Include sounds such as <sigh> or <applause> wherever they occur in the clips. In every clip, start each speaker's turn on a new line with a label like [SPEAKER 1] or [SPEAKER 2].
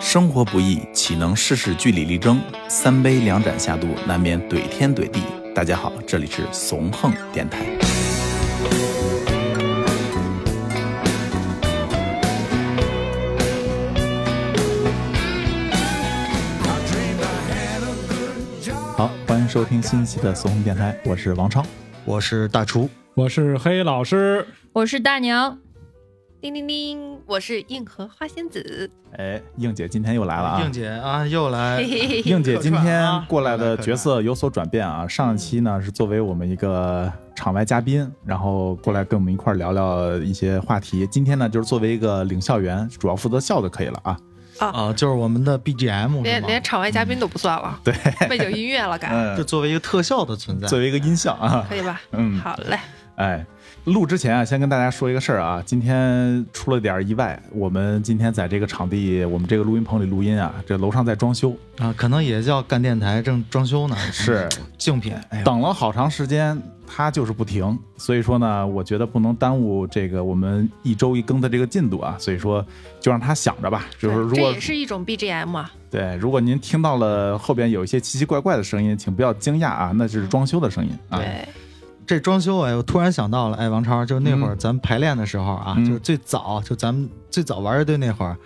[SPEAKER 1] 生活不易，岂能事事据理力争？三杯两盏下肚，难免怼天怼地。大家好，这里是怂横电台。好，欢迎收听新一期的怂横电台，我是王超。
[SPEAKER 2] 我是大厨，
[SPEAKER 3] 我是黑老师，
[SPEAKER 4] 我是大娘，
[SPEAKER 5] 叮叮叮，我是硬核花仙子。
[SPEAKER 1] 哎，应姐今天又来了啊！
[SPEAKER 2] 应姐啊，又来
[SPEAKER 5] 嘿嘿嘿
[SPEAKER 1] <laughs> 应姐今天过来
[SPEAKER 2] 客串
[SPEAKER 1] 的
[SPEAKER 2] 啊
[SPEAKER 1] 角色有所转变啊，上一期呢是作为我们一个场外嘉宾，然后过来跟我们一块儿聊聊一些话题。今天呢就是作为一个领笑员，主要负责笑就可以了啊。
[SPEAKER 2] 啊，就是我们的 BGM 是
[SPEAKER 5] 连连
[SPEAKER 2] 吗？
[SPEAKER 5] 场外嘉宾都不算了，
[SPEAKER 1] 对，
[SPEAKER 5] 背景音乐了，改
[SPEAKER 1] 嗯
[SPEAKER 2] 就，作为一个特效的存在
[SPEAKER 1] 作，为一个音效啊，
[SPEAKER 5] 可以吧？
[SPEAKER 1] 嗯，
[SPEAKER 5] 好嘞，
[SPEAKER 1] 哎，录之前啊，先跟大家说一个事儿啊，今天出了点儿意外，我们今天在这个场地，我们这个录音棚里录音啊，这楼上在装修，
[SPEAKER 2] 啊，可能也叫干电台，正装修呢，
[SPEAKER 1] 是
[SPEAKER 2] 竞品，哎呦，
[SPEAKER 1] 等了好长时间，它就是不停。所以说呢，我觉得不能耽误这个我们一周一更的这个进度啊。所以说，就让它想着吧。就是如
[SPEAKER 5] 这
[SPEAKER 1] 果
[SPEAKER 5] 也是一种 BGM 啊。
[SPEAKER 1] 对，如果您听到了后边有一些奇奇怪怪的声音，请不要惊讶啊，那就是装修的声音啊。
[SPEAKER 5] 对，
[SPEAKER 2] 这装修，哎，我突然想到了，哎，王超，就那会儿咱们排练的时候啊，
[SPEAKER 1] 嗯
[SPEAKER 2] 就是最早，就咱们最早玩乐队那会儿，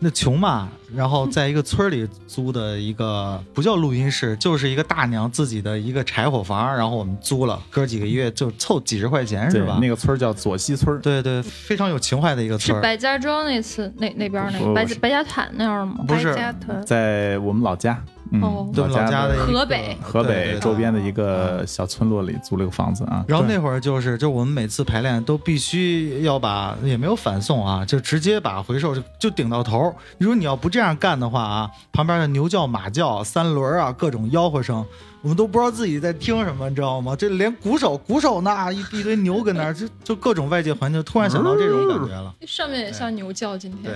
[SPEAKER 2] 那穷嘛，然后在一个村儿里租的一个不叫录音室，就是一个大娘自己的一个柴火房，然后我们租了，哥几个月就凑几十块钱是
[SPEAKER 1] 对，
[SPEAKER 2] 吧？
[SPEAKER 1] 那个村儿叫左西村儿。
[SPEAKER 2] 对对，非常有情怀的一个村
[SPEAKER 4] 是
[SPEAKER 2] 儿。
[SPEAKER 4] 白家庄那次那那边那
[SPEAKER 1] 不
[SPEAKER 4] 个白
[SPEAKER 1] 是
[SPEAKER 4] 白家坦那儿吗？
[SPEAKER 2] 不是
[SPEAKER 5] 白家屯
[SPEAKER 1] 在我们老家，嗯，
[SPEAKER 4] 哦
[SPEAKER 2] 对老家
[SPEAKER 1] 的
[SPEAKER 2] 的一个
[SPEAKER 4] 河北
[SPEAKER 1] 河
[SPEAKER 2] 对
[SPEAKER 1] 北
[SPEAKER 2] 对
[SPEAKER 1] 周边的一个小村落里租了个房子啊。
[SPEAKER 2] 然后那会儿就是，就我们每次排练都必须要把，也没有反送啊，就直接把回收就就顶到头儿。你说你要不这样干的话啊，旁边的牛叫、马叫、三轮儿啊，各种吆喝声，我们都不知道自己在听什么，你知道吗？这连鼓手、鼓手那一一堆牛跟那儿，就就各种外界环境，突然想到这种感觉了。
[SPEAKER 4] 上面也像牛叫，今天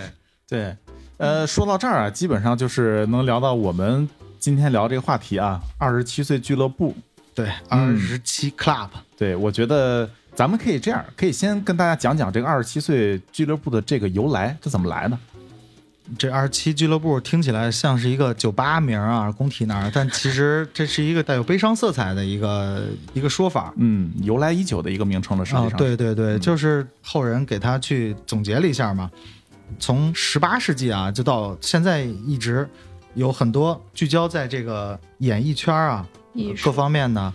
[SPEAKER 2] 对，
[SPEAKER 1] 对，呃，说到这儿啊，基本上就是能聊到我们今天聊这个话题啊，二十七岁俱乐部。
[SPEAKER 2] 对，
[SPEAKER 1] 嗯
[SPEAKER 2] 二十七 club，
[SPEAKER 1] 对，我觉得咱们可以这样，可以先跟大家讲讲这个二十七岁俱乐部的这个由来，这怎么来的？
[SPEAKER 2] 这二十七俱乐部听起来像是一个酒吧名儿啊，工体那儿，但其实这是一个带有悲伤色彩的一个一个说法。
[SPEAKER 1] 嗯，由来已久的一个名称了，实际
[SPEAKER 2] 啊、
[SPEAKER 1] 上是、
[SPEAKER 2] 对对对，
[SPEAKER 1] 嗯
[SPEAKER 2] 就是后人给他去总结了一下嘛。从十八世纪啊，就到现在一直有很多聚焦在这个演艺圈啊
[SPEAKER 4] 艺
[SPEAKER 2] 各
[SPEAKER 4] 术
[SPEAKER 2] 方面呢，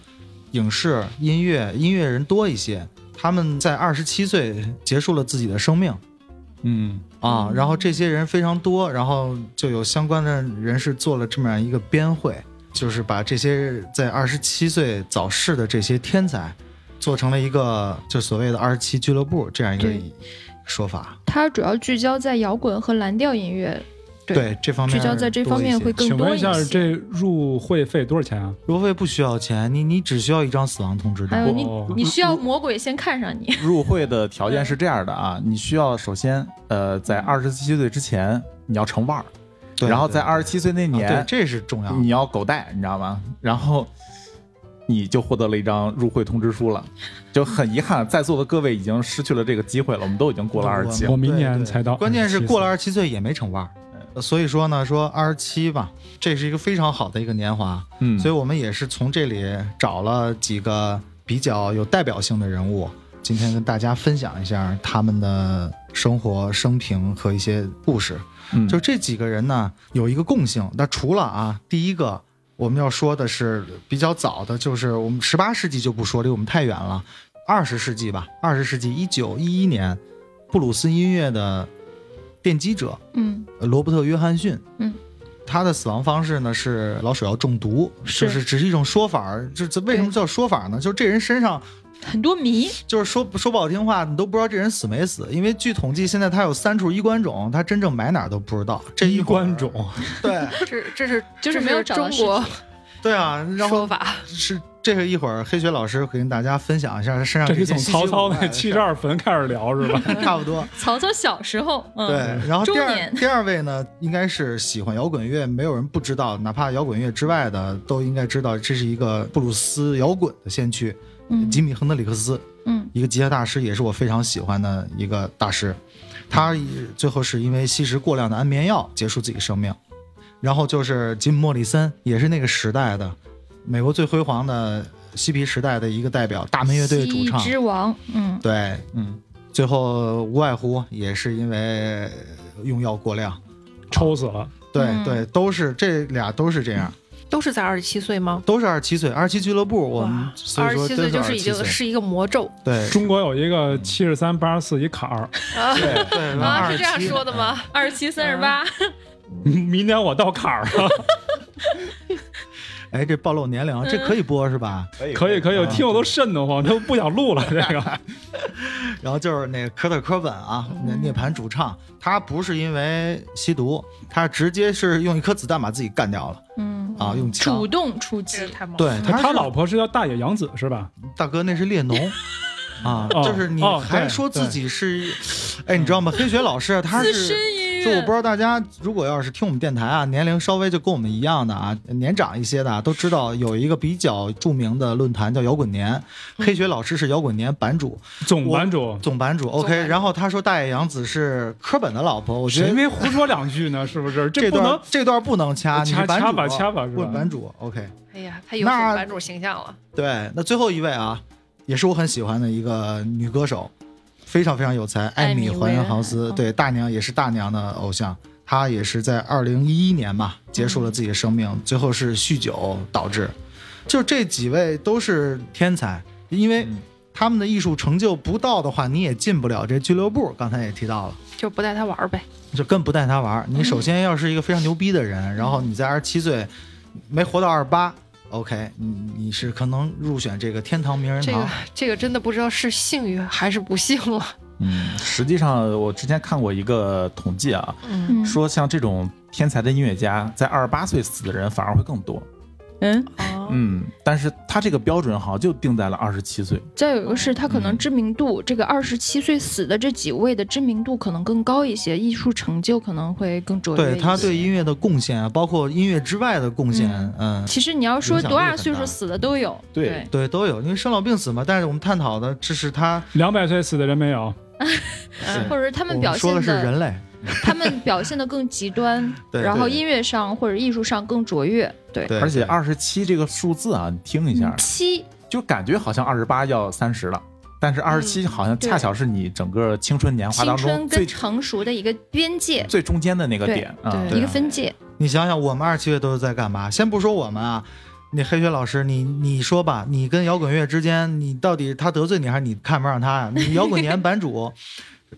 [SPEAKER 2] 影视、音乐，音乐人多一些。他们在二十七岁结束了自己的生命
[SPEAKER 1] 嗯
[SPEAKER 2] 啊，然后这些人非常多，然后就有相关的人士做了这么样一个编会，就是把这些在二十七岁早逝的这些天才，做成了一个就所谓的二十七俱乐部这样一个
[SPEAKER 4] 对
[SPEAKER 2] 说法。
[SPEAKER 4] 它主要聚焦在摇滚和蓝调音乐，对
[SPEAKER 2] 这方面
[SPEAKER 4] 聚焦在这方面
[SPEAKER 2] 多一
[SPEAKER 4] 会
[SPEAKER 2] 些
[SPEAKER 4] 更
[SPEAKER 3] 请
[SPEAKER 4] 多
[SPEAKER 3] 问
[SPEAKER 4] 一
[SPEAKER 3] 下，
[SPEAKER 4] 些。
[SPEAKER 3] 这入会费多少钱啊？
[SPEAKER 2] 入会不需要钱，你你只需要一张死亡通知
[SPEAKER 4] 还
[SPEAKER 2] 单。
[SPEAKER 4] 有你
[SPEAKER 3] 哦，
[SPEAKER 4] 你需要魔鬼先看上 <laughs> 你，
[SPEAKER 1] 入会的条件是这样的啊，你需要首先呃，在二十七岁之前你要成腕儿，
[SPEAKER 2] 对
[SPEAKER 1] 然后在
[SPEAKER 2] 对
[SPEAKER 1] 二十七岁那
[SPEAKER 2] 对
[SPEAKER 1] 年、
[SPEAKER 2] 啊对这是重要的。
[SPEAKER 1] 你要狗带，你知道吗？然后你就获得了一张入会通知书了，就很遗憾，在座的各位已经失去了这个机会了，我们都已经过了二十七
[SPEAKER 3] 我，明年才到
[SPEAKER 2] 对对关键是过了
[SPEAKER 3] 27
[SPEAKER 2] 二十七岁也没成腕儿。呃所以说呢，说二十七吧，这是一个非常好的一个年华，
[SPEAKER 1] 嗯，
[SPEAKER 2] 所以我们也是从这里找了几个比较有代表性的人物，今天跟大家分享一下他们的生活、生平和一些故事。
[SPEAKER 1] 嗯
[SPEAKER 2] 就这几个人呢，有一个共性。那除了啊，第一个我们要说的是比较早的，就是我们十八世纪就不说，离我们太远了。二十世纪吧，二十世纪一九一一年，布鲁斯音乐的奠基者
[SPEAKER 4] 嗯，
[SPEAKER 2] 呃罗伯特·约翰逊，
[SPEAKER 4] 嗯，
[SPEAKER 2] 他的死亡方式呢是老鼠药中毒，
[SPEAKER 4] 是
[SPEAKER 2] 就是只是一种说法儿。这这为什么叫说法呢？就这人身上，
[SPEAKER 4] 很多谜，
[SPEAKER 2] 就是说说不好听话，你都不知道这人死没死，因为据统计，现在他有三处衣冠冢，他真正埋哪儿都不知道。这
[SPEAKER 3] 衣
[SPEAKER 2] 一会儿
[SPEAKER 3] 冠冢，
[SPEAKER 2] 对
[SPEAKER 5] 这这 <laughs> 是
[SPEAKER 4] 就是
[SPEAKER 5] 这
[SPEAKER 4] 没有找到
[SPEAKER 5] 中国
[SPEAKER 4] 尸体
[SPEAKER 2] 对啊，然后
[SPEAKER 5] 说法，
[SPEAKER 2] 是这个一会儿黑雪老师会跟大家分享一下他身上
[SPEAKER 3] 这
[SPEAKER 2] 啊些
[SPEAKER 3] 是从
[SPEAKER 2] 稀奇
[SPEAKER 3] 曹操
[SPEAKER 2] 古怪
[SPEAKER 3] 那
[SPEAKER 2] 的
[SPEAKER 3] 七
[SPEAKER 2] 事
[SPEAKER 3] 十
[SPEAKER 2] 儿
[SPEAKER 3] 二坟开始聊是吧？ <laughs>
[SPEAKER 2] 差不多。
[SPEAKER 4] 曹操小时候，嗯，
[SPEAKER 2] 对，然后
[SPEAKER 4] 中
[SPEAKER 2] 第二
[SPEAKER 4] 年
[SPEAKER 2] 第二位呢，应该是喜欢摇滚乐，没有人不知道，哪怕摇滚乐之外的都应该知道，这是一个布鲁斯摇滚的先驱，
[SPEAKER 4] 嗯
[SPEAKER 2] 吉米亨德里克斯，
[SPEAKER 4] 嗯
[SPEAKER 2] 一个吉他大师，也是我非常喜欢的一个大师。他最后是因为吸食过量的安眠药结束自己生命。然后就是吉姆·莫里森，也是那个时代的美国最辉煌的嬉皮时代的一个代表，大门乐队主唱
[SPEAKER 4] 蜥蜴。之王，嗯，
[SPEAKER 2] 对，
[SPEAKER 1] 嗯，
[SPEAKER 2] 最后无外乎也是因为用药过量。
[SPEAKER 3] 抽死了，
[SPEAKER 2] 对、
[SPEAKER 4] 嗯
[SPEAKER 2] 对，都是这俩都是这样，
[SPEAKER 5] 都是在二十七岁吗？
[SPEAKER 2] 都是二十七岁，二十七俱乐部，我们
[SPEAKER 5] 哇
[SPEAKER 2] 所以
[SPEAKER 5] 二
[SPEAKER 2] 说
[SPEAKER 5] 十七岁
[SPEAKER 2] 真
[SPEAKER 5] 就是是已经
[SPEAKER 2] 27岁
[SPEAKER 5] 是一个魔咒
[SPEAKER 2] 对
[SPEAKER 3] 中国有一个七十三八十四一坎儿，
[SPEAKER 5] 啊
[SPEAKER 2] 对对
[SPEAKER 5] 啊！是这样说的？
[SPEAKER 2] 然后27
[SPEAKER 4] 嗯
[SPEAKER 5] 吗？
[SPEAKER 6] 二十七、三十八，
[SPEAKER 2] 嗯
[SPEAKER 3] 明年我到坎儿了，
[SPEAKER 2] 哎，这暴露年龄，
[SPEAKER 5] 嗯
[SPEAKER 2] 这可以播是吧？
[SPEAKER 1] 可以
[SPEAKER 3] <laughs> 可以可以，我
[SPEAKER 1] 啊
[SPEAKER 3] 听我都瘆得慌，都不想录了。
[SPEAKER 2] <laughs>
[SPEAKER 3] 这个
[SPEAKER 2] 然后就是那个科特·科本啊，那
[SPEAKER 5] 嗯
[SPEAKER 2] 涅槃主唱，他不是因为吸毒，他直接是用一颗子弹把自己干掉了
[SPEAKER 4] 嗯
[SPEAKER 2] 啊，用枪
[SPEAKER 4] 主。动出击，
[SPEAKER 6] 太猛
[SPEAKER 5] 嗯
[SPEAKER 2] 对他
[SPEAKER 3] 他
[SPEAKER 2] 是
[SPEAKER 3] 老婆是叫大野洋子是吧？
[SPEAKER 2] 大哥，那是列
[SPEAKER 3] <laughs>
[SPEAKER 2] 侬。啊，
[SPEAKER 3] 哦
[SPEAKER 2] 就是你
[SPEAKER 3] 哦
[SPEAKER 2] 还
[SPEAKER 3] 对
[SPEAKER 2] 说自己是，哎，你知道
[SPEAKER 5] 嗯
[SPEAKER 2] 吗？黑雪老师啊他
[SPEAKER 6] 资
[SPEAKER 2] 是
[SPEAKER 6] 深音乐，
[SPEAKER 2] 就我不知道大家如果要是听我们电台啊，年龄稍微就跟我们一样的啊，年长一些的啊，都知道有一个比较著名的论坛叫摇滚年，
[SPEAKER 3] 嗯
[SPEAKER 2] 黑雪老师是摇滚年版主、
[SPEAKER 3] 总版主，
[SPEAKER 2] 总版主。OK，
[SPEAKER 5] 版主
[SPEAKER 2] 然后他说大野洋子是科本的老婆，我觉
[SPEAKER 3] 谁
[SPEAKER 2] 得
[SPEAKER 3] 没胡说两句呢？是不是？
[SPEAKER 2] 这
[SPEAKER 3] 不
[SPEAKER 2] 段
[SPEAKER 3] 能
[SPEAKER 2] 这段不能掐，你
[SPEAKER 3] 掐
[SPEAKER 2] 是版
[SPEAKER 3] 掐
[SPEAKER 2] 主，
[SPEAKER 3] 吧掐吧是吧
[SPEAKER 2] 问版主。OK，
[SPEAKER 5] 哎呀，他有种
[SPEAKER 2] 那
[SPEAKER 5] 版主形象了。
[SPEAKER 2] 对，那最后一位啊，也是我很喜欢的一个女歌手，非常非常有才，艾
[SPEAKER 4] 艾
[SPEAKER 2] 米
[SPEAKER 4] 米
[SPEAKER 2] ·
[SPEAKER 4] 维
[SPEAKER 2] 怀恩
[SPEAKER 4] 恩
[SPEAKER 2] 豪斯，
[SPEAKER 4] 嗯
[SPEAKER 2] 对，大娘也是大娘的偶像。她也是在二零一一年嘛，结束了自己的生命，最后是酗酒导致。就这几位都是天才，因为
[SPEAKER 1] 嗯
[SPEAKER 2] 他们的艺术成就不到的话，你也进不了这俱乐部。刚才也提到了。
[SPEAKER 5] 就不带他玩儿呗。
[SPEAKER 2] 就更不带他玩儿。
[SPEAKER 4] 嗯
[SPEAKER 2] 你首先要是一个非常牛逼的人，然后你在二十七岁没活到二十八，OK，你你是可能入选这个天堂名人
[SPEAKER 5] 这
[SPEAKER 2] 堂。
[SPEAKER 5] 个这个真的不知道是幸运还是不幸了。
[SPEAKER 1] 嗯，实际上我之前看过一个统计啊，
[SPEAKER 5] 嗯，
[SPEAKER 4] 嗯
[SPEAKER 1] 说像这种天才的音乐家，在二十八岁死的人反而会更多。
[SPEAKER 6] 嗯，
[SPEAKER 5] 哦，
[SPEAKER 1] 嗯，但是他这个标准好像就定在了二十七岁。
[SPEAKER 4] 再有一个是他可能知名度，这个二十七岁死的这几位的知名度可能更高一些，艺术成就可能会更卓越一
[SPEAKER 2] 对
[SPEAKER 4] 些。
[SPEAKER 2] 他对音乐的贡献啊，包括音乐之外的贡献，嗯。
[SPEAKER 4] 其实你要说
[SPEAKER 2] 影响力
[SPEAKER 4] 多大
[SPEAKER 2] 很大
[SPEAKER 4] 岁数死的都有，
[SPEAKER 1] 对
[SPEAKER 4] 对，
[SPEAKER 2] 对，都有，因为生老病死嘛。但是我们探讨的，这是他，
[SPEAKER 3] 两百岁死的人没有，
[SPEAKER 4] 嗯或者是他
[SPEAKER 2] 我
[SPEAKER 4] 们表
[SPEAKER 2] 说
[SPEAKER 4] 现
[SPEAKER 2] 的是人类，
[SPEAKER 4] 他们表现的更极端，
[SPEAKER 2] 对
[SPEAKER 4] 然后
[SPEAKER 2] 对
[SPEAKER 4] 音乐上或者艺术上更卓越，对，嗯
[SPEAKER 2] 对，
[SPEAKER 1] 而且
[SPEAKER 2] 对
[SPEAKER 1] 二十七这个数字啊，你听一下，
[SPEAKER 4] 七
[SPEAKER 1] 就感觉好像二十八要三十了，但是二十七好像恰巧是你整个青春年华
[SPEAKER 4] 青
[SPEAKER 1] 当中
[SPEAKER 4] 春
[SPEAKER 1] 最
[SPEAKER 4] 跟成熟的一个边界，
[SPEAKER 1] 最中间的那个点啊。
[SPEAKER 5] 对
[SPEAKER 4] 一个分界，
[SPEAKER 2] 你想想，我们二七月都是在干嘛？先不说我们啊，那黑雪老师，你你说吧，你跟摇滚乐之间，你到底他得罪你，还是你看不上他呀？你摇滚年版
[SPEAKER 3] <laughs>
[SPEAKER 2] 主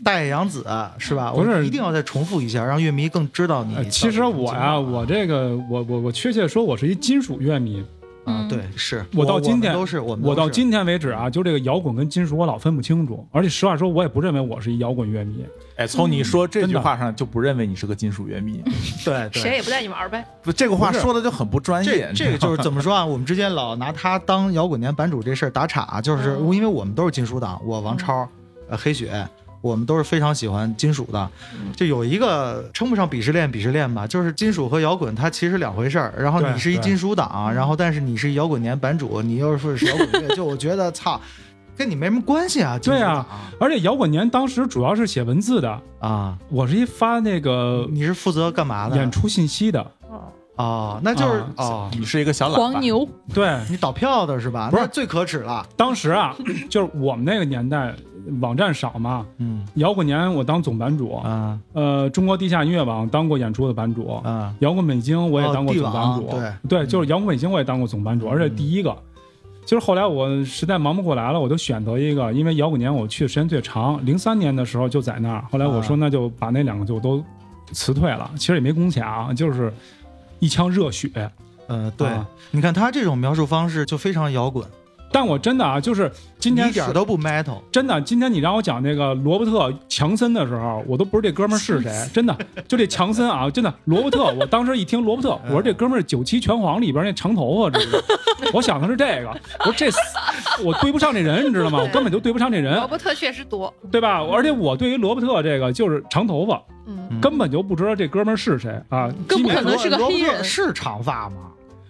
[SPEAKER 2] 大野洋子是吧？
[SPEAKER 3] 不是
[SPEAKER 2] 我一定要再重复一下，让乐迷更知道你到
[SPEAKER 3] 呃
[SPEAKER 2] 底
[SPEAKER 3] 其实
[SPEAKER 2] 怎么
[SPEAKER 3] 我
[SPEAKER 2] 情
[SPEAKER 3] 呀，
[SPEAKER 2] 况
[SPEAKER 3] 我这个我我我确切说，我是一金属乐迷。
[SPEAKER 2] 啊，
[SPEAKER 4] 嗯
[SPEAKER 2] 对，是
[SPEAKER 3] 我到今天
[SPEAKER 2] 我们都是我们都
[SPEAKER 3] 我到
[SPEAKER 2] 是
[SPEAKER 3] 今天为止啊，就这个摇滚跟金属我老分不清楚，而且实话说，我也不认为我是一摇滚乐迷。
[SPEAKER 1] 哎，从你说这
[SPEAKER 3] 真
[SPEAKER 1] 句
[SPEAKER 3] 的
[SPEAKER 1] 话上就不认为你是个金属乐迷，
[SPEAKER 2] 对
[SPEAKER 5] 谁
[SPEAKER 2] 对。
[SPEAKER 5] 也不带你玩儿呗。
[SPEAKER 1] 不，这个话
[SPEAKER 3] 不是
[SPEAKER 1] 说的就很不专业
[SPEAKER 2] 这。这个就是怎么说啊？我们之间老拿他当摇滚年版主这事儿打岔，啊就是
[SPEAKER 5] 嗯
[SPEAKER 2] 因为我们都是金属党，我王超，呃，黑雪，我们都是非常喜欢金属的。就有一个称不上鄙视链，鄙视链吧，就是金属和摇滚它其实两回事儿。然后
[SPEAKER 3] 对
[SPEAKER 2] 你是一
[SPEAKER 3] 对
[SPEAKER 2] 金属党，然后但是你是摇滚年版主，你又是摇滚乐，就我觉得操，跟你没什么关系啊。金属
[SPEAKER 3] 对
[SPEAKER 2] 党
[SPEAKER 3] 啊而且摇滚年当时主要是写文字的，
[SPEAKER 2] 啊，
[SPEAKER 3] 我是一发那个
[SPEAKER 2] 你是负责干嘛的？啊
[SPEAKER 3] 演出信息的。
[SPEAKER 2] 哦，那就是
[SPEAKER 3] 啊
[SPEAKER 2] 哦，
[SPEAKER 1] 你是一个小喇
[SPEAKER 4] 黄
[SPEAKER 1] 叭，
[SPEAKER 4] 牛，
[SPEAKER 3] 对，
[SPEAKER 2] 你倒票的是吧？
[SPEAKER 3] 不是
[SPEAKER 2] 那最可耻了。
[SPEAKER 3] 当
[SPEAKER 2] <laughs>
[SPEAKER 3] 时啊，就是我们那个年代网站少嘛，
[SPEAKER 2] 嗯
[SPEAKER 3] 摇滚年我当总版主，
[SPEAKER 2] 啊
[SPEAKER 3] 呃，中国地下音乐网当过演出的版主，
[SPEAKER 2] 啊。
[SPEAKER 3] 摇滚北京我也
[SPEAKER 2] 哦
[SPEAKER 3] 当过
[SPEAKER 2] 地
[SPEAKER 3] 总版
[SPEAKER 2] 网
[SPEAKER 3] 主，
[SPEAKER 2] 对嗯
[SPEAKER 3] 对，就是摇滚北京我也当过总版主，而且第一个。就是后来我实在忙不过来了，我就选择一个，因为摇滚年我去的时间最长，零三年的时候就在那儿。后来我说
[SPEAKER 2] 啊
[SPEAKER 3] 那就把那两个就都辞退了，其实也没工钱啊，就是一腔热血。
[SPEAKER 2] 呃，对，
[SPEAKER 3] 啊
[SPEAKER 2] 你看他这种描述方式就非常摇滚，
[SPEAKER 3] 但我真的啊，就是今天
[SPEAKER 2] 一点
[SPEAKER 3] 是
[SPEAKER 2] 儿都不 metal。
[SPEAKER 3] 真的，今天你让我讲那个罗伯特·强森的时候，我都不知道这哥们儿是谁。真的，就这强森啊，真的，罗伯特，我当时一听罗伯特，我说这哥们儿是九七拳皇里边那长头发，知道吗？我想的是这个， <laughs> 我说这死我对不上这人，你知道吗？我根本就对不上这人
[SPEAKER 5] 罗，伯特确实多，
[SPEAKER 3] 对吧？而且我对于罗伯特这个就是长头发，
[SPEAKER 5] 嗯，
[SPEAKER 2] 嗯
[SPEAKER 3] 根本就不知道这哥们儿是谁啊。
[SPEAKER 4] 更
[SPEAKER 3] 基米
[SPEAKER 4] 不可能是个
[SPEAKER 2] 罗伯
[SPEAKER 4] 黑
[SPEAKER 2] 特
[SPEAKER 4] 人
[SPEAKER 2] 是长发吗？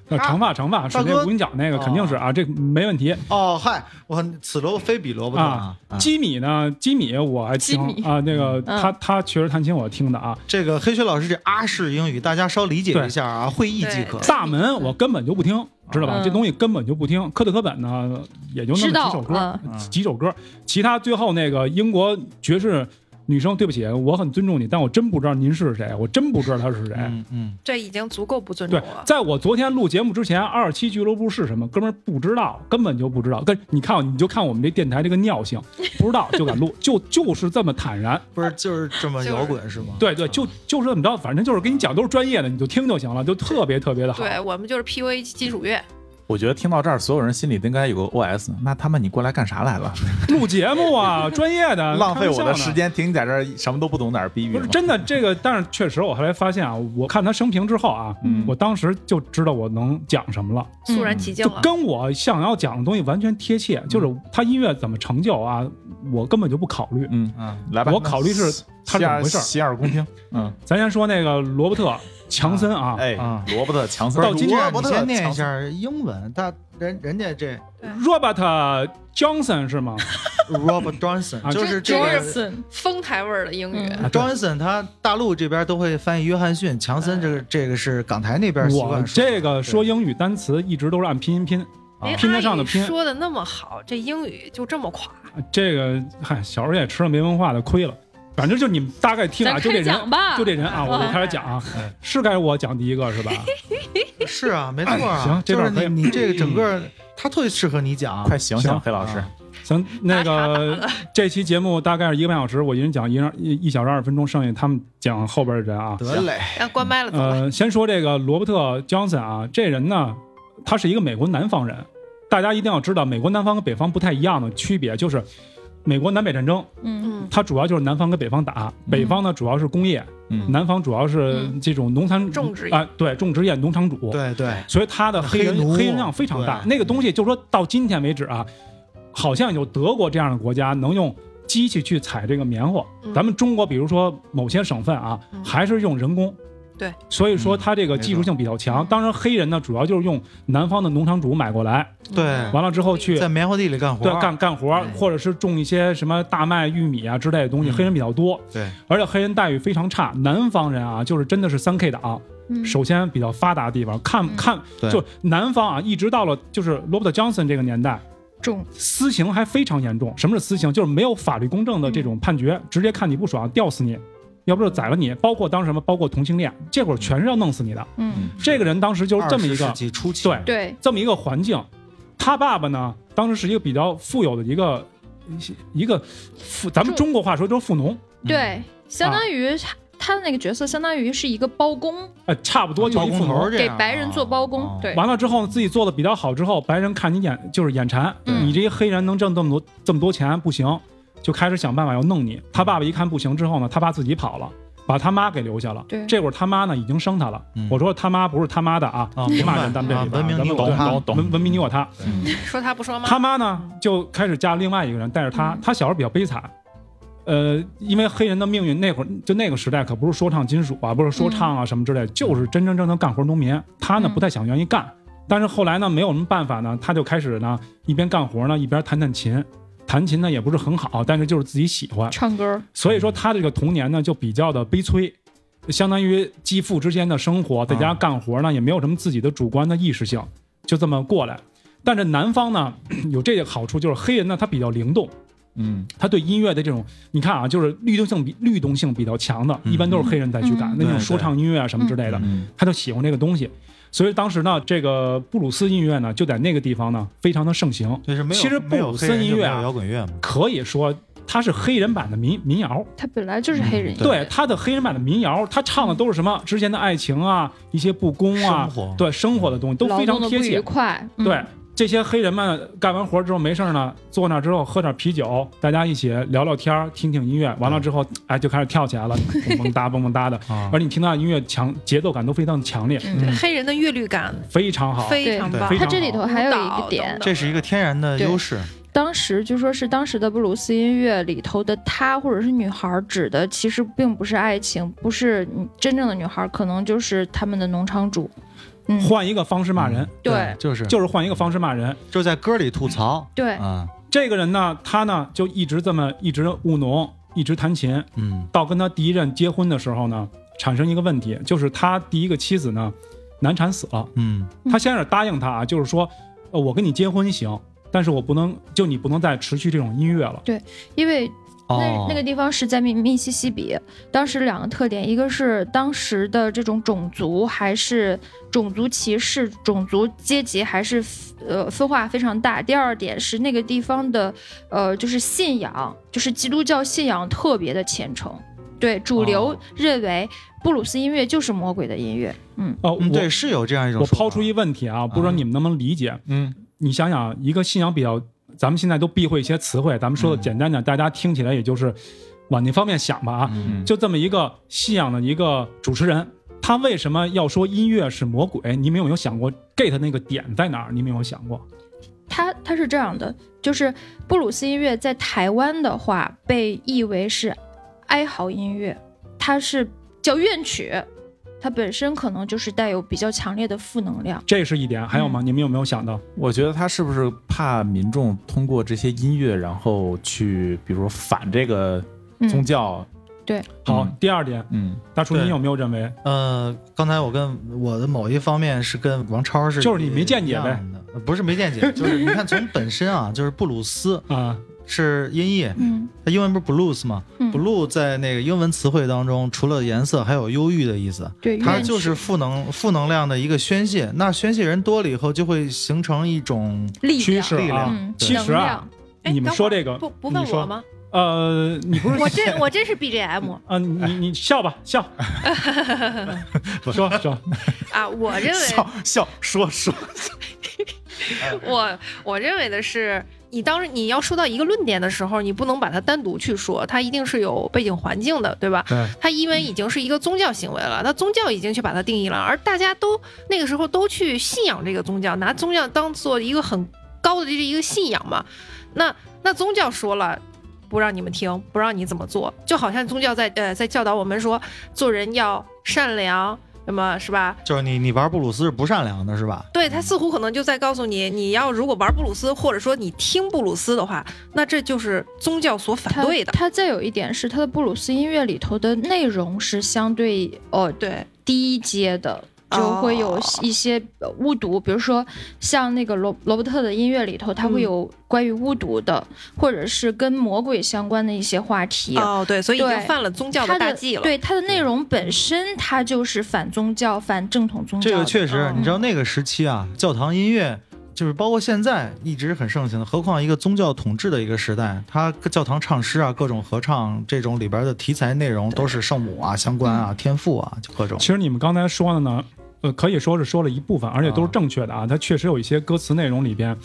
[SPEAKER 3] 呃
[SPEAKER 2] 啊
[SPEAKER 3] 长发长发，
[SPEAKER 2] 大
[SPEAKER 3] 水
[SPEAKER 2] 哥
[SPEAKER 3] 那我跟你讲那个肯定是啊，这没问题
[SPEAKER 2] 哦，嗨，我此萝卜非彼萝卜疼
[SPEAKER 3] 啊
[SPEAKER 2] 啊！啊。
[SPEAKER 3] 基米呢，基米我还听
[SPEAKER 4] 基米
[SPEAKER 3] 啊，那个
[SPEAKER 4] 嗯
[SPEAKER 3] 他他确实弹琴我听的啊，
[SPEAKER 2] 这个黑雪老师这阿式英语，大家稍理解一下啊，会意即可
[SPEAKER 5] 对。
[SPEAKER 3] 萨门我根本就不听，知道吧？
[SPEAKER 4] 嗯
[SPEAKER 3] 这东西根本就不听。科特科本呢，也就那
[SPEAKER 4] 知
[SPEAKER 3] 么
[SPEAKER 4] 道
[SPEAKER 3] 几首歌
[SPEAKER 4] 嗯，
[SPEAKER 3] 嗯几首歌。其他最后那个英国爵士女生，对不起，我很尊重你，但我真不知道您是谁，我真不知道她是谁。
[SPEAKER 2] 嗯嗯，
[SPEAKER 5] 这已经足够不尊重
[SPEAKER 3] 对
[SPEAKER 5] 了，。
[SPEAKER 3] 在我昨天录节目之前，二七俱乐部是什么？哥们儿不知道，根本就不知道。跟你看，啊你就看我们这电台这个尿性，不知道就敢录，就就是这么坦然。
[SPEAKER 2] 不是就是这么
[SPEAKER 5] 就是
[SPEAKER 2] 摇滚是吗？
[SPEAKER 3] 对对，就就是这么着，反正就是跟你讲都是专业的，你就听就行了，就特别特别的好。
[SPEAKER 5] 对我们就是 P U A 金属乐，
[SPEAKER 1] 我觉得听到这儿，所有人心里都应该有个 OS：那他妈你过来干啥来
[SPEAKER 3] <laughs>
[SPEAKER 1] 了？
[SPEAKER 3] 录节目啊，专业的，
[SPEAKER 1] <laughs> 浪费我
[SPEAKER 3] 开
[SPEAKER 1] 的
[SPEAKER 3] 玩笑
[SPEAKER 1] 时
[SPEAKER 3] 呢。
[SPEAKER 1] 间，停在这儿什么都不懂，在这儿逼逼
[SPEAKER 3] 不是
[SPEAKER 1] 吗
[SPEAKER 3] 真的，这个但是确实，我后来发现啊，我看他生平之后啊，
[SPEAKER 1] 嗯
[SPEAKER 3] 我当时就知道我能讲什么了，
[SPEAKER 5] 肃然起敬
[SPEAKER 3] 嗯就
[SPEAKER 5] 了。
[SPEAKER 3] 跟我想要讲的东西完全贴切。
[SPEAKER 1] 嗯
[SPEAKER 3] 就是他音乐怎么成就啊，我根本就不考虑。
[SPEAKER 1] 嗯，
[SPEAKER 2] 嗯，
[SPEAKER 1] 来吧，
[SPEAKER 3] 我考虑是
[SPEAKER 1] 洗
[SPEAKER 3] 他怎
[SPEAKER 1] 耳
[SPEAKER 3] 么回事儿
[SPEAKER 1] 洗耳恭听。嗯，
[SPEAKER 3] 咱先说那个罗伯特强森啊，
[SPEAKER 1] 哎
[SPEAKER 2] 啊，
[SPEAKER 1] 萝卜的强
[SPEAKER 2] 不
[SPEAKER 1] 森
[SPEAKER 2] 是
[SPEAKER 3] 到今天
[SPEAKER 2] 罗
[SPEAKER 1] 罗伯
[SPEAKER 2] 伯特
[SPEAKER 1] 特
[SPEAKER 2] 先念一
[SPEAKER 1] 强森
[SPEAKER 2] 下英文，他人人家这
[SPEAKER 3] Robert Johnson 是吗？
[SPEAKER 2] Robert Johnson
[SPEAKER 3] 啊
[SPEAKER 2] 就是这个。
[SPEAKER 4] Johnson，
[SPEAKER 5] 丰台味儿的英语，
[SPEAKER 4] 嗯
[SPEAKER 3] 啊对
[SPEAKER 2] Johnson 他大陆这边都会翻译约翰逊，强森这个这个是港台那边习
[SPEAKER 3] 哎我
[SPEAKER 2] 惯说的。
[SPEAKER 3] 这个说英语单词一直都是按拼音拼，
[SPEAKER 5] 人
[SPEAKER 3] 拼得上
[SPEAKER 5] 哎阿
[SPEAKER 3] 的
[SPEAKER 5] 姨
[SPEAKER 3] 拼嗯
[SPEAKER 5] 说的那么好，这英语就这么垮，
[SPEAKER 3] 这个嗨，小时候也吃了没文化的亏了。反正就你们大概听啊，
[SPEAKER 4] 咱
[SPEAKER 3] 就这人
[SPEAKER 4] 开讲吧，
[SPEAKER 3] 就这人啊，我就开始讲啊，
[SPEAKER 1] 哎
[SPEAKER 3] 是该我讲第一个是吧？
[SPEAKER 2] 对 <laughs> 是啊，没错啊。
[SPEAKER 3] 哎行这
[SPEAKER 2] 就
[SPEAKER 3] 段
[SPEAKER 2] 是
[SPEAKER 3] 可以
[SPEAKER 2] 你你这个整个，他特别适合你讲。
[SPEAKER 1] 快醒
[SPEAKER 3] 行
[SPEAKER 1] 醒，黑老师
[SPEAKER 2] 啊，
[SPEAKER 3] 行，那
[SPEAKER 5] 打
[SPEAKER 3] 个 <laughs> 这期节目大概是一个半小时，我一人讲一人一一小时二十分钟，剩下他们讲后边的人啊。
[SPEAKER 2] 得嘞，
[SPEAKER 5] 然后关麦了，走了。
[SPEAKER 3] 呃，先说这个罗伯特·江森啊，这人呢，他是一个美国南方人。大家一定要知道，美国南方跟北方不太一样的区别就是，美国南北战争，
[SPEAKER 4] 嗯，
[SPEAKER 5] 嗯，
[SPEAKER 3] 它主要就是南方跟北方打，北方呢主要是工业，
[SPEAKER 1] 嗯
[SPEAKER 3] 南方主要是
[SPEAKER 4] 嗯
[SPEAKER 3] 这种农产
[SPEAKER 5] 种植业
[SPEAKER 3] 啊、对，种植业、农场主。
[SPEAKER 2] 对对，
[SPEAKER 3] 所以他的黑人
[SPEAKER 2] 黑奴
[SPEAKER 3] 人量非常大。
[SPEAKER 2] 对
[SPEAKER 3] 那个东西就说到今天为止啊，好像有德国这样的国家能用机器去采这个棉花，
[SPEAKER 5] 嗯
[SPEAKER 3] 咱们中国比如说某些省份啊，
[SPEAKER 5] 嗯
[SPEAKER 3] 还是用人工。
[SPEAKER 5] 对，
[SPEAKER 3] 所以说它这个
[SPEAKER 2] 嗯
[SPEAKER 3] 技术性比较
[SPEAKER 4] 没
[SPEAKER 3] 强。
[SPEAKER 4] 错
[SPEAKER 3] 当然，黑人呢主要就是用南方的农场主买过来，
[SPEAKER 2] 对
[SPEAKER 3] 完了之后去
[SPEAKER 2] 在棉花地里干活
[SPEAKER 3] 对
[SPEAKER 2] 儿，
[SPEAKER 3] 干干活儿，
[SPEAKER 2] 对
[SPEAKER 3] 或者是种一些什么大麦、玉米啊之类的东西，
[SPEAKER 2] 嗯
[SPEAKER 3] 黑人比较多，
[SPEAKER 2] 对，
[SPEAKER 3] 而且黑人待遇非常差。南方人啊，就是真的是啊三 K 党，
[SPEAKER 4] 嗯
[SPEAKER 3] 首先比较发达的地方，看
[SPEAKER 4] 嗯
[SPEAKER 3] 看
[SPEAKER 2] 对
[SPEAKER 3] 就南方啊，一直到了就是罗伯特·江森这个年代，
[SPEAKER 4] 重，
[SPEAKER 3] 私刑还非常严重。什么是私刑？就是没有法律公正的这种判决，
[SPEAKER 4] 嗯
[SPEAKER 3] 直接看你不爽，吊死你，要不就宰了你。包括当时什么，包括同性恋，这会儿全是要弄死你的。
[SPEAKER 4] 嗯，
[SPEAKER 3] 这个人当时就是这么一
[SPEAKER 2] 20
[SPEAKER 3] 个
[SPEAKER 2] 世纪初期，
[SPEAKER 3] 对
[SPEAKER 4] 对，
[SPEAKER 3] 这么一个环境，他爸爸呢，当时是一个比较富有的一个一个富，咱们中国话说就是富农，
[SPEAKER 4] 对，相当于他他的那个角色，相当于是一个包工，
[SPEAKER 3] 呃，差不多就是哦
[SPEAKER 2] 包
[SPEAKER 3] 一
[SPEAKER 2] 啊工
[SPEAKER 3] 富
[SPEAKER 2] 头
[SPEAKER 3] 农
[SPEAKER 2] 儿。这
[SPEAKER 4] 给
[SPEAKER 2] 样
[SPEAKER 4] 白人做包
[SPEAKER 2] 啊
[SPEAKER 4] 工，对，
[SPEAKER 3] 完了之后呢，自己做的比较好之后，白人看你眼就是眼馋，
[SPEAKER 4] 嗯
[SPEAKER 3] 你这些黑人能挣这么多这么多钱不行，就开始想办法要弄你。他爸爸一看不行之后呢，他爸自己跑了。把他妈给留下了
[SPEAKER 4] 对，
[SPEAKER 3] 这会儿他妈呢已经生他了。
[SPEAKER 2] 嗯
[SPEAKER 3] 我说他妈不是他妈的啊，
[SPEAKER 2] 啊
[SPEAKER 3] 别
[SPEAKER 2] 明白
[SPEAKER 3] 骂人，咱们这里边
[SPEAKER 2] 啊文明
[SPEAKER 3] 咱
[SPEAKER 2] 你
[SPEAKER 3] 们
[SPEAKER 2] 我他
[SPEAKER 3] 文文文明你我他。
[SPEAKER 5] 说他不说
[SPEAKER 3] 他
[SPEAKER 5] 吗？
[SPEAKER 3] 妈呢就开始嫁另外一个人，带着他
[SPEAKER 4] 嗯。
[SPEAKER 3] 他小时候比较悲惨，呃，因为黑人的命运那会儿就那个时代可不是说唱金属啊，不是说唱啊什么之类，就是真真正正干活农民。他呢
[SPEAKER 4] 嗯
[SPEAKER 3] 不太想愿意干，但是后来呢没有什么办法呢，他就开始呢一边干活呢一边弹弹琴，弹琴呢也不是很好，但是就是自己喜欢，
[SPEAKER 4] 唱歌，
[SPEAKER 3] 所以说他这个童年呢就比较的悲催。相当于继父之间的生活，在家干活呢，也没有什么自己的主观的意识性，就这么过来。但是南方呢， <clears throat> 有这个好处，就是黑人呢，他比较灵动，
[SPEAKER 1] 嗯，
[SPEAKER 3] 他对音乐的这种，你看啊，就是律动性比律动性比较强的，
[SPEAKER 2] 嗯
[SPEAKER 3] 一般都是黑人在去干
[SPEAKER 4] 嗯
[SPEAKER 3] 那种
[SPEAKER 2] 对
[SPEAKER 3] 说唱音乐啊什么之类的，
[SPEAKER 1] 嗯
[SPEAKER 3] 他就喜欢这个东西。所以当时呢，这个布鲁斯音乐呢，就在那个地方呢非常的盛行，
[SPEAKER 2] 就是没有
[SPEAKER 3] 其实
[SPEAKER 2] 没有
[SPEAKER 3] 布
[SPEAKER 2] 黑
[SPEAKER 3] 鲁斯
[SPEAKER 2] 人就
[SPEAKER 3] 音
[SPEAKER 2] 没
[SPEAKER 3] 乐啊
[SPEAKER 2] 有摇滚乐嘛，
[SPEAKER 3] 可以说它是黑人版的民民谣。
[SPEAKER 4] 他本来就是黑人，
[SPEAKER 2] 嗯
[SPEAKER 3] 对，他的黑人版的民谣，他唱的都是什么之前的爱情啊，一些不公啊
[SPEAKER 2] 生，活
[SPEAKER 3] 对生活的东西都
[SPEAKER 4] 劳
[SPEAKER 3] 非常
[SPEAKER 4] 动的不
[SPEAKER 3] 贴切
[SPEAKER 4] 愉。快，嗯
[SPEAKER 3] 对，这些黑人们干完活之后没事儿呢，坐那儿之后喝点啤酒，大家一起聊聊天儿，听听音乐，完了之后哎就开始跳起
[SPEAKER 4] <laughs>
[SPEAKER 3] 来了，蹦蹦哒蹦蹦哒的。
[SPEAKER 2] 啊
[SPEAKER 3] 而你听到音乐强节奏感都非常强烈，
[SPEAKER 4] 嗯
[SPEAKER 5] 对黑人的韵律感
[SPEAKER 3] 非常好。
[SPEAKER 5] 非常
[SPEAKER 2] 对
[SPEAKER 5] 棒
[SPEAKER 3] 非，
[SPEAKER 4] 他
[SPEAKER 3] 常
[SPEAKER 4] 这里头还有一
[SPEAKER 5] 舞蹈
[SPEAKER 4] 个点
[SPEAKER 5] 等，
[SPEAKER 2] 这是一个天然的优势，
[SPEAKER 4] 当时就说是当时的布鲁斯音乐里头的她或者是女孩儿指的其实并不是爱情，不是真正的女孩儿，可能就是他们的农场主。嗯，
[SPEAKER 3] 换一个方式骂人，
[SPEAKER 2] 嗯
[SPEAKER 4] 对
[SPEAKER 2] 就是
[SPEAKER 3] 就是换一个方式骂人。
[SPEAKER 2] 就在歌里吐槽，
[SPEAKER 4] 对，
[SPEAKER 2] 啊，
[SPEAKER 3] 这个人呢，他呢就一直这么一直务农，一直弹琴，
[SPEAKER 2] 嗯
[SPEAKER 3] 到跟他第一任结婚的时候呢，产生一个问题，就是他第一个妻子呢难产死了。
[SPEAKER 2] 嗯
[SPEAKER 3] 他先是答应他啊，就是说，呃，我跟你结婚行，但是我不能就你不能再持续这种音乐了。
[SPEAKER 4] 因为
[SPEAKER 2] 哦
[SPEAKER 4] 那，那个地方是在密密西西比，当时两个特点，一个是当时的这种种族还是种族歧视、种族阶级还是呃分化非常大。第二点是那个地方的呃就是信仰，就是基督教信仰特别的虔诚。对，主流
[SPEAKER 3] 哦
[SPEAKER 4] 认为布鲁斯音乐就是魔鬼的音乐。嗯，
[SPEAKER 3] 哦，
[SPEAKER 2] 嗯对
[SPEAKER 3] 我
[SPEAKER 2] 是有这样一种
[SPEAKER 3] 我
[SPEAKER 2] 说法，嗯
[SPEAKER 3] 抛出一问题啊，不知道你们能不能理解？
[SPEAKER 1] 嗯，
[SPEAKER 3] 你想想，一个信仰比较，咱们现在都避讳一些词汇，咱们说
[SPEAKER 2] 嗯
[SPEAKER 3] 的简单点，大家听起来也就是往那方面想吧啊。
[SPEAKER 2] 嗯
[SPEAKER 3] 就这么一个信仰的一个主持人，他为什么要说音乐是魔鬼？你们有没有想过 get 那个点在哪儿？你们有没有想过？
[SPEAKER 4] 它它是这样的，就是布鲁斯音乐在台湾的话被译为是哀嚎音乐，它是叫怨曲，它本身可能就是带有比较强烈的负能量。
[SPEAKER 3] 这是一点，还有
[SPEAKER 2] 嗯
[SPEAKER 3] 吗？你们有没有想到？
[SPEAKER 1] 我觉得他是不是怕民众通过这些音乐，然后去，比如说反这个宗
[SPEAKER 4] 嗯，
[SPEAKER 1] 教？
[SPEAKER 3] 好，
[SPEAKER 1] 嗯
[SPEAKER 3] 第二点，
[SPEAKER 1] 嗯，
[SPEAKER 3] 大厨，你
[SPEAKER 2] 对
[SPEAKER 3] 有没有认为？
[SPEAKER 2] 呃，刚才我跟我的某一方面是跟王超是
[SPEAKER 3] 就是你没见解
[SPEAKER 2] 一样
[SPEAKER 3] 呗
[SPEAKER 2] 的，呃不是没见解，就是你 <laughs> 看从本身啊，就是布鲁斯
[SPEAKER 3] 啊、
[SPEAKER 2] 是音译，
[SPEAKER 4] 嗯
[SPEAKER 2] 它英文不是 blues 吗
[SPEAKER 4] 嗯
[SPEAKER 2] ？blue 在那个英文词汇当中，除了颜色，还有忧郁的意思。
[SPEAKER 4] 对，
[SPEAKER 2] 它
[SPEAKER 4] 怨
[SPEAKER 2] 就是
[SPEAKER 4] 曲
[SPEAKER 2] 负能负能量的一个宣泄，那宣泄人多了以后，就会形成一种
[SPEAKER 4] 力
[SPEAKER 3] 趋
[SPEAKER 4] 量，
[SPEAKER 3] 势
[SPEAKER 2] 力
[SPEAKER 3] 啊，
[SPEAKER 2] 量
[SPEAKER 4] 嗯，
[SPEAKER 3] 其实
[SPEAKER 4] 能
[SPEAKER 3] 啊
[SPEAKER 4] 量，，
[SPEAKER 5] 哎
[SPEAKER 3] 你们说
[SPEAKER 5] 等会儿
[SPEAKER 3] 这个
[SPEAKER 5] 不不问
[SPEAKER 3] 你说
[SPEAKER 5] 我吗？
[SPEAKER 3] 呃，你不是
[SPEAKER 5] 我这我这
[SPEAKER 3] <laughs>
[SPEAKER 5] 是 BGM
[SPEAKER 3] 啊，你你你笑吧，
[SPEAKER 2] <laughs>
[SPEAKER 3] 笑，说说，
[SPEAKER 5] 啊，我认为
[SPEAKER 1] 笑笑说
[SPEAKER 2] <laughs>
[SPEAKER 1] 说，
[SPEAKER 5] <laughs> 我我认为的是，你当时你要说到一个论点的时候，你不能把它单独去说，它一定是有背景环境的，对吧？
[SPEAKER 3] 对，
[SPEAKER 5] 它因为已经是一个宗教行为了，那宗教已经去把它定义了，而大家都那个时候都去信仰这个宗教，拿宗教当做一个很高的这一个信仰嘛。那那宗教说了。不让你们听，不让你怎么做，就好像宗教在呃在教导我们说，做人要善良，什么是吧？
[SPEAKER 2] 就是你你玩布鲁斯是不善良的，是吧？
[SPEAKER 5] 对他似乎可能就在告诉你，你要如果玩布鲁斯，或者说你听布鲁斯的话，那这就是宗教所反
[SPEAKER 4] 它
[SPEAKER 5] 对的。
[SPEAKER 4] 它再有一点是，它的布鲁斯音乐里头的内容是相对呃
[SPEAKER 5] 对，
[SPEAKER 4] 低阶的，就会有
[SPEAKER 5] 哦
[SPEAKER 4] 一些呃巫毒，比如说像那个罗罗伯特的音乐里头，它会
[SPEAKER 5] 嗯
[SPEAKER 4] 有关于巫毒的，或者是跟魔鬼相关的一些话题。
[SPEAKER 5] 哦，对，所以已经
[SPEAKER 4] 对
[SPEAKER 5] 犯了宗教
[SPEAKER 4] 它
[SPEAKER 5] 大忌了。
[SPEAKER 4] 对它的内容本身，它就是反宗教、反正统宗教
[SPEAKER 2] 这
[SPEAKER 4] 的。
[SPEAKER 2] 个确实
[SPEAKER 5] 嗯，
[SPEAKER 2] 你知道那个时期啊，教堂音乐就是包括现在一直很盛行的，何况一个宗教统治的一个时代，它教堂唱诗啊，各种合唱这种里边的题材内容都是圣母啊相关
[SPEAKER 5] 嗯
[SPEAKER 2] 啊、天赋啊，就各种
[SPEAKER 3] 其。实你们刚才说的呢，呃，可以说是说了一部分，而且都是正确的啊。它确实有一些歌词内容里边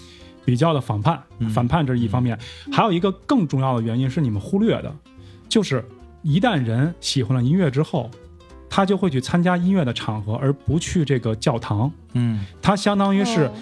[SPEAKER 3] 比较的反叛，
[SPEAKER 2] 嗯
[SPEAKER 3] 反叛这是一方面，还有一个更重要的原因是你们忽略的，就是一旦人喜欢了音乐之后，他就会去参加音乐的场合，而不去这个教堂。
[SPEAKER 2] 嗯，
[SPEAKER 3] 他相当于是、
[SPEAKER 5] 哦
[SPEAKER 4] 哦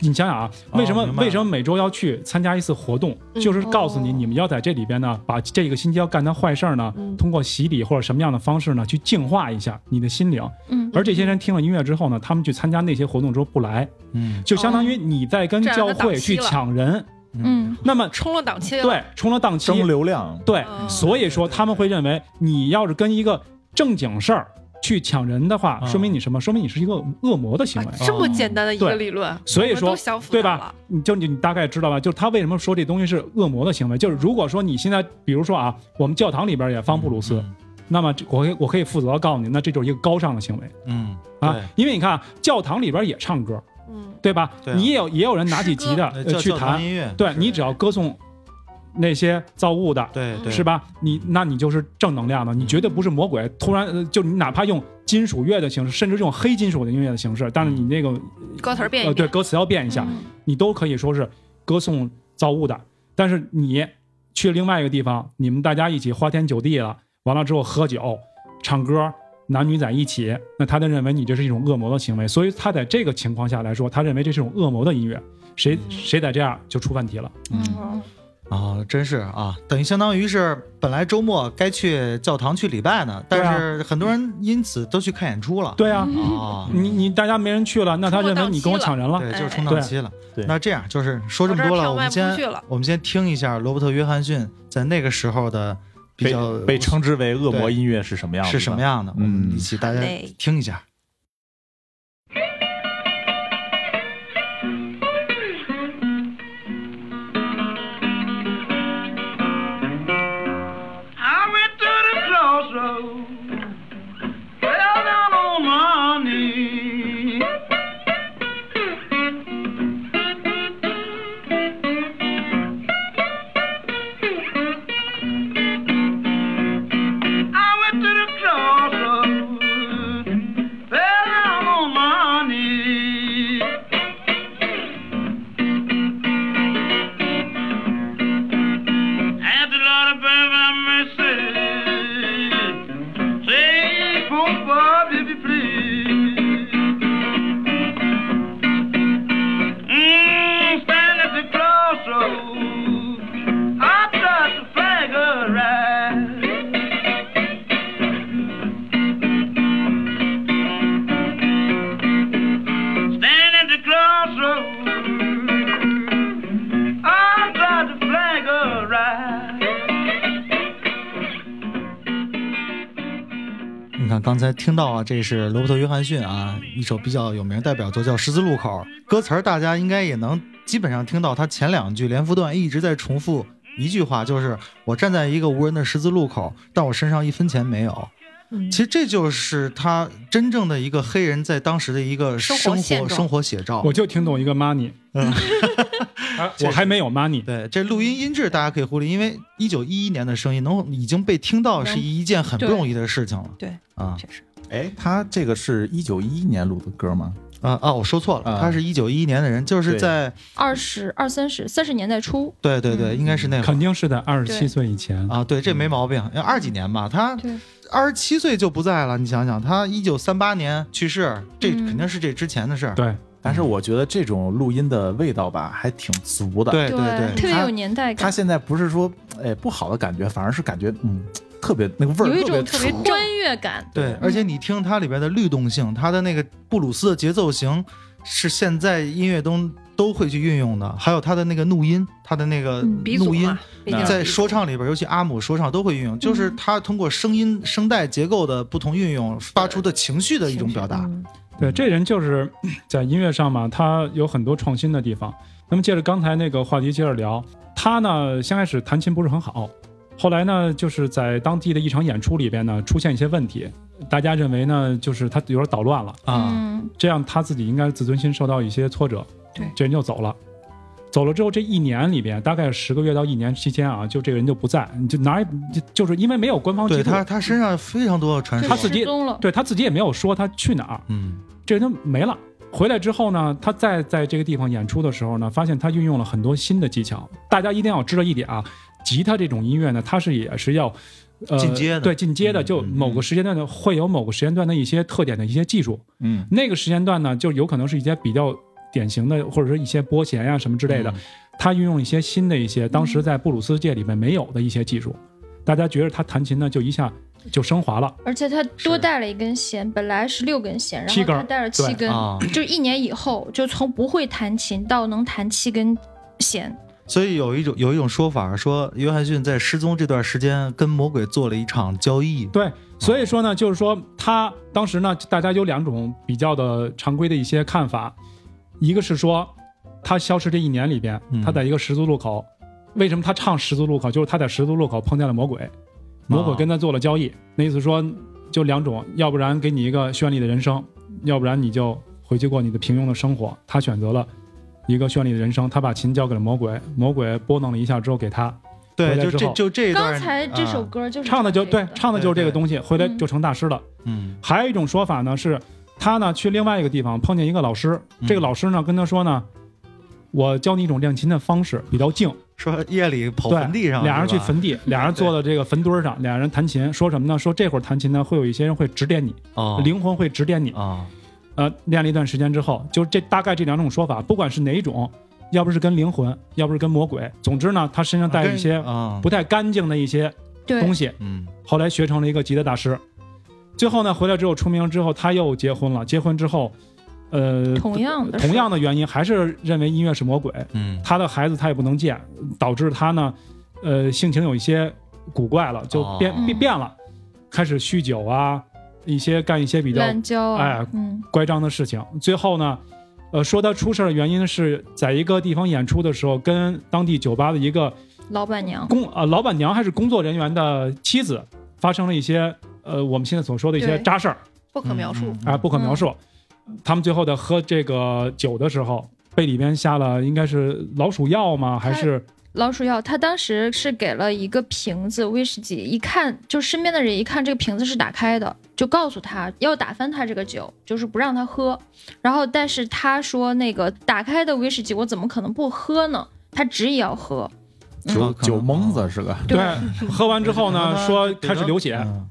[SPEAKER 3] 你想想啊，
[SPEAKER 2] 哦
[SPEAKER 3] 为什么、
[SPEAKER 2] 明白了
[SPEAKER 3] 为什么每周要去参加一次活动？
[SPEAKER 5] 嗯
[SPEAKER 3] 就是告诉你，
[SPEAKER 4] 哦
[SPEAKER 3] 你们要在这里边呢，把这个星期要干的坏事儿呢，
[SPEAKER 5] 嗯
[SPEAKER 3] 通过洗礼或者什么样的方式呢，去净化一下你的心灵。
[SPEAKER 4] 嗯，
[SPEAKER 3] 而这些人听了音乐之后呢，他们去参加那些活动之后不来，
[SPEAKER 2] 嗯
[SPEAKER 3] 就相当于你在跟
[SPEAKER 5] 哦占了
[SPEAKER 3] 教
[SPEAKER 5] 他
[SPEAKER 3] 会
[SPEAKER 5] 档
[SPEAKER 3] 去
[SPEAKER 5] 期了
[SPEAKER 3] 抢人。
[SPEAKER 4] 嗯，
[SPEAKER 3] 那么
[SPEAKER 5] 冲了档期了。
[SPEAKER 3] 对，充了档期，
[SPEAKER 1] 争流量。
[SPEAKER 3] 对，
[SPEAKER 5] 嗯
[SPEAKER 3] 所以说他们会认为你要是跟一个正经事儿去抢人的话，
[SPEAKER 2] 嗯
[SPEAKER 3] 说明你什么？说明你是一个恶魔的行
[SPEAKER 5] 啊
[SPEAKER 3] 为。
[SPEAKER 5] 这么简单的一
[SPEAKER 3] 嗯对
[SPEAKER 5] 个理论，
[SPEAKER 3] 所以
[SPEAKER 5] 我都
[SPEAKER 3] 说，
[SPEAKER 5] 想服
[SPEAKER 3] 对
[SPEAKER 5] 他
[SPEAKER 3] 吧
[SPEAKER 5] 了？？
[SPEAKER 3] 你就你你大概知道吧？就是他为什么说这东西是恶魔的行为？就是如果说你现在，比如说啊，我们教堂里边也放布鲁
[SPEAKER 2] 嗯
[SPEAKER 3] 斯，那么这我可以我可以负责告诉你，那这就是一个高尚的行为
[SPEAKER 2] 嗯
[SPEAKER 3] 啊，因为你看啊教堂里边也唱歌，
[SPEAKER 5] 嗯，
[SPEAKER 3] 对吧？
[SPEAKER 2] 对啊
[SPEAKER 3] 你也有也有人拿起吉他、
[SPEAKER 2] 对
[SPEAKER 3] 呃
[SPEAKER 2] 教
[SPEAKER 3] 去
[SPEAKER 2] 教堂
[SPEAKER 3] 弹，
[SPEAKER 2] 音乐，
[SPEAKER 3] 对
[SPEAKER 2] 是
[SPEAKER 3] 你只要歌颂那些造物的，
[SPEAKER 2] 对对
[SPEAKER 3] 是？吧？你那你就是正能量的，你绝对不是魔鬼。突然呃就你哪怕用金属乐的形式，甚至用黑金属的音乐的形式，但是你那个
[SPEAKER 5] 歌词儿变
[SPEAKER 3] 呃
[SPEAKER 5] 一
[SPEAKER 3] 对
[SPEAKER 5] 变。
[SPEAKER 3] 歌词要变一下，
[SPEAKER 4] 嗯
[SPEAKER 3] 你都可以说是歌颂造物的。但是你去另外一个地方，你们大家一起花天酒地了，完了之后喝酒、唱歌，男女在一起，那他就认为你这是一种恶魔的行为。所以他在这个情况下来说，他认为这是一种恶魔的音乐。谁
[SPEAKER 2] 嗯
[SPEAKER 3] 谁再这样就出问题了。
[SPEAKER 1] 嗯，
[SPEAKER 2] 啊，真是啊，等于相当于是本来周末该去教堂去礼拜呢，
[SPEAKER 3] 对啊
[SPEAKER 2] 但是很多人因此都去看演出了。
[SPEAKER 3] 对啊，
[SPEAKER 4] 嗯
[SPEAKER 2] 啊，
[SPEAKER 3] 你你大家没人去了，那他认为你跟我抢人了。
[SPEAKER 2] 对，
[SPEAKER 5] 哎
[SPEAKER 2] 就是冲档期了。
[SPEAKER 1] 啊对
[SPEAKER 2] 那这样就是说这么多
[SPEAKER 5] 我这儿
[SPEAKER 2] 了，
[SPEAKER 5] 票
[SPEAKER 2] 我
[SPEAKER 5] 卖
[SPEAKER 2] 们
[SPEAKER 5] 不出去
[SPEAKER 2] 先
[SPEAKER 5] 了。
[SPEAKER 2] 我们先听一下罗伯特·约翰逊在那个时候的比
[SPEAKER 1] 被
[SPEAKER 2] 较
[SPEAKER 1] 被称之为恶魔
[SPEAKER 2] 对
[SPEAKER 1] 音乐是什么样子？
[SPEAKER 2] 是什么？样的，我
[SPEAKER 1] 嗯
[SPEAKER 2] 们一起大家
[SPEAKER 6] 好嘞
[SPEAKER 2] 听一下。
[SPEAKER 7] I went to the crossroads, fell down on my knees. I went to the crossroads, fell down on my knees. At the Lord above our mercy, say, poor Bob, if you please. Mm, stand at the crossroads, I trust the flag arrive. Stand at the crossroads. I'm glad the flag arrived.
[SPEAKER 2] 你看，刚才听到啊，这是罗伯特·约翰逊啊，一首比较有名的代表作叫《十字路口》，歌词儿大家应该也能基本上听到，它前两句连复段一直在重复一句话，就是我站在一个无人的十字路口，但我身上一分钱没有。
[SPEAKER 5] 嗯
[SPEAKER 2] 其实这就是他真正的一个黑人在当时的一个
[SPEAKER 5] 生活
[SPEAKER 2] 生活
[SPEAKER 5] 现状
[SPEAKER 2] 生活写照。
[SPEAKER 3] 我就听懂一个 money，
[SPEAKER 2] 嗯
[SPEAKER 3] 哎 <laughs> 我还没有 money。
[SPEAKER 2] 对，这录音音质大家可以忽略，因为一九一一年的声音能已经被听到是一件很不容易的事情了。
[SPEAKER 6] 对
[SPEAKER 2] 啊
[SPEAKER 6] 确实，
[SPEAKER 1] 哎，他这个是一九一一年录的歌吗？
[SPEAKER 2] 啊啊！我说错了，
[SPEAKER 1] 啊
[SPEAKER 2] 他是一九一一年的人，就是
[SPEAKER 1] 对
[SPEAKER 2] 在
[SPEAKER 4] 二十二三十三十年代初，
[SPEAKER 2] 对对对，
[SPEAKER 6] 嗯
[SPEAKER 2] 应该是那会儿
[SPEAKER 3] 肯定是在二十七
[SPEAKER 4] 对
[SPEAKER 3] 岁以前，
[SPEAKER 2] 啊，对，这没毛病。要二几年吧，他
[SPEAKER 4] 对
[SPEAKER 2] 二十七岁就不在了，你想想，他一九三八年去世，这
[SPEAKER 4] 嗯
[SPEAKER 2] 肯定是这之前的事儿。
[SPEAKER 3] 对，
[SPEAKER 1] 但是我觉得这种录音的味道吧，还挺足的。，
[SPEAKER 2] 对
[SPEAKER 4] 特别有
[SPEAKER 2] 他
[SPEAKER 4] 年代
[SPEAKER 1] 他
[SPEAKER 4] 感，
[SPEAKER 1] 现在不是说哎不好的感觉，反而是感觉嗯特别那个味儿，
[SPEAKER 4] 有一种
[SPEAKER 1] 特
[SPEAKER 4] 特
[SPEAKER 1] 别
[SPEAKER 4] 别
[SPEAKER 1] 足
[SPEAKER 4] 穿越感。嗯
[SPEAKER 2] 对，而且你听它里边的律动性，它的那个布鲁斯的节奏型是现在音乐中都会去运用的，还有它的那个怒音，它的那个
[SPEAKER 4] 嗯
[SPEAKER 5] 鼻祖
[SPEAKER 2] 怒音
[SPEAKER 5] 嘛，毕
[SPEAKER 1] 嗯
[SPEAKER 5] 竟是
[SPEAKER 2] 在
[SPEAKER 5] 鼻祖
[SPEAKER 2] 说唱里边，尤其阿姆说唱都会运用，就是它通过声音、声带结构的不同运用，发出的情绪的一种表达。
[SPEAKER 4] 嗯
[SPEAKER 3] 对，这人就是 <clears throat> 嗯在音乐上嘛，他有很多创新的地方。那么接着刚才那个话题接着聊，他呢先开始弹琴不是很好，后来呢就是在当地的一场演出里边呢出现一些问题，大家认为呢就是他有点捣乱了，
[SPEAKER 2] 啊
[SPEAKER 4] 嗯，
[SPEAKER 3] 这样他自己应该自尊心受到一些挫折，
[SPEAKER 6] 对
[SPEAKER 3] 这人就走了。走了之后，这一年里边，大概十个月到一年期间啊，就这个人就不在，你就哪也就就是因为没有官方记
[SPEAKER 2] 对
[SPEAKER 3] 录，
[SPEAKER 2] 他，他身上非常多的传
[SPEAKER 4] 就
[SPEAKER 2] 说
[SPEAKER 3] 他。自己
[SPEAKER 4] 失踪了，
[SPEAKER 3] 对他自己也没有说他去哪儿，
[SPEAKER 2] 嗯，
[SPEAKER 3] 这人就没了。回来之后呢，他再在这个地方演出的时候呢，发现他运用了很多新的技巧。大家一定要知道一点啊，吉他这种音乐呢，它是也是要。呃，
[SPEAKER 2] 进阶的
[SPEAKER 3] 对进阶的，
[SPEAKER 2] 嗯
[SPEAKER 3] 就
[SPEAKER 2] 嗯
[SPEAKER 3] 某个时间段的会有某个时间段的一些特点的一些技术，
[SPEAKER 1] 嗯
[SPEAKER 3] 那个时间段呢，就有可能是一些比较典型的，或者说一些拨弦呀、什么之类的
[SPEAKER 2] 嗯，
[SPEAKER 3] 他运用一些新的一些当时在布鲁斯界里面没有的一些技术，大家觉得他弹琴呢就一下就升华了，
[SPEAKER 4] 而且他多带了一根弦，本来是六根弦，然
[SPEAKER 3] 七
[SPEAKER 4] 后
[SPEAKER 3] 根
[SPEAKER 4] 他带了七
[SPEAKER 3] 对
[SPEAKER 4] 根，
[SPEAKER 2] 啊，
[SPEAKER 4] 就一年以后，就从不会弹琴到能弹七根弦。
[SPEAKER 2] 所以有一种有一种说法说，约翰逊在失踪这段时间跟魔鬼做了一场交易。
[SPEAKER 3] 对，所以说呢，就是说他当时呢，大家有两种比较的常规的一些看法，一个是说他消失这一年里边
[SPEAKER 2] 嗯，
[SPEAKER 3] 他在一个十字路口，为什么他唱十字路口？就是他在十字路口碰见了魔鬼，魔鬼跟他做了交易，那意思说就两种，要不然给你一个绚丽的人生，要不然你就回去过你的平庸的生活。他选择了。一个绚丽的人生，他把琴交给了魔鬼，魔鬼拨弄了一下之后给他
[SPEAKER 2] 对，
[SPEAKER 3] 回来
[SPEAKER 2] 就
[SPEAKER 3] 之
[SPEAKER 2] 这
[SPEAKER 3] 后
[SPEAKER 2] 就这一段。
[SPEAKER 4] 刚才这首
[SPEAKER 2] 啊，
[SPEAKER 4] 歌就是
[SPEAKER 3] 唱的就
[SPEAKER 4] 这
[SPEAKER 3] 对
[SPEAKER 4] 个，
[SPEAKER 3] 唱的就是这
[SPEAKER 2] 对
[SPEAKER 3] 个
[SPEAKER 2] 对
[SPEAKER 3] 东西，回来
[SPEAKER 4] 嗯
[SPEAKER 3] 就成大师了。
[SPEAKER 2] 嗯
[SPEAKER 3] 还有一种说法呢是，他呢去另外一个地方碰见一个老师，
[SPEAKER 2] 嗯
[SPEAKER 3] 这个老师呢跟他说呢，我教你一种练琴的方式，比较静。
[SPEAKER 2] 说夜里跑
[SPEAKER 3] 对
[SPEAKER 2] 坟地上，
[SPEAKER 3] 俩人
[SPEAKER 2] 是
[SPEAKER 3] 去
[SPEAKER 2] 吧，
[SPEAKER 3] 坟地，俩人坐到这个坟堆儿上，俩人弹琴，说什么呢？说这会儿弹琴呢，会有一些人会指点你，
[SPEAKER 2] 哦
[SPEAKER 3] 灵魂会指点你。
[SPEAKER 2] 啊，
[SPEAKER 3] 呃，练了一段时间之后，就这大概这两种说法，不管是哪一种，要不是跟灵魂，要不是跟魔鬼，总之呢，他身上带着一些
[SPEAKER 2] 啊，
[SPEAKER 3] 不太干净的一些
[SPEAKER 4] 对
[SPEAKER 3] 东，西。
[SPEAKER 2] 嗯
[SPEAKER 3] 后来学成了一个吉他大师。最后呢，回来之后出名之后，他又结婚了。结婚之后，呃，
[SPEAKER 4] 同样的是，
[SPEAKER 3] 同样的原因，还是认为音乐是魔鬼。
[SPEAKER 2] 嗯，
[SPEAKER 3] 他的孩子他也不能见，导致他呢，呃，性情有一些古怪了，就
[SPEAKER 2] 哦
[SPEAKER 3] 变、变变了，开始酗酒啊，一些干一些比较
[SPEAKER 4] 滥交啊
[SPEAKER 3] 哎，
[SPEAKER 4] 嗯，
[SPEAKER 3] 乖张的事情。最后呢，呃，说他出事儿的原因是在一个地方演出的时候，跟当地酒吧的一个
[SPEAKER 4] 老板娘，
[SPEAKER 3] 工呃老板娘还是工作人员的妻子发生了一些呃我们现在所说的一些
[SPEAKER 4] 对嗯
[SPEAKER 3] 渣事儿
[SPEAKER 5] 不可描述。
[SPEAKER 3] 啊、不可描述。他们最后在喝这个酒的时候，被里边下了应该是老鼠药吗？还是
[SPEAKER 4] 老鼠药，他当时是给了一个瓶子威士忌，一看就身边的人一看这个瓶子是打开的，就告诉他要打翻他这个酒，就是不让他喝。然后，但是他说那个打开的威士忌我怎么可能不喝呢？他执意要喝，嗯
[SPEAKER 1] 酒
[SPEAKER 2] 嗯
[SPEAKER 1] 酒蒙子是个，
[SPEAKER 3] 对喝完之后呢，
[SPEAKER 2] 嗯
[SPEAKER 3] 说开始流血，
[SPEAKER 2] 嗯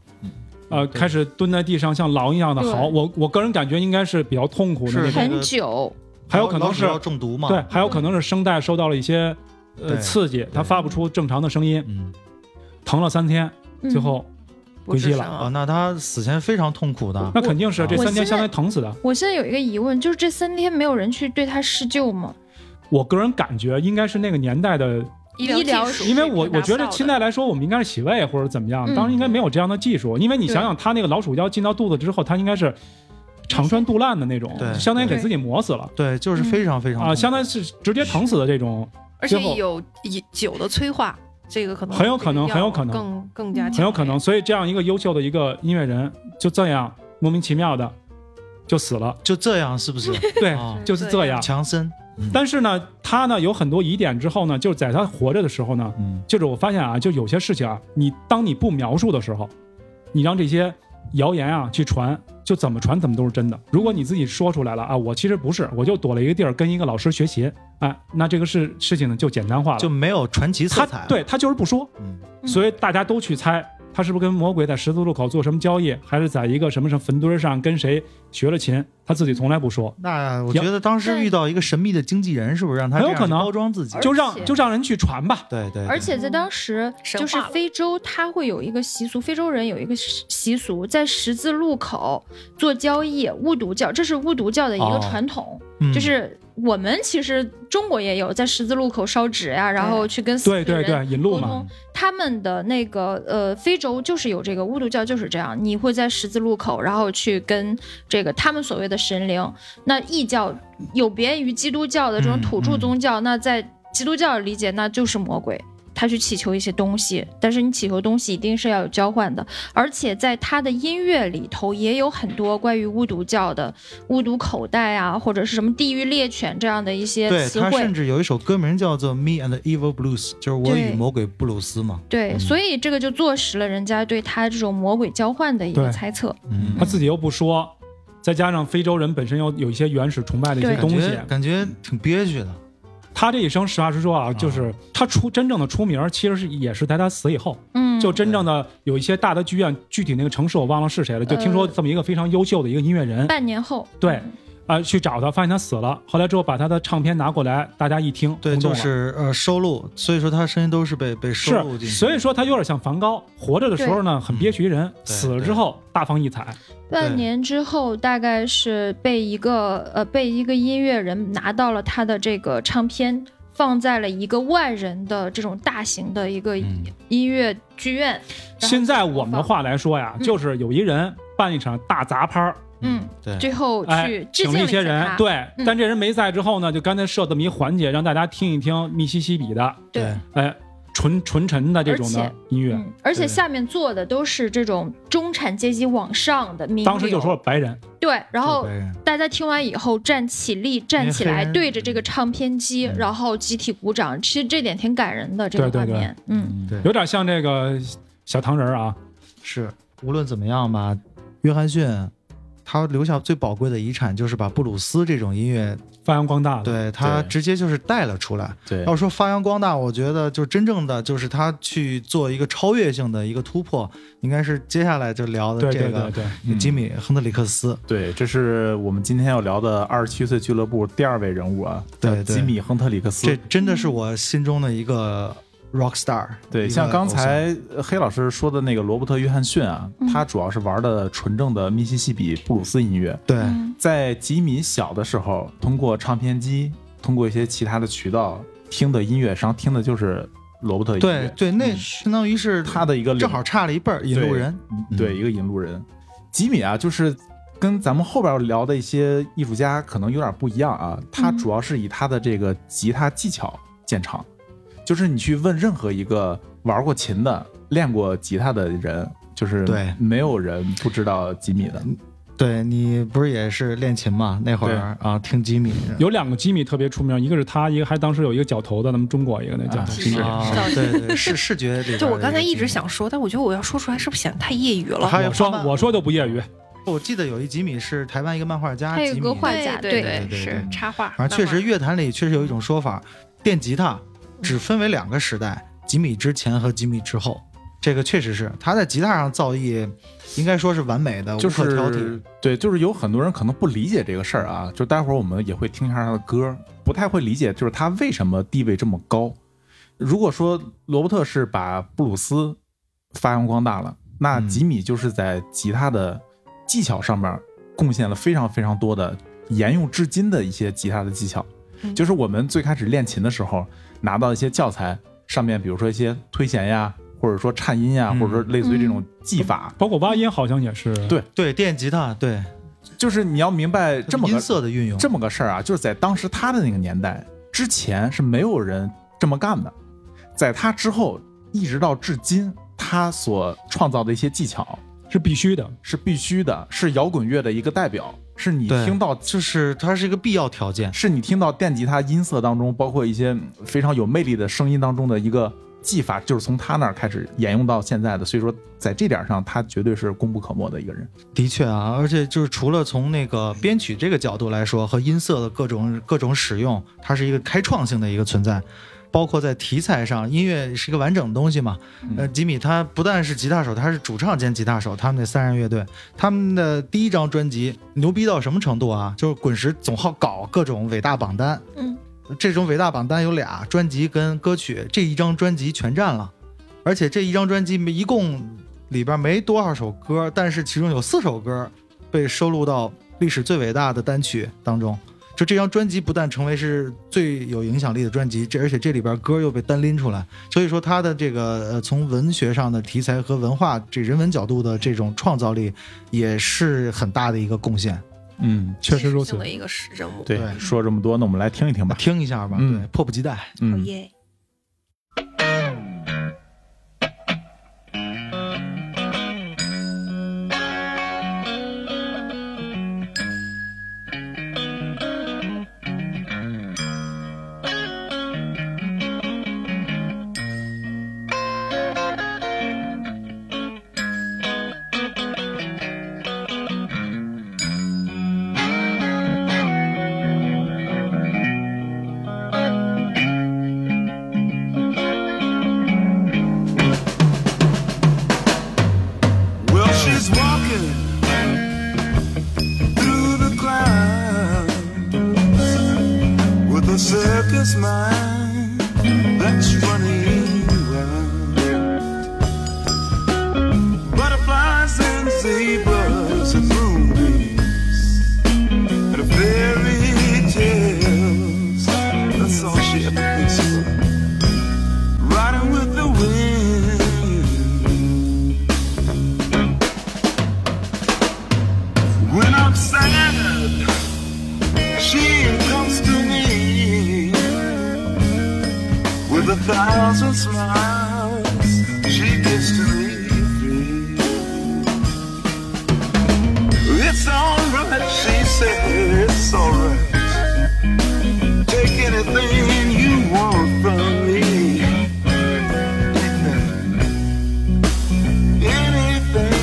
[SPEAKER 3] 呃，
[SPEAKER 2] 对
[SPEAKER 3] 开始蹲在地上像狼一样的
[SPEAKER 4] 对
[SPEAKER 3] 嚎。我我个人感觉应该是比较痛苦的
[SPEAKER 2] 是
[SPEAKER 3] 那种，
[SPEAKER 2] 那
[SPEAKER 4] 很
[SPEAKER 2] 个
[SPEAKER 4] 久，
[SPEAKER 3] 还有可
[SPEAKER 2] 老
[SPEAKER 3] 能
[SPEAKER 2] 鼠
[SPEAKER 3] 是
[SPEAKER 2] 要中毒嘛？
[SPEAKER 3] 对，还有可能是声带受到了一些呃
[SPEAKER 2] 对
[SPEAKER 3] 刺激，他
[SPEAKER 2] 对
[SPEAKER 3] 发不出正常的声音，
[SPEAKER 2] 嗯
[SPEAKER 3] 疼了三天，
[SPEAKER 4] 嗯
[SPEAKER 3] 最后
[SPEAKER 5] 不
[SPEAKER 3] 归西
[SPEAKER 5] 吱
[SPEAKER 3] 了
[SPEAKER 5] 声
[SPEAKER 2] 啊，那他死前非常痛苦的，
[SPEAKER 3] 那肯定是这
[SPEAKER 4] 我
[SPEAKER 3] 三天
[SPEAKER 4] 现
[SPEAKER 3] 相当于
[SPEAKER 4] 在
[SPEAKER 3] 疼死的。
[SPEAKER 4] 我现在有一个疑问，就是这三天没有人去对他施救吗？
[SPEAKER 3] 我个人感觉应该是那个年代的，
[SPEAKER 4] 医疗
[SPEAKER 5] 技术
[SPEAKER 3] 因为我
[SPEAKER 5] 是达
[SPEAKER 3] 我
[SPEAKER 5] 不
[SPEAKER 3] 觉
[SPEAKER 5] 到
[SPEAKER 3] 得
[SPEAKER 5] 的
[SPEAKER 3] 现在来说，我们应该是洗胃或者怎么样，
[SPEAKER 4] 嗯
[SPEAKER 3] 当然应该没有这样的技术，因为你
[SPEAKER 4] 对
[SPEAKER 3] 想想，他那个老鼠药进到肚子之后，他应该是肠穿肚烂的那种
[SPEAKER 2] 对，
[SPEAKER 3] 相当于给
[SPEAKER 4] 对
[SPEAKER 3] 自己磨死了
[SPEAKER 2] 对，就是非常非常
[SPEAKER 3] 啊，相当于
[SPEAKER 2] 于
[SPEAKER 3] 是直接疼死的这种，
[SPEAKER 5] 而且
[SPEAKER 3] 最后
[SPEAKER 5] 有以酒的催化，这个可能
[SPEAKER 3] 很有可能
[SPEAKER 5] 这个
[SPEAKER 3] 很有
[SPEAKER 5] 药
[SPEAKER 3] 可能
[SPEAKER 5] 更更加
[SPEAKER 4] 很
[SPEAKER 3] 很有
[SPEAKER 5] 强
[SPEAKER 3] 可能。所以这样一个优秀的一个音乐人，就这样莫名其妙的就死了，
[SPEAKER 2] 就这样，是不是？
[SPEAKER 3] <laughs> 对，
[SPEAKER 2] 啊，
[SPEAKER 3] 就是
[SPEAKER 5] 这
[SPEAKER 3] 这
[SPEAKER 5] 样
[SPEAKER 3] 样。
[SPEAKER 2] 强森，
[SPEAKER 3] 但是呢，他呢有很多疑点之后呢，就是在他活着的时候呢，
[SPEAKER 1] 嗯，
[SPEAKER 3] 就是我发现啊，就有些事情啊，你当你不描述的时候，你让这些谣言啊去传，就怎么传怎么都是真的。如果你自己说出来了啊，我其实不是，我就躲了一个地儿跟一个老师学习，哎，那这个事事情呢就简单化了。
[SPEAKER 2] 就没有传奇色
[SPEAKER 3] 他
[SPEAKER 2] 彩。，
[SPEAKER 3] 对他就是不说，
[SPEAKER 2] 嗯，
[SPEAKER 4] 嗯
[SPEAKER 3] 所以大家都去猜他是不是跟魔鬼在十字路口做什么交易，还是在一个什么什么坟堆上跟谁学了琴，他自己从来不说。
[SPEAKER 2] 那我觉得当时遇到一个神秘的经纪人，是不是让他
[SPEAKER 3] 很有
[SPEAKER 2] 这样
[SPEAKER 3] 可能
[SPEAKER 2] 去包装自己？
[SPEAKER 4] 而
[SPEAKER 3] 就让
[SPEAKER 4] 且
[SPEAKER 3] 就让人去传吧，
[SPEAKER 2] 对对，对
[SPEAKER 4] 而且在当时，
[SPEAKER 5] 嗯神
[SPEAKER 4] 就是
[SPEAKER 5] 话了
[SPEAKER 4] 非洲，它会有一个习俗，非洲人有一个习习俗，在十字路口做交易，巫毒教，这是巫毒教的一个
[SPEAKER 2] 哦
[SPEAKER 4] 传统，
[SPEAKER 2] 嗯
[SPEAKER 4] 就是我们其实中国也有在十字路口烧纸呀、然后去跟死
[SPEAKER 3] 对
[SPEAKER 4] 的
[SPEAKER 3] 对
[SPEAKER 4] 人
[SPEAKER 3] 对，引路
[SPEAKER 4] 沟
[SPEAKER 3] 嘛，
[SPEAKER 4] 通他们的那个呃，非洲就是有这个巫毒教，就是这样，你会在十字路口，然后去跟这个他们所谓的神灵。那异教有别于基督教的这种
[SPEAKER 2] 嗯
[SPEAKER 4] 土著
[SPEAKER 2] 嗯
[SPEAKER 4] 宗教，那在基督教的理解，那就是魔鬼。他去祈求一些东西，但是你祈求东西一定是要有交换的，而且在他的音乐里头也有很多关于巫毒教的巫毒口袋啊，或者是什么地狱猎犬这样的一些
[SPEAKER 2] 对
[SPEAKER 4] 词
[SPEAKER 2] 他
[SPEAKER 4] 汇
[SPEAKER 2] 甚。至有一首歌名叫做《Me and the Evil Blues》，就是我与
[SPEAKER 4] 对
[SPEAKER 2] 魔鬼布鲁斯嘛。
[SPEAKER 4] 对，
[SPEAKER 3] 嗯
[SPEAKER 4] 所以这个就坐实了人家对他这种魔鬼交换的一个
[SPEAKER 3] 对
[SPEAKER 4] 猜测。
[SPEAKER 2] 嗯
[SPEAKER 3] 他自己又不说，再加上非洲人本身又有一些原始崇拜的一些
[SPEAKER 4] 对
[SPEAKER 3] 东西，啊
[SPEAKER 2] 感觉挺憋屈的。
[SPEAKER 3] 他这一生实话实说啊，就是他出真正的出名，其实是也是在他死以后，
[SPEAKER 4] 嗯，
[SPEAKER 3] 就真正的有一些大的剧院，具体那个城市我忘了是谁了，就听说
[SPEAKER 4] 嗯
[SPEAKER 3] 这么一个非常优秀的一个音乐人，
[SPEAKER 4] 半年后。嗯
[SPEAKER 3] 对，啊、去找他，发现他死了，后来之后把他的唱片拿过来，大家一听，
[SPEAKER 2] 对，
[SPEAKER 3] 轰
[SPEAKER 2] 就
[SPEAKER 3] 动了
[SPEAKER 2] 是呃收录，所以说他声音都是被被收录进
[SPEAKER 3] 是，
[SPEAKER 2] 去。
[SPEAKER 3] 所以说他有点像梵高，活着的时候呢很憋屈一人，死了之后大放异彩，
[SPEAKER 4] 半年之后，大概是被一个呃被一个音乐人拿到了他的这个唱片，放在了一个万人的这种大型的一个
[SPEAKER 2] 嗯
[SPEAKER 4] 音乐剧院。然后
[SPEAKER 3] 现在我们的话来说呀，
[SPEAKER 4] 嗯
[SPEAKER 3] 就是有一人办一场大杂拍儿，
[SPEAKER 4] 嗯，
[SPEAKER 2] 对，
[SPEAKER 4] 最后
[SPEAKER 3] 哎
[SPEAKER 4] 去，致
[SPEAKER 3] 请
[SPEAKER 4] 敬了
[SPEAKER 3] 一些
[SPEAKER 4] 下
[SPEAKER 3] 人
[SPEAKER 4] 他，
[SPEAKER 3] 对，
[SPEAKER 4] 嗯
[SPEAKER 3] 但这人没在之后呢，就干脆设这么一环节，让大家听一听密西西比的，
[SPEAKER 2] 对
[SPEAKER 4] 对，
[SPEAKER 3] 哎，纯纯纯的这种
[SPEAKER 4] 而
[SPEAKER 3] 的
[SPEAKER 4] 且
[SPEAKER 3] 音乐。
[SPEAKER 4] 嗯，而且
[SPEAKER 2] 对
[SPEAKER 4] 下面坐的都是这种中产阶级往上的名流，
[SPEAKER 3] 当时就说白人，
[SPEAKER 4] 对，然后
[SPEAKER 2] 就是白人
[SPEAKER 4] 大家听完以后站起立，站起
[SPEAKER 2] 黑
[SPEAKER 4] 来，
[SPEAKER 2] 人
[SPEAKER 4] 对着这个唱片机，
[SPEAKER 2] 嗯
[SPEAKER 4] 然后集体鼓掌。其实这点挺感人的，这个
[SPEAKER 3] 对
[SPEAKER 4] 画
[SPEAKER 3] 对
[SPEAKER 4] 面，嗯，
[SPEAKER 2] 对
[SPEAKER 3] 有点像这个小糖人儿啊，
[SPEAKER 2] 是，无论怎么样吧，约翰逊。他留下最宝贵的遗产就是把布鲁斯这种音乐，
[SPEAKER 3] 发扬光大的。
[SPEAKER 2] 对他
[SPEAKER 1] 对
[SPEAKER 2] 直接就是带了出来。
[SPEAKER 1] 对
[SPEAKER 2] 要说发扬光大，我觉得就真正的就是他去做一个超越性的一个突破，应该是接下来就聊的
[SPEAKER 3] 对
[SPEAKER 2] 这
[SPEAKER 3] 对对
[SPEAKER 2] 个
[SPEAKER 3] 对，嗯
[SPEAKER 1] 嗯
[SPEAKER 2] 吉米·亨德里克斯。
[SPEAKER 1] 对，这是我们今天要聊的二十七岁俱乐部第二位人物啊，
[SPEAKER 2] 对
[SPEAKER 1] 叫
[SPEAKER 2] 对
[SPEAKER 1] 吉米·亨特里克斯。
[SPEAKER 2] 这真的是我心中的一个 rock star。
[SPEAKER 1] 对，
[SPEAKER 2] 一个
[SPEAKER 1] 像刚
[SPEAKER 2] 偶像
[SPEAKER 1] 才呃黑老师说的那个罗伯特·约翰逊啊，他主要是玩的纯正的密西西比布鲁斯音乐。
[SPEAKER 2] 对
[SPEAKER 3] 嗯
[SPEAKER 1] 在吉米小的时候，通过唱片机，通过一些其他的渠道听的音乐，实际上听的就是罗伯特音
[SPEAKER 2] 对
[SPEAKER 1] 乐，
[SPEAKER 2] 对，那相当于是
[SPEAKER 1] 他的一个领
[SPEAKER 2] 正好差了一辈儿引路人。嗯
[SPEAKER 1] 嗯对，一个引路人。吉米啊，就是跟咱们后边聊的一些艺术家可能有点不一样啊，他
[SPEAKER 4] 嗯
[SPEAKER 1] 主要是以他的这个吉他技巧见长，就是你去问任何一个玩过琴的、练过吉他的人，就是
[SPEAKER 2] 对
[SPEAKER 1] 没有人不知道吉米的。
[SPEAKER 2] 对你不是也是练琴嘛？那会儿啊，听吉米
[SPEAKER 3] 有两个吉米特别出名，一个是他，一个还当时有一个绞头的，咱们中国一个那叫
[SPEAKER 1] 啊
[SPEAKER 3] 吉
[SPEAKER 5] 是
[SPEAKER 3] 米。
[SPEAKER 2] 啊
[SPEAKER 5] 是是，
[SPEAKER 2] 对对，视视觉里边儿的一个吉
[SPEAKER 5] 就
[SPEAKER 2] 米。
[SPEAKER 5] 我刚才一直想说，但我觉得我要说出来是不是显得太业余了？
[SPEAKER 2] 还有
[SPEAKER 3] 我说
[SPEAKER 2] 慢慢
[SPEAKER 3] 我说就不业余，
[SPEAKER 2] 我记得有一吉米是台湾一个漫画家，
[SPEAKER 4] 还有
[SPEAKER 2] 吉米
[SPEAKER 4] 一个画家，
[SPEAKER 5] 对
[SPEAKER 2] 对对
[SPEAKER 5] 是
[SPEAKER 2] 对
[SPEAKER 5] 插画，
[SPEAKER 2] 反正确实
[SPEAKER 5] 漫
[SPEAKER 2] 乐坛里确实有一种说法，电吉他只分为两个时代，吉米之前和吉米之后。这个确实是他在吉他上造诣，应该说是完美的，
[SPEAKER 1] 就
[SPEAKER 2] 无可挑
[SPEAKER 1] 是
[SPEAKER 2] 剔。
[SPEAKER 1] 对，就是有很多人可能不理解这个事儿啊，就待会儿我们也会听一下他的歌，不太会理解就是他为什么地位这么高。如果说罗伯特是把布鲁斯发扬光大了，那
[SPEAKER 2] 嗯
[SPEAKER 1] 吉米就是在吉他的技巧上面贡献了非常非常多的沿用至今的一些吉他的技巧。
[SPEAKER 5] 嗯
[SPEAKER 1] 就是我们最开始练琴的时候拿到一些教材，上面比如说一些推弦呀，或者说颤音呀，
[SPEAKER 2] 嗯
[SPEAKER 1] 或者说类似于这种技法，
[SPEAKER 3] 包括挖音好像也是。
[SPEAKER 1] 对
[SPEAKER 2] 对电吉他，对
[SPEAKER 1] 就是你要明白这么个
[SPEAKER 2] 音色的运用，
[SPEAKER 1] 这么个事儿啊，就是在当时他的那个年代之前是没有人这么干的，在他之后一直到至今，他所创造的一些技巧
[SPEAKER 3] 是必须的。
[SPEAKER 1] 是必须的，是摇滚乐的一个代表，是你
[SPEAKER 2] 对
[SPEAKER 1] 听到。
[SPEAKER 2] 就是它是一个必要条件。
[SPEAKER 1] 是你听到电吉他音色当中，包括一些嗯非常有魅力的声音当中的一个技法，就是从他那儿开始沿用到现在的。所以说，在这点上，他绝对是功不可没的一个人。
[SPEAKER 2] 的确啊，而且就是除了从那个编曲这个角度来说，和音色的各种各种使用，它是一个开创性的一个存在。包括在题材上，音乐是一个完整的东西嘛。呃，吉米他不但是吉他手，他是主唱兼吉他手。他们那三人乐队，他们的第一张专辑牛逼到什么程度啊？就是滚石总好搞各种伟大榜单，
[SPEAKER 4] 嗯，
[SPEAKER 2] 这种伟大榜单有俩，专辑跟歌曲，这一张专辑全占了，而且这一张专辑一共里边没多少首歌，但是其中有四首歌被收录到历史最伟大的单曲当中。就这张专辑不但成为是最有影响力的专辑，这而且这里边歌又被单拎出来，所以说他的这个呃从文学上的题材和文化这人文角度的这种创造力也是很大的一个贡献。
[SPEAKER 1] 嗯，
[SPEAKER 5] 画
[SPEAKER 3] 确实如
[SPEAKER 5] 技术性
[SPEAKER 3] 此。
[SPEAKER 5] 的一个是人物。
[SPEAKER 1] 对
[SPEAKER 2] 对
[SPEAKER 1] 说这么多，那我们来听一听吧。
[SPEAKER 2] 听一下吧，
[SPEAKER 1] 嗯
[SPEAKER 2] 对，迫不及待。
[SPEAKER 5] 哦
[SPEAKER 1] 嗯，
[SPEAKER 5] 耶，
[SPEAKER 6] Well, she's walking through the clouds with a circus mind that's running wild. Butterflies and zebras and moonbeams and fairy tales. That's all she ever thinks of. Riding with the wind. When I'm sad, she comes to me with a thousand smiles. She gives to me free. It's alright, she said, it's alright. Take anything you want from me. Anything.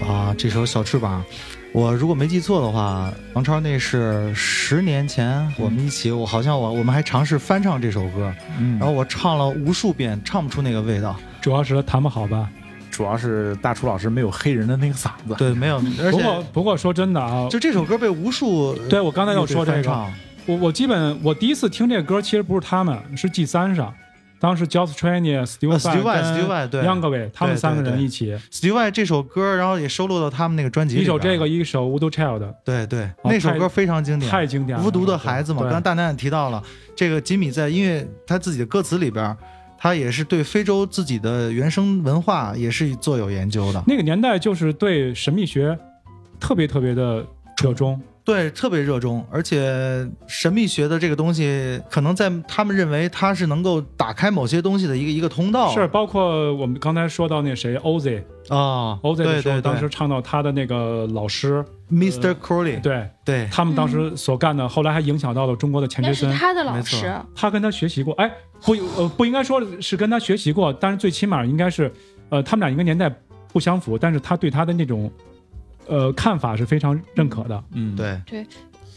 [SPEAKER 2] 啊，这首《小翅膀》，我如果没记错的话，王超那是十年前我们一起，我好像我我们还尝试翻唱这首歌，
[SPEAKER 1] 嗯，
[SPEAKER 2] 然后我唱了无数遍，唱不出那个味道。
[SPEAKER 3] 主要是他弹不好吧？
[SPEAKER 1] 主要是大厨老师没有黑人的那个嗓子，
[SPEAKER 2] 对，没有，而
[SPEAKER 3] 不过
[SPEAKER 2] 且
[SPEAKER 3] 不过说真的啊，
[SPEAKER 2] 就这首歌被无数
[SPEAKER 3] 对我刚才要
[SPEAKER 2] 乐队
[SPEAKER 3] 说这
[SPEAKER 2] 翻
[SPEAKER 3] 个，
[SPEAKER 2] 唱
[SPEAKER 3] 我我基本我第一次听这歌，其实不是他们，是 G 三上，当时 Joss Trainie、Steve
[SPEAKER 2] 呃，Steve Vai- Steve Vai，对
[SPEAKER 3] y o u n g w a y 他们
[SPEAKER 2] 对
[SPEAKER 3] 三个
[SPEAKER 2] 对
[SPEAKER 3] 人
[SPEAKER 2] 对
[SPEAKER 3] 一起，
[SPEAKER 2] Steve Vai 这首歌，然后也收录到他们那个专辑里
[SPEAKER 3] 一
[SPEAKER 2] 边
[SPEAKER 3] 首这个，一首 Voodoo Child，
[SPEAKER 2] 对对，那首
[SPEAKER 3] 太
[SPEAKER 2] 歌非常经典，
[SPEAKER 3] 太经典了。
[SPEAKER 2] 无毒的孩子嘛，
[SPEAKER 3] 对
[SPEAKER 2] 刚才大南也提到了，这个吉米在音乐他自己的歌词里边儿，他也是对非洲自己的原生文化也是做有研究的，
[SPEAKER 3] 那个年代就是对神秘学特别特别的热衷，
[SPEAKER 2] 对，特别热衷，而且神秘学的这个东西，可能在他们认为它是能够打开某些东西的一个一个通道，
[SPEAKER 3] 是包括我们刚才说到那谁 Oz，Oz
[SPEAKER 2] 啊，
[SPEAKER 3] 的
[SPEAKER 2] 对
[SPEAKER 3] 时候，
[SPEAKER 2] 对
[SPEAKER 3] 当时
[SPEAKER 2] 对
[SPEAKER 3] 唱到他的那个老师，
[SPEAKER 2] ，Mr. Crowley，
[SPEAKER 3] 对
[SPEAKER 2] 呃对
[SPEAKER 3] 他们当时所干的，后来还影响到了中国的钱
[SPEAKER 4] 那
[SPEAKER 3] 学
[SPEAKER 4] 是
[SPEAKER 3] 森，
[SPEAKER 4] 他的
[SPEAKER 2] 没
[SPEAKER 4] 老
[SPEAKER 2] 错
[SPEAKER 4] 师，
[SPEAKER 3] 他跟他学习过，哎，不呃不应该说是跟他学习过，但是最起码应该是，呃，他们俩一个年代不相符，但是他对他的那种，呃，看法是非常认可的。
[SPEAKER 1] 嗯，
[SPEAKER 2] 对，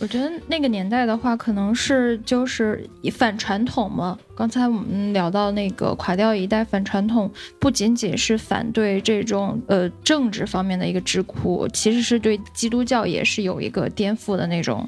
[SPEAKER 4] 我觉得那个年代的话，可能是就是以反传统嘛。刚才我们聊到那个垮掉一代反传统，不仅仅是反对这种呃政治方面的一个之哭，其实是对基督教也是有一个颠覆的那种，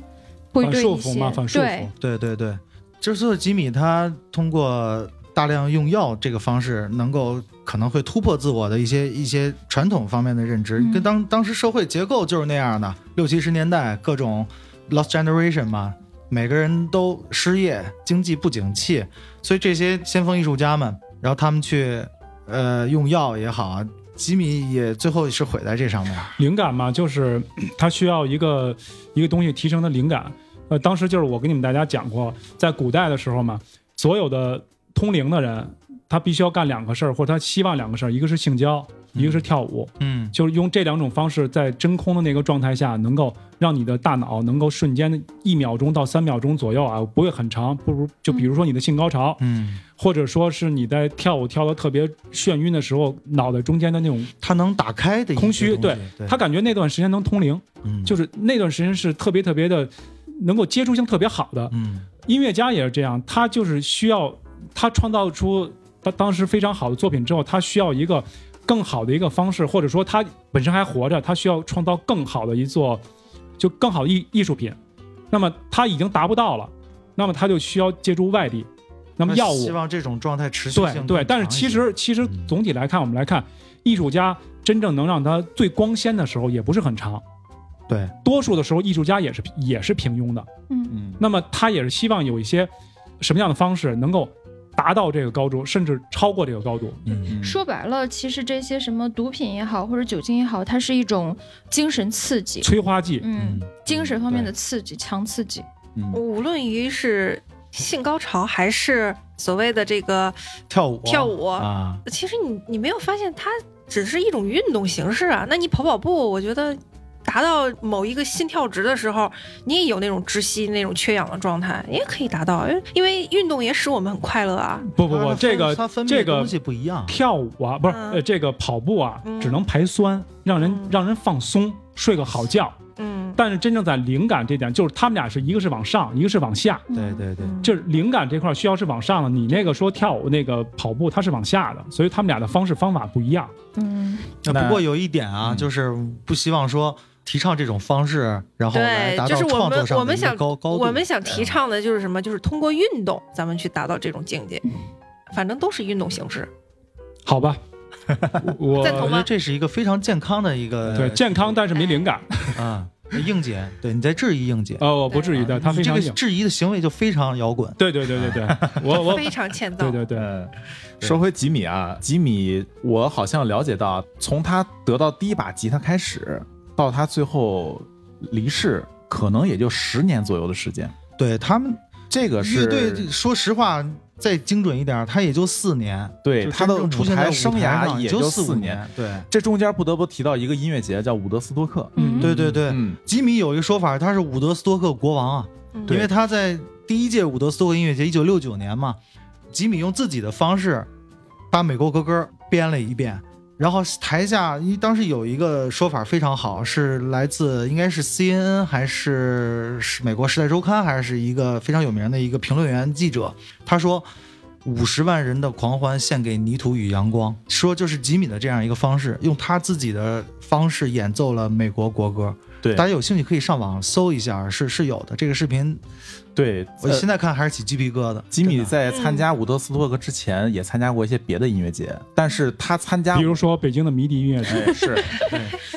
[SPEAKER 4] 会
[SPEAKER 3] 反
[SPEAKER 4] 对
[SPEAKER 3] 束
[SPEAKER 4] 一
[SPEAKER 3] 缚
[SPEAKER 4] 些
[SPEAKER 3] 嘛，反束缚
[SPEAKER 4] 对。
[SPEAKER 2] 对对对，之所以吉米他通过大量用药这个方式，能够可能会突破自我的一些一些传统方面的认知，
[SPEAKER 4] 嗯
[SPEAKER 2] 跟当当时社会结构就是那样的，六七十年代各种 lost generation 嘛，每个人都失业，经济不景气，所以这些先锋艺术家们，然后他们去呃用药也好啊。吉米也最后是毁在这上面，
[SPEAKER 3] 灵感嘛，就是他需要一个一个东西提升的灵感。呃，当时就是我跟你们大家讲过，在古代的时候嘛，所有的通灵的人，他必须要干两个事儿，或者他希望两个事儿，一个是性交，一个是跳舞。
[SPEAKER 2] 嗯，
[SPEAKER 3] 就是用这两种方式，在真空的那个状态下，能够让你的大脑能够瞬间一秒钟到三秒钟左右啊，不会很长。不如就比如说你的性高潮，
[SPEAKER 2] 嗯，
[SPEAKER 3] 或者说是你在跳舞跳得特别眩晕的时候，脑袋中间的那种，
[SPEAKER 2] 他能打开的一些
[SPEAKER 3] 空虚
[SPEAKER 2] 东
[SPEAKER 3] 对
[SPEAKER 2] 西对
[SPEAKER 3] 他感觉那段时间能通灵，
[SPEAKER 2] 嗯
[SPEAKER 3] 就是那段时间是特别特别的，能够接触性特别好的。
[SPEAKER 2] 嗯
[SPEAKER 3] 音乐家也是这样，他就是需要他创造出他当时非常好的作品之后，他需要一个更好的一个方式，或者说他本身还活着，他需要创造更好的一座就更好的艺艺术品。那么他已经达不到了，那么他就需要借助外力，那么药物
[SPEAKER 2] 希望这种状态持续性
[SPEAKER 3] 对对，
[SPEAKER 2] 更
[SPEAKER 3] 但是
[SPEAKER 2] 长一
[SPEAKER 3] 其
[SPEAKER 2] 些
[SPEAKER 3] 实其实
[SPEAKER 2] 嗯
[SPEAKER 3] 总体来看，我们来看艺术家真正能让他最光鲜的时候也不是很长，
[SPEAKER 2] 对
[SPEAKER 3] 多数的时候艺术家也是也是平庸的。
[SPEAKER 4] 嗯，
[SPEAKER 1] 嗯，
[SPEAKER 3] 那么他也是希望有一些什么样的方式能够达到这个高度，甚至超过这个高度。
[SPEAKER 1] 嗯
[SPEAKER 4] 说白了，其实这些什么毒品也好，或者酒精也好，它是一种精神刺激，
[SPEAKER 3] 催化剂，
[SPEAKER 4] 嗯，精神方面的
[SPEAKER 2] 对
[SPEAKER 4] 刺激，强刺激。
[SPEAKER 1] 嗯
[SPEAKER 5] 无论于是性高潮还是所谓的这个
[SPEAKER 2] 跳舞
[SPEAKER 5] 跳舞，
[SPEAKER 2] 啊，
[SPEAKER 5] 其实你你没有发现它只是一种运动形式啊。那你跑跑步，我觉得达到某一个心跳值的时候，你也有那种窒息、那种缺氧的状态，你也可以达到，因为因为运动也使我们很快乐啊。
[SPEAKER 3] 不不
[SPEAKER 2] 它
[SPEAKER 3] 不，
[SPEAKER 2] 的
[SPEAKER 3] 这
[SPEAKER 2] 分
[SPEAKER 3] 个
[SPEAKER 2] 它分泌
[SPEAKER 3] 这
[SPEAKER 2] 的
[SPEAKER 3] 个
[SPEAKER 2] 东西不一样，
[SPEAKER 3] 跳舞啊，不是、
[SPEAKER 5] 嗯
[SPEAKER 3] 呃这个跑步啊，
[SPEAKER 5] 嗯
[SPEAKER 3] 只能排酸，让人、
[SPEAKER 5] 嗯
[SPEAKER 3] 让人放松，睡个好觉。
[SPEAKER 5] 嗯，
[SPEAKER 3] 但是真正在灵感这点，就是他们俩是一个是往上，一个是往下，
[SPEAKER 2] 对对对，
[SPEAKER 5] 嗯
[SPEAKER 3] 就是灵感这块需要是往上的，你那个说跳舞那个跑步它是往下的，所以他们俩的方式方法不一样。
[SPEAKER 4] 嗯，
[SPEAKER 2] 那
[SPEAKER 1] 那
[SPEAKER 2] 不过有一点啊，
[SPEAKER 1] 嗯
[SPEAKER 2] 就是不希望说提倡这种方式，然后来
[SPEAKER 5] 对，
[SPEAKER 2] 达
[SPEAKER 5] 就
[SPEAKER 2] 到
[SPEAKER 5] 是我
[SPEAKER 2] 创
[SPEAKER 5] 们
[SPEAKER 2] 作
[SPEAKER 5] 我
[SPEAKER 2] 上的
[SPEAKER 5] 们
[SPEAKER 2] 一个
[SPEAKER 5] 想
[SPEAKER 2] 高高度。
[SPEAKER 5] 我们想
[SPEAKER 2] 哎
[SPEAKER 5] 提倡的就是什么？就是通过运动，咱们去达到这种境界。
[SPEAKER 2] 嗯
[SPEAKER 5] 反正都是运动形式，
[SPEAKER 3] 好吧，我
[SPEAKER 5] 赞
[SPEAKER 2] 我觉
[SPEAKER 5] 同吗
[SPEAKER 2] 得这是一个非常健康的一个
[SPEAKER 3] 对健康，但是没灵感，
[SPEAKER 2] 啊，应姐，对你在质疑应姐，
[SPEAKER 3] 呃，我不至于的，他
[SPEAKER 2] 你
[SPEAKER 3] 非
[SPEAKER 2] 这
[SPEAKER 3] 常
[SPEAKER 2] 个
[SPEAKER 3] 硬。
[SPEAKER 2] 质疑的行为就非常摇滚。
[SPEAKER 3] 对对对对对，我我
[SPEAKER 5] 非常欠
[SPEAKER 3] 对
[SPEAKER 5] 揍。
[SPEAKER 3] 对对，
[SPEAKER 1] 嗯，说回吉米啊，吉米，我好像了解到，从他得到第一把吉他开始，到他最后离世，可能也就十年左右的时间。
[SPEAKER 2] 对他们
[SPEAKER 1] 这个
[SPEAKER 2] 乐
[SPEAKER 1] 是
[SPEAKER 2] 队，说实话，再精准一点，他也就四年，
[SPEAKER 1] 对
[SPEAKER 2] 就
[SPEAKER 1] 他
[SPEAKER 2] 真
[SPEAKER 1] 的
[SPEAKER 2] 正出现
[SPEAKER 1] 舞台
[SPEAKER 2] 在舞
[SPEAKER 1] 生
[SPEAKER 2] 台
[SPEAKER 1] 涯
[SPEAKER 2] 上
[SPEAKER 1] 也
[SPEAKER 2] 就
[SPEAKER 1] 就
[SPEAKER 2] 四
[SPEAKER 1] 四
[SPEAKER 2] 五
[SPEAKER 1] 年
[SPEAKER 2] 年。对
[SPEAKER 1] 这中间不得不提到一个音乐节，叫伍德斯托克。
[SPEAKER 3] 嗯
[SPEAKER 2] 对对对，
[SPEAKER 1] 嗯，
[SPEAKER 2] 吉米有一个说法，他是伍德斯托克国王啊，
[SPEAKER 5] 嗯
[SPEAKER 2] 因为他在第一届伍德斯托克音乐节一九六九年嘛，吉米用自己的方式把美国国歌编了一遍，然后台下，因为当时有一个说法非常好，是来自应该是 CNN 还是是美国《时代周刊》还是一个非常有名的一个评论员记者，他说五十万人的狂欢献给泥土与阳光，说就是吉米的这样一个方式，用他自己的方式演奏了美国国歌。
[SPEAKER 1] 对
[SPEAKER 2] 大家有兴趣可以上网搜一下，是是有的。这个视频
[SPEAKER 1] 对，
[SPEAKER 2] 我
[SPEAKER 1] 呃
[SPEAKER 2] 现在看还是起鸡皮疙瘩。
[SPEAKER 1] 吉米
[SPEAKER 2] 真的
[SPEAKER 1] 在参加伍德斯托克之前，也参加过一些别的音乐节，但是他参加
[SPEAKER 2] 嗯
[SPEAKER 3] 比如说北京的迷笛音乐节，
[SPEAKER 1] 哎是，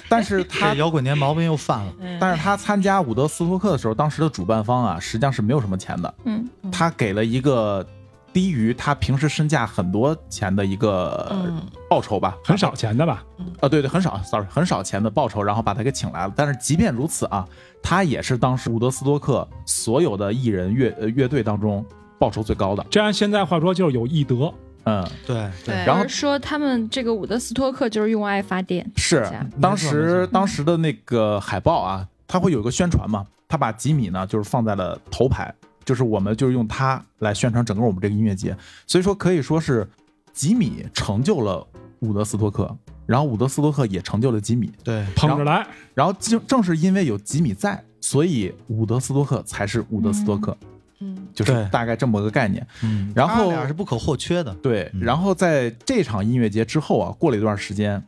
[SPEAKER 1] 但是他嗯
[SPEAKER 2] 这摇滚年毛病又犯了。
[SPEAKER 1] 但是他参加伍德斯托克的时候，当时的主办方啊，实际上是没有什么钱的，
[SPEAKER 4] 嗯，
[SPEAKER 1] 他给了一个低于他平时身价很多钱的一个
[SPEAKER 5] 嗯
[SPEAKER 1] 报酬吧，
[SPEAKER 3] 很少钱的吧？
[SPEAKER 1] 啊，对对，很少，sorry，很少钱的报酬，然后把他给请来了。但是即便如此啊，他也是当时伍德斯托克所有的艺人乐呃乐队当中报酬最高的。
[SPEAKER 3] 这按现在话说就是有艺德，
[SPEAKER 1] 嗯，
[SPEAKER 2] 对
[SPEAKER 5] 对
[SPEAKER 1] 然后
[SPEAKER 4] 而说他们这个伍德斯托克就是用爱发电，
[SPEAKER 1] 是
[SPEAKER 4] 这样
[SPEAKER 1] 当
[SPEAKER 2] 没错没
[SPEAKER 1] 时当时的那个海报啊，他会有一个宣传嘛，他把吉米呢就是放在了头牌，就是我们就是用它来宣传整个我们这个音乐节，所以说可以说是吉米成就了伍德斯托克，然后伍德斯托克也成就了吉米。
[SPEAKER 2] 对，
[SPEAKER 3] 捧着来。
[SPEAKER 1] 然后正正是因为有吉米在，所以伍德斯托克才是伍德斯托克，
[SPEAKER 5] 嗯，
[SPEAKER 1] 就是
[SPEAKER 2] 对
[SPEAKER 1] 大概这么个概念。
[SPEAKER 2] 嗯，
[SPEAKER 1] 然后
[SPEAKER 2] 他俩是不可或缺的。
[SPEAKER 1] 对，
[SPEAKER 2] 嗯
[SPEAKER 1] 然后在这场音乐节之后啊，过了一段时间，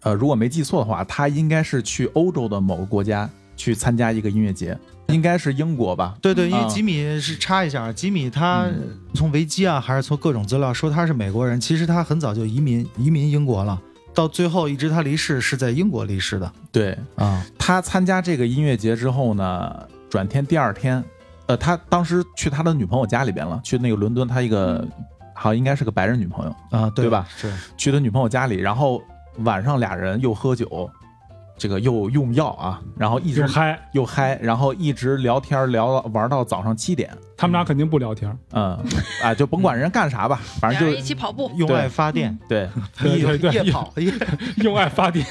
[SPEAKER 1] 呃，如果没记错的话，他应该是去欧洲的某个国家去参加一个音乐节，应该是英国吧？
[SPEAKER 2] 对对，因
[SPEAKER 1] 啊
[SPEAKER 2] 为吉米是插一下，吉米他从维基啊，还是从各种资料说他是美国人，其实他很早就移民移民英国了，到最后一直他离世是在英国离世的
[SPEAKER 1] 对，
[SPEAKER 2] 啊。
[SPEAKER 1] 他参加这个音乐节之后呢，转天第二天，呃，他当时去他的女朋友家里边了，去那个伦敦，他一个好像应该是个白人女朋友，
[SPEAKER 2] 啊，
[SPEAKER 1] 对吧？
[SPEAKER 2] 是，
[SPEAKER 1] 去他女朋友家里，然后晚上俩人又喝酒，这个又用药啊，然后一直
[SPEAKER 3] 就嗨，
[SPEAKER 1] 又嗨，然后一直聊天聊到玩到早上七点，
[SPEAKER 3] 他们俩肯定不聊天。
[SPEAKER 1] 嗯， <laughs> 啊，就甭管人家干啥吧，反
[SPEAKER 5] 俩人
[SPEAKER 1] 正
[SPEAKER 5] 一
[SPEAKER 1] 就
[SPEAKER 5] 起跑步，
[SPEAKER 2] 用
[SPEAKER 1] 对
[SPEAKER 2] 爱发电，
[SPEAKER 1] 对，
[SPEAKER 3] 对
[SPEAKER 2] 夜
[SPEAKER 3] 对对
[SPEAKER 2] 夜跑， <laughs> 夜
[SPEAKER 3] 用爱发电，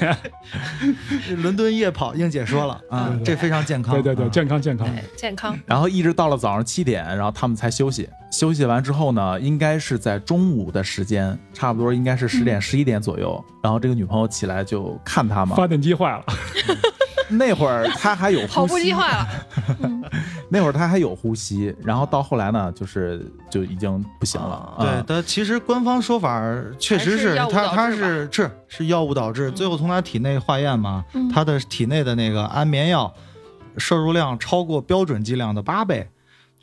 [SPEAKER 2] 伦敦夜跑，英姐说了啊
[SPEAKER 3] 嗯，
[SPEAKER 2] 这非常健康。
[SPEAKER 3] 对对对，
[SPEAKER 2] 啊
[SPEAKER 3] 健康健康。
[SPEAKER 5] 哎，健康，
[SPEAKER 1] 然后一直到了早上七点，然后他们才休息。休息完之后呢，应该是在中午的时间，差不多应该是十点
[SPEAKER 5] 嗯
[SPEAKER 1] 十一点左右。然后这个女朋友起来就看他嘛，
[SPEAKER 3] 发电机坏了，
[SPEAKER 1] 那会儿他还有
[SPEAKER 5] 跑
[SPEAKER 1] 呼
[SPEAKER 5] 步机
[SPEAKER 1] 吸，
[SPEAKER 5] 坏了，
[SPEAKER 1] 那会儿他还有呼吸。然后到后来呢，就是就已经不行了。
[SPEAKER 2] 对
[SPEAKER 1] 啊，
[SPEAKER 2] 但其实官方说法儿确实
[SPEAKER 5] 还是药物
[SPEAKER 2] 他
[SPEAKER 5] 导
[SPEAKER 2] 他
[SPEAKER 5] 致嗯
[SPEAKER 2] 是是是药物导致，最后从他体内化验嘛，
[SPEAKER 4] 嗯
[SPEAKER 2] 他的体内的那个安眠药摄入量超过标准剂量的八倍，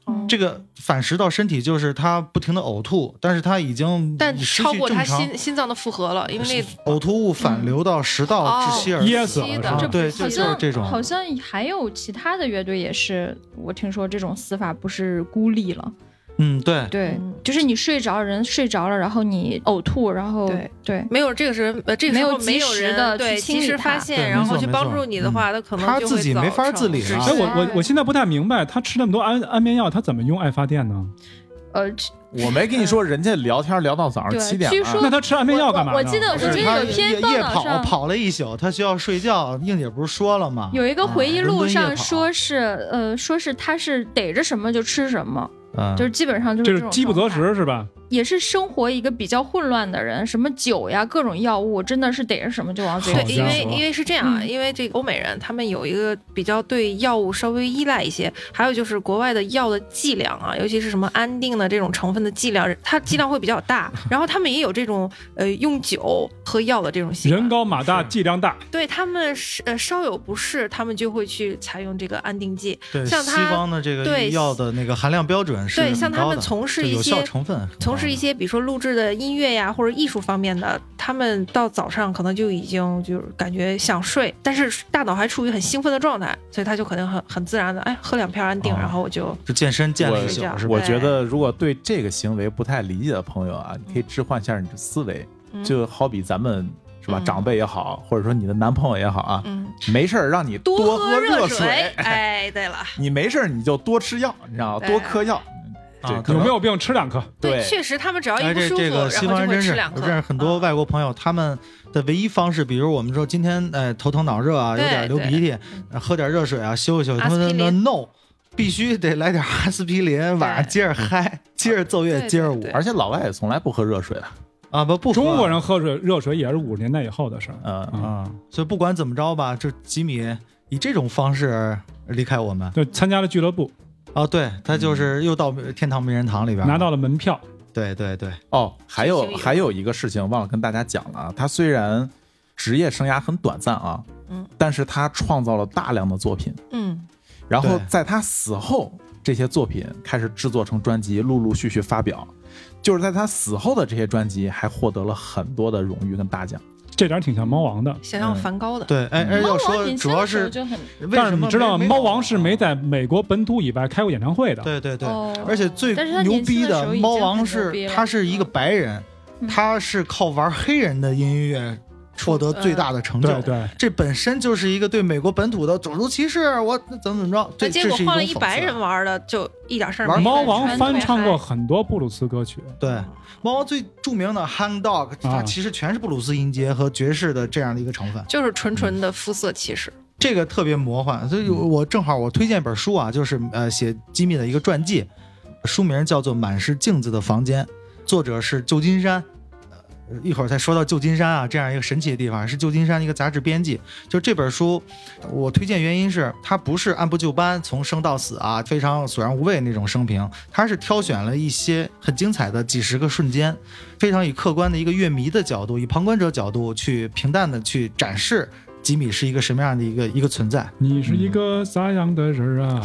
[SPEAKER 5] 哦
[SPEAKER 2] 这个反噬到身体就是他不停的呕吐，但是他已经
[SPEAKER 5] 但
[SPEAKER 2] 失
[SPEAKER 5] 超
[SPEAKER 2] 去
[SPEAKER 5] 过
[SPEAKER 2] 正
[SPEAKER 5] 他
[SPEAKER 2] 常
[SPEAKER 5] 心嗯心脏的负荷了，因为那哦
[SPEAKER 2] 呕吐物反流到食道哦窒息而
[SPEAKER 3] 噎
[SPEAKER 2] 死。
[SPEAKER 3] 死了是
[SPEAKER 5] 吸的
[SPEAKER 3] 吧
[SPEAKER 5] 这？
[SPEAKER 2] 对，
[SPEAKER 4] 好
[SPEAKER 2] 就就是
[SPEAKER 4] 像
[SPEAKER 2] 这种，
[SPEAKER 4] 好像还有其他的乐队也是，我听说这种死法不是孤立了，
[SPEAKER 2] 嗯，对，
[SPEAKER 4] 对，
[SPEAKER 5] 嗯
[SPEAKER 4] 就是你睡着，人睡着了，然后你呕吐，然后
[SPEAKER 5] 对
[SPEAKER 4] 对
[SPEAKER 2] 嗯
[SPEAKER 5] 没有这个时候，呃，这个
[SPEAKER 4] 没
[SPEAKER 5] 时
[SPEAKER 4] 有
[SPEAKER 5] 候没
[SPEAKER 4] 及
[SPEAKER 5] 有
[SPEAKER 4] 时
[SPEAKER 5] 人
[SPEAKER 4] 地
[SPEAKER 5] 对
[SPEAKER 4] 去
[SPEAKER 5] 及
[SPEAKER 4] 清理
[SPEAKER 5] 时发
[SPEAKER 4] 它
[SPEAKER 5] 现，
[SPEAKER 2] 对
[SPEAKER 5] 然
[SPEAKER 2] 没
[SPEAKER 5] 后
[SPEAKER 2] 错
[SPEAKER 5] 去
[SPEAKER 2] 没
[SPEAKER 5] 帮
[SPEAKER 2] 错嗯
[SPEAKER 5] 助你的话，他可能
[SPEAKER 2] 他
[SPEAKER 5] 就
[SPEAKER 2] 自
[SPEAKER 5] 会
[SPEAKER 2] 己没
[SPEAKER 5] 早
[SPEAKER 2] 法
[SPEAKER 5] 成
[SPEAKER 2] 自理了
[SPEAKER 3] 哎，我
[SPEAKER 4] 对
[SPEAKER 3] 我我现在不太明白，他吃那么多安安眠药，他怎么用爱发电呢？
[SPEAKER 4] 呃，
[SPEAKER 1] 我没跟你说，人家聊天聊到早上
[SPEAKER 4] 对
[SPEAKER 1] 七点
[SPEAKER 4] 据
[SPEAKER 1] 了
[SPEAKER 4] 说。
[SPEAKER 3] 那他吃安眠药干嘛呢？
[SPEAKER 4] 我我记得我
[SPEAKER 2] 就是
[SPEAKER 4] 记
[SPEAKER 2] 他
[SPEAKER 4] 得有一篇
[SPEAKER 2] 夜
[SPEAKER 5] 啊
[SPEAKER 4] 报
[SPEAKER 2] 夜
[SPEAKER 4] 道
[SPEAKER 2] 跑
[SPEAKER 4] 上
[SPEAKER 2] 跑了一宿，他需要睡觉。应姐不是说了吗？
[SPEAKER 4] 有一个回忆录
[SPEAKER 2] 啊伦敦夜
[SPEAKER 4] 上
[SPEAKER 2] 跑
[SPEAKER 4] 说是，呃，说是他是逮着什么就吃什么，
[SPEAKER 2] 嗯
[SPEAKER 4] 就是基本上就
[SPEAKER 3] 这
[SPEAKER 4] 是
[SPEAKER 3] 啊是
[SPEAKER 4] 种
[SPEAKER 3] 饥不
[SPEAKER 4] 状
[SPEAKER 3] 择
[SPEAKER 4] 态，
[SPEAKER 3] 食是吧？
[SPEAKER 4] 也是生活一个比较混乱的人，什么酒呀，各种药物，真的是逮着什么就往嘴里
[SPEAKER 5] 对，
[SPEAKER 3] 好
[SPEAKER 5] 因
[SPEAKER 3] 像
[SPEAKER 5] 为
[SPEAKER 3] 是吧
[SPEAKER 5] 因为是这样啊，
[SPEAKER 4] 嗯
[SPEAKER 5] 因为这个欧美人他们有一个比较对药物稍微依赖一些，还有就是国外的药的剂量啊，尤其是什么安定的这种成分的剂量，它剂量会比较大，然后他们也有这种呃用酒喝药的这种习惯。
[SPEAKER 3] 人高马大，剂量大，
[SPEAKER 5] 对他们是呃稍有不适，他们就会去采用这个安定剂。
[SPEAKER 2] 对
[SPEAKER 5] 像
[SPEAKER 2] 西
[SPEAKER 5] 他
[SPEAKER 2] 方的这个
[SPEAKER 5] 对
[SPEAKER 2] 药的那个含量标准是
[SPEAKER 5] 对，像
[SPEAKER 2] 很
[SPEAKER 5] 他
[SPEAKER 2] 高
[SPEAKER 5] 们
[SPEAKER 2] 的
[SPEAKER 5] 从事
[SPEAKER 2] 就
[SPEAKER 5] 一
[SPEAKER 2] 有
[SPEAKER 5] 些
[SPEAKER 2] 效成分，
[SPEAKER 5] 从事一些比如说录制的音乐呀或者艺术方面的，他们到早上可能就已经就是感觉想睡，但是大脑还处于很兴奋的状态，所以他就可能很很自然的，哎，喝两片安定，
[SPEAKER 2] 哦
[SPEAKER 5] 然后我就
[SPEAKER 2] 就健身健了一
[SPEAKER 5] 我
[SPEAKER 2] 宿
[SPEAKER 5] 这样
[SPEAKER 2] 是吧？
[SPEAKER 1] 我觉得，如果对这个行为不太理解的朋友啊，你可以置换一下你的思维，
[SPEAKER 5] 嗯
[SPEAKER 1] 就好比咱们是吧，
[SPEAKER 5] 嗯
[SPEAKER 1] 长辈也好，或者说你的男朋友也好啊，
[SPEAKER 5] 嗯
[SPEAKER 1] 没事儿让你
[SPEAKER 5] 多
[SPEAKER 1] 喝
[SPEAKER 5] 热
[SPEAKER 1] 水，
[SPEAKER 5] 哎，对了，
[SPEAKER 1] 你没事儿你就多吃药，你知道吗？
[SPEAKER 5] 对
[SPEAKER 1] 多嗑药，
[SPEAKER 2] 啊
[SPEAKER 1] 对
[SPEAKER 2] 可
[SPEAKER 3] 有
[SPEAKER 2] 能
[SPEAKER 3] 没有病吃两颗。
[SPEAKER 1] 对
[SPEAKER 5] 确实他们只要一
[SPEAKER 2] 哎，
[SPEAKER 5] 不
[SPEAKER 2] 这
[SPEAKER 5] 舒服，
[SPEAKER 2] 这个
[SPEAKER 5] 然
[SPEAKER 2] 西
[SPEAKER 5] 后
[SPEAKER 2] 方人
[SPEAKER 5] 就
[SPEAKER 2] 真
[SPEAKER 5] 会
[SPEAKER 2] 是，
[SPEAKER 5] 吃两
[SPEAKER 2] 我
[SPEAKER 5] 颗。
[SPEAKER 2] 认识很多
[SPEAKER 5] 嗯
[SPEAKER 2] 外国朋友，他们的唯一方式，比如我们说今天哎头疼脑热啊，有
[SPEAKER 5] 对
[SPEAKER 2] 点流鼻涕，呃喝点热水啊，休息休息。他
[SPEAKER 5] 阿司
[SPEAKER 2] 们
[SPEAKER 5] 匹
[SPEAKER 2] 那
[SPEAKER 5] 林
[SPEAKER 2] no，必须得来点阿司匹林，晚上接着嗨，接着奏乐，
[SPEAKER 5] 对
[SPEAKER 2] 接着舞
[SPEAKER 5] 对对。
[SPEAKER 1] 而且老外也从来不喝热水的，
[SPEAKER 2] 啊，不不喝
[SPEAKER 3] 中国人喝水热水也是五十年代以后的事儿。
[SPEAKER 1] 呃
[SPEAKER 3] 啊，
[SPEAKER 2] 所以不管怎么着吧，就吉米以这种方式离开我们
[SPEAKER 3] 就参加了俱乐部，
[SPEAKER 2] 啊，对他就是又到天堂名人堂里边了
[SPEAKER 3] 嗯拿，到了门票，
[SPEAKER 2] 对对对，
[SPEAKER 1] 哦，还有
[SPEAKER 5] 行行
[SPEAKER 1] 还有一个事情忘了跟大家讲了啊，他虽然职业生涯很短暂啊，
[SPEAKER 5] 嗯，
[SPEAKER 1] 但是他创造了大量的作品，
[SPEAKER 5] 嗯，
[SPEAKER 1] 然后
[SPEAKER 2] 对
[SPEAKER 1] 在他死后，这些作品开始制作成专辑，陆陆续续发表。就是在他死后的这些专辑，还获得了很多的荣誉跟大奖。
[SPEAKER 3] 这点儿挺像猫王的。
[SPEAKER 5] 想像梵高的，
[SPEAKER 2] 对，哎，哎，要
[SPEAKER 8] 猫
[SPEAKER 2] 说
[SPEAKER 8] 王年
[SPEAKER 2] 主
[SPEAKER 8] 轻
[SPEAKER 2] 要
[SPEAKER 8] 的时候
[SPEAKER 2] 是
[SPEAKER 8] 就很
[SPEAKER 2] 为
[SPEAKER 3] 但
[SPEAKER 2] 什
[SPEAKER 3] 是
[SPEAKER 2] 么
[SPEAKER 3] 你知道
[SPEAKER 2] 没啊
[SPEAKER 3] 吗？猫王是没。在美国本土以外开过演唱会的。
[SPEAKER 2] 对对对，
[SPEAKER 8] 哦
[SPEAKER 2] 而且最
[SPEAKER 8] 但是他
[SPEAKER 2] 牛
[SPEAKER 8] 年轻
[SPEAKER 2] 逼
[SPEAKER 8] 的时候已经
[SPEAKER 2] 猫
[SPEAKER 8] 很
[SPEAKER 2] 王
[SPEAKER 8] 牛
[SPEAKER 2] 是
[SPEAKER 8] 逼了
[SPEAKER 2] 他是一个白人，
[SPEAKER 8] 嗯
[SPEAKER 2] 他是靠玩黑人的音乐获得
[SPEAKER 8] 嗯
[SPEAKER 2] 最大的成就。
[SPEAKER 3] 对对，
[SPEAKER 2] 这本身就是一个对美国本土的种族歧视，我怎么怎么着？
[SPEAKER 5] 那
[SPEAKER 8] 啊
[SPEAKER 2] 这
[SPEAKER 5] 结果换了
[SPEAKER 2] 这是
[SPEAKER 5] 一
[SPEAKER 2] 一种讽刺啊
[SPEAKER 5] 白人玩的，就一点事儿
[SPEAKER 2] 玩
[SPEAKER 5] 没。嗯
[SPEAKER 3] 猫王
[SPEAKER 8] 穿
[SPEAKER 3] 翻
[SPEAKER 8] 得
[SPEAKER 3] 唱
[SPEAKER 8] 嗨
[SPEAKER 3] 过很多布鲁斯歌曲，
[SPEAKER 2] 对，
[SPEAKER 8] 嗯
[SPEAKER 2] 猫王最著名的《Hang Dog》，它
[SPEAKER 3] 啊
[SPEAKER 2] 其实全是布鲁斯音阶和爵士的这样的一个成分，
[SPEAKER 5] 就是纯纯的肤色歧视。
[SPEAKER 2] 这个特别魔幻。所以我我正好我推荐一本书啊，就是呃写机密的一个传记，书名叫做《满是镜子的房间》，作者是旧金山。呃一会儿再说到旧金山啊，这样一个神奇的地方，是旧金山一个杂志编辑。就这本书，我推荐原因是它不是按部就班从生到死啊，非常索然无味那种生平，它是挑选了一些很精彩的几十个瞬间，非常以客观的一个乐迷的角度，以旁观者角度去平淡的去展示吉米是一个什么样的一个一个存在。
[SPEAKER 3] 你是一个啥样的
[SPEAKER 2] <laughs>
[SPEAKER 3] 人啊？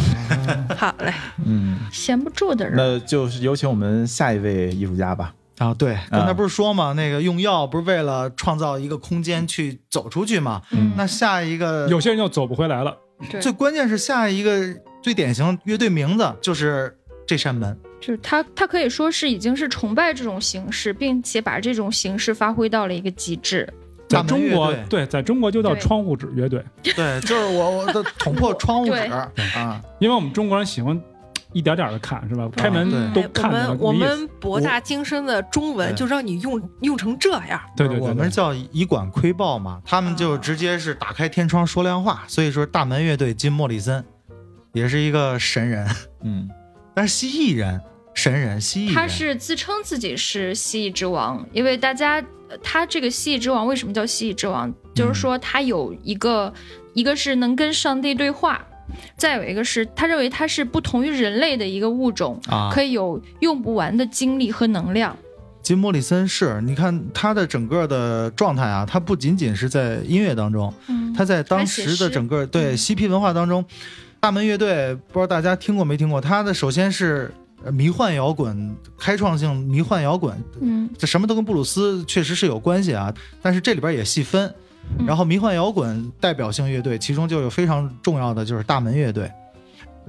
[SPEAKER 5] 好嘞，
[SPEAKER 1] 嗯，
[SPEAKER 4] 闲不住的人。
[SPEAKER 1] 那就是有请我们下一位艺术家吧。
[SPEAKER 2] 啊，对，刚才
[SPEAKER 1] 啊
[SPEAKER 2] 不是说嘛，那个用药不是为了创造一个空间去走出去嘛？
[SPEAKER 1] 嗯
[SPEAKER 2] 那下一个
[SPEAKER 3] 有些人就走不回来了。
[SPEAKER 8] 对
[SPEAKER 2] 最关键是下一个最典型乐队名字就是这扇门。
[SPEAKER 4] 就是他，他可以说是已经是崇拜这种形式，并且把这种形式发挥到了一个极致。
[SPEAKER 3] 在
[SPEAKER 2] 大门
[SPEAKER 3] 中
[SPEAKER 2] 乐
[SPEAKER 3] 国
[SPEAKER 2] 队，
[SPEAKER 3] 对，在中国就叫
[SPEAKER 4] 对
[SPEAKER 3] 窗户纸乐队，
[SPEAKER 2] 对，就是我我的捅破窗户纸
[SPEAKER 4] 对
[SPEAKER 2] 啊，
[SPEAKER 3] 因为我们中国人喜欢一点点的看，是吧？开门
[SPEAKER 2] 对
[SPEAKER 3] 都
[SPEAKER 5] 哎我
[SPEAKER 3] 看着
[SPEAKER 5] 们我
[SPEAKER 3] 没意思哎
[SPEAKER 5] 们博大精深的中文
[SPEAKER 2] 对
[SPEAKER 5] 就让你用用成这样，
[SPEAKER 3] 对对对，
[SPEAKER 2] 我们叫以管窥豹嘛，他们就直接是打开天窗说亮话，所以说大门乐队金莫里森也是一个神人，
[SPEAKER 1] 嗯，
[SPEAKER 2] 但是蜥蜴人神人蜥蜴人，
[SPEAKER 4] 他是自称自己是蜥蜴之王，因为大家呃他这个蜥蜴之王为什么叫蜥蜴之王？
[SPEAKER 2] 嗯
[SPEAKER 4] 就是说他有一个，一个是能跟上帝对话，再有一个是他认为他是不同于人类的一个物种，
[SPEAKER 2] 啊，
[SPEAKER 4] 可以有用不完的精力和能量。
[SPEAKER 2] 金莫里森是你看他的整个的状态啊，他不仅仅是在音乐当中，
[SPEAKER 4] 嗯
[SPEAKER 2] 他在当
[SPEAKER 4] 还写
[SPEAKER 2] 时的
[SPEAKER 4] 诗
[SPEAKER 2] 整个对嬉皮文化当中，大门乐队不知道大家听过没听过，他的首先是呃迷幻摇滚，开创性迷幻摇滚，
[SPEAKER 4] 嗯
[SPEAKER 2] 这什么都跟布鲁斯确实是有关系啊，但是这里边也细分。
[SPEAKER 4] 嗯
[SPEAKER 2] 然后迷幻摇滚代表性乐队，其中就有非常重要的就是大门乐队，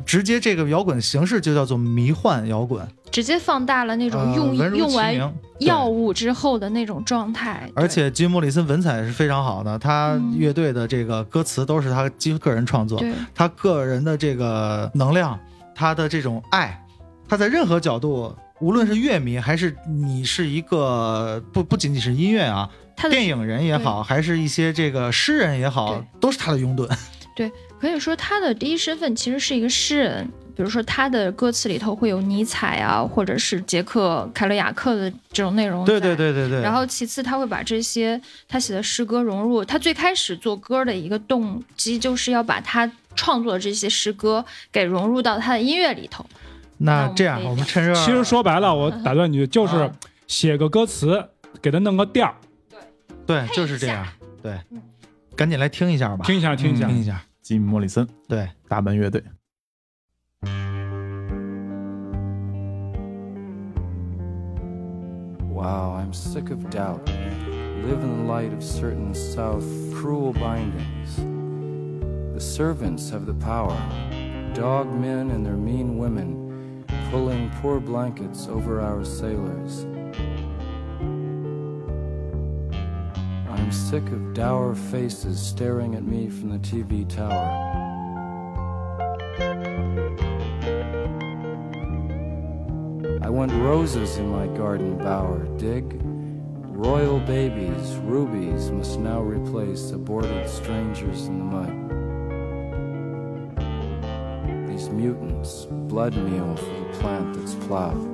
[SPEAKER 2] 直接这个摇滚形式就叫做迷幻摇滚，
[SPEAKER 4] 直接放大了那种
[SPEAKER 2] 呃
[SPEAKER 4] 用、
[SPEAKER 2] 文如
[SPEAKER 4] 用
[SPEAKER 2] 其
[SPEAKER 4] 完
[SPEAKER 2] 名，对
[SPEAKER 4] 药物之后的那种状态。
[SPEAKER 2] 而
[SPEAKER 4] 对
[SPEAKER 2] 且金莫里森文采是非常好的，他
[SPEAKER 4] 嗯
[SPEAKER 2] 乐队的这个歌词都是他基个人创作，
[SPEAKER 4] 对
[SPEAKER 2] 他个人的这个能量，他的这种爱，他在任何角度，无论是乐迷还是你是一个不不仅仅是音乐啊，
[SPEAKER 4] 他的
[SPEAKER 2] 电影人也好，还是一些这个诗人也好
[SPEAKER 4] 对，
[SPEAKER 2] 都是他的拥 <laughs> 趸。
[SPEAKER 4] 可以说他的第一身份其实是一个诗人，比如说他的歌词里头会有尼采啊，或者是捷克凯勒雅克的这种内容。
[SPEAKER 2] 对对。对对对。
[SPEAKER 4] 然后其次，他会把这些他写的诗歌融入他最开始做歌的一个动机，就是要把他创作的这些诗歌给融入到他的音乐里头。
[SPEAKER 2] 那这样，
[SPEAKER 4] 那
[SPEAKER 2] 我
[SPEAKER 4] 我们可以
[SPEAKER 2] 们趁热，
[SPEAKER 3] 其实说白了，我打断你，就是
[SPEAKER 2] 啊
[SPEAKER 3] 写个歌词，给他弄个调儿，
[SPEAKER 2] 对就是这样，对
[SPEAKER 4] 嗯，
[SPEAKER 2] 赶紧来听一下吧，
[SPEAKER 3] 听一下，听一下。
[SPEAKER 2] 听一下，
[SPEAKER 1] 吉米·莫里森，
[SPEAKER 2] 对。
[SPEAKER 1] 大门乐队。
[SPEAKER 9] Wow, I'm sick of doubt. Live in the light of certain south cruel bindings. The servants have the power. Dog men and their mean women pulling poor blankets over our sailors. I'm sick of dour faces staring at me from the TV tower. I want roses in my garden bower, dig? Royal babies, rubies must now replace aborted strangers in the mud. These mutants, blood meal for the plant that's plowed.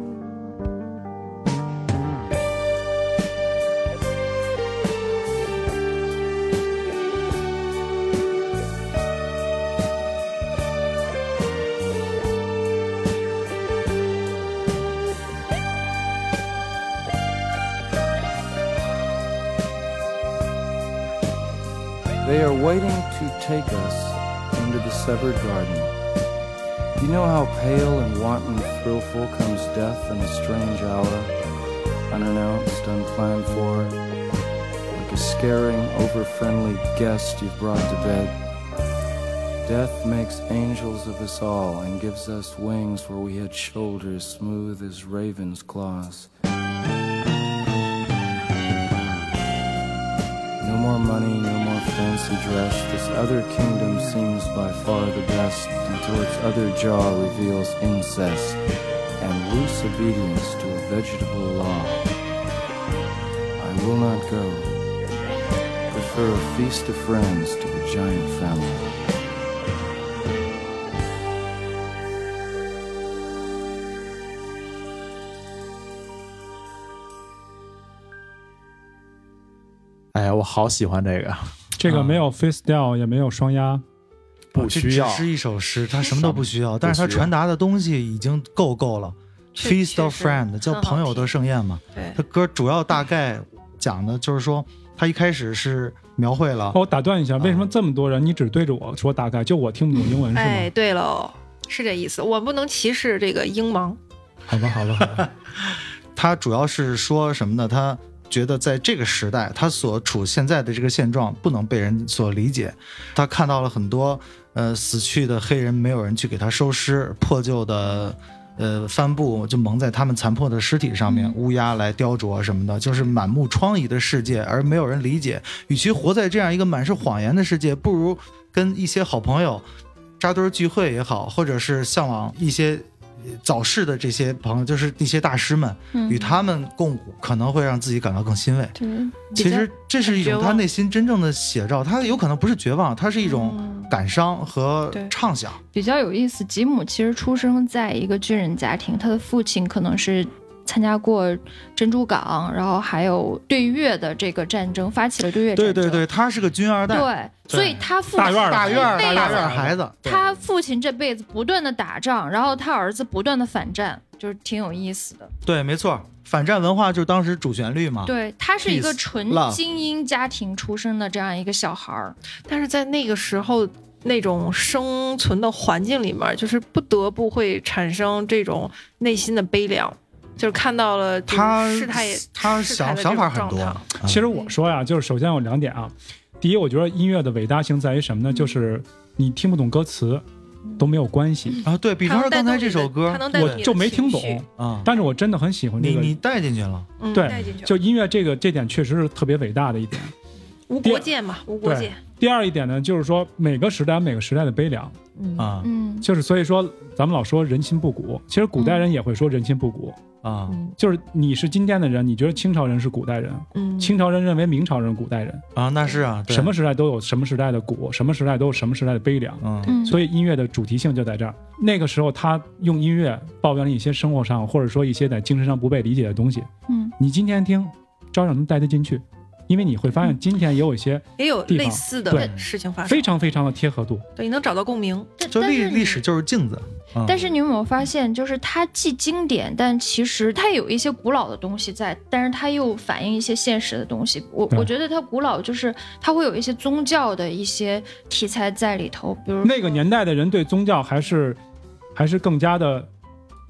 [SPEAKER 9] They are waiting to take us into the severed garden. You know how pale and wanton thrillful comes death in a strange hour, unannounced, unplanned for, like a scaring, over-friendly guest you've brought to bed. Death makes angels of us all and gives us wings where we had shoulders smooth as raven's claws. No more money, no more fancy dress. This other kingdom seems by far the best until its other jaw reveals incest and loose obedience to a vegetable law. I will not go. Prefer a feast of friends to a giant family.
[SPEAKER 1] 哎呀，我好喜欢这个，
[SPEAKER 3] 这
[SPEAKER 2] 啊
[SPEAKER 3] 个没有 face down，也没有双压，
[SPEAKER 1] 不
[SPEAKER 2] 哦这
[SPEAKER 1] 需要
[SPEAKER 2] 只是一首诗，它什么都不需要，但是它
[SPEAKER 1] 不需要
[SPEAKER 2] 传达的东西已经够够了。
[SPEAKER 5] 确
[SPEAKER 2] Feast of
[SPEAKER 5] 确实
[SPEAKER 2] Friend 叫
[SPEAKER 5] 很好
[SPEAKER 2] 朋友的
[SPEAKER 5] 听
[SPEAKER 2] 盛宴嘛，
[SPEAKER 5] 对
[SPEAKER 2] 它歌主要大概讲的就是说，它一开始是描绘了
[SPEAKER 3] 哦，我打断一下，
[SPEAKER 2] 啊
[SPEAKER 3] 为什么这么多人你只对着我说大概，就我听不懂英文是
[SPEAKER 5] 哎，
[SPEAKER 3] 吗？
[SPEAKER 5] 对喽，是这意思。我不能歧视这个英盲，
[SPEAKER 3] 好吧，好吧，好吧
[SPEAKER 2] <laughs> 他主要是说什么呢？他觉得在这个时代，他所处现在的这个现状不能被人所理解。他看到了很多呃死去的黑人，没有人去给他收尸，破旧的呃帆布就蒙在他们残破的尸体上
[SPEAKER 3] 嗯
[SPEAKER 2] 面，乌鸦来雕琢什么的，就是满目疮痍的世界，而没有人理解。与其活在这样一个满是谎言的世界，不如跟一些好朋友扎堆儿聚会也好，或者是向往一些。呃早逝的这些朋友，就是一些大师们，与
[SPEAKER 4] 嗯，
[SPEAKER 2] 他们共舞，可能会让自己感到更欣慰。
[SPEAKER 4] 对，比
[SPEAKER 2] 其
[SPEAKER 4] 较
[SPEAKER 2] 实这是一
[SPEAKER 5] 绝
[SPEAKER 2] 种
[SPEAKER 5] 望
[SPEAKER 2] 他内心真正的写照，他有可能不是绝望，他是一种
[SPEAKER 4] 嗯
[SPEAKER 2] 感伤和
[SPEAKER 5] 对
[SPEAKER 2] 畅想。
[SPEAKER 4] 比较有意思。吉姆其实出生在一个军人家庭，他的父亲可能是参加过珍珠港，然后还有对越的这个战争，发起了对越战
[SPEAKER 2] 对
[SPEAKER 4] 争。
[SPEAKER 2] 对对，他是个军二
[SPEAKER 4] 对，
[SPEAKER 2] 代，
[SPEAKER 4] 所以他父亲
[SPEAKER 3] 大院儿
[SPEAKER 2] 大院儿
[SPEAKER 4] 这辈
[SPEAKER 2] 大
[SPEAKER 4] 子
[SPEAKER 2] 院儿孩子，
[SPEAKER 4] 他父亲这辈子不断的打仗，然后他儿子不断的反战，就是挺有意思的。
[SPEAKER 2] 对，没错，反战文化就是当时主旋律嘛。
[SPEAKER 4] 对，他是一个
[SPEAKER 2] 啊 Peace,
[SPEAKER 4] 纯
[SPEAKER 2] love
[SPEAKER 4] 精英家庭出身的这样一个小孩儿，
[SPEAKER 5] 但是在那个时候那种生存的环境里面，就是不得不会产生这种内心的悲凉，就是看到了就是
[SPEAKER 2] 他
[SPEAKER 5] 事态也
[SPEAKER 2] 他
[SPEAKER 5] 事态
[SPEAKER 2] 想
[SPEAKER 5] 的这
[SPEAKER 2] 想
[SPEAKER 5] 种
[SPEAKER 2] 法很
[SPEAKER 5] 状
[SPEAKER 2] 多
[SPEAKER 5] 态。
[SPEAKER 3] 其实我说呀，就是首先有两点啊，第一，我觉得音乐的伟大性在于什么呢？就是你听不懂歌词都没有关系，
[SPEAKER 2] 啊，对比方
[SPEAKER 5] 它
[SPEAKER 2] 说
[SPEAKER 5] 能带
[SPEAKER 2] 刚才
[SPEAKER 5] 动
[SPEAKER 2] 这
[SPEAKER 5] 你的
[SPEAKER 2] 首歌
[SPEAKER 5] 它能带动
[SPEAKER 3] 我
[SPEAKER 5] 你的
[SPEAKER 3] 就没听
[SPEAKER 5] 情绪
[SPEAKER 3] 懂，
[SPEAKER 2] 啊，
[SPEAKER 3] 但是我真的很喜欢这
[SPEAKER 2] 你
[SPEAKER 3] 个。
[SPEAKER 2] 你带进去了，
[SPEAKER 5] 嗯，
[SPEAKER 3] 对
[SPEAKER 5] 带进去了
[SPEAKER 3] 就音乐这个这点确实是特别伟大的一点。
[SPEAKER 5] 无国界嘛，无国界，
[SPEAKER 3] 第二一点呢，就是说每个时代有每个时代的悲凉，
[SPEAKER 5] 嗯
[SPEAKER 2] 啊
[SPEAKER 4] 嗯，
[SPEAKER 3] 就是所以说咱们老说人心不古，其实古代人也会说人心不古，
[SPEAKER 2] 啊
[SPEAKER 5] 嗯
[SPEAKER 3] 就是你是今天的人，你觉得清朝人是古代人，
[SPEAKER 5] 嗯，
[SPEAKER 3] 清朝人认为明朝人古代人，
[SPEAKER 2] 啊，那是啊，对
[SPEAKER 3] 什么时代都有什么时代的古，什么时代都有什么时代的悲凉。
[SPEAKER 2] 嗯
[SPEAKER 4] 嗯，
[SPEAKER 3] 所以音乐的主题性就在这儿。那个时候，他用音乐抱怨了一些生活上或者说一些在精神上不被理解的东西。
[SPEAKER 4] 嗯，
[SPEAKER 3] 你今天听，照样能带得进去，因为你会发现今天也有一些
[SPEAKER 5] 也有
[SPEAKER 3] 地方
[SPEAKER 5] 类似
[SPEAKER 3] 对
[SPEAKER 5] 的事情发生，
[SPEAKER 3] 非常非常的贴合度。
[SPEAKER 5] 对，你能找到共鸣，
[SPEAKER 4] 但
[SPEAKER 2] 就
[SPEAKER 4] 但
[SPEAKER 2] 历
[SPEAKER 4] 是
[SPEAKER 2] 历
[SPEAKER 4] 你
[SPEAKER 2] 史就是镜子，嗯
[SPEAKER 4] 但是你有没有发现，就是它既经典，但其实它也有一些古老的东西在，但是它又反映一些现实的东西。我
[SPEAKER 2] 嗯
[SPEAKER 3] 对
[SPEAKER 4] 我觉得它古老就是它会有一些宗教的一些题材在里头，比如
[SPEAKER 3] 那个年代的人对宗教还是还是更加的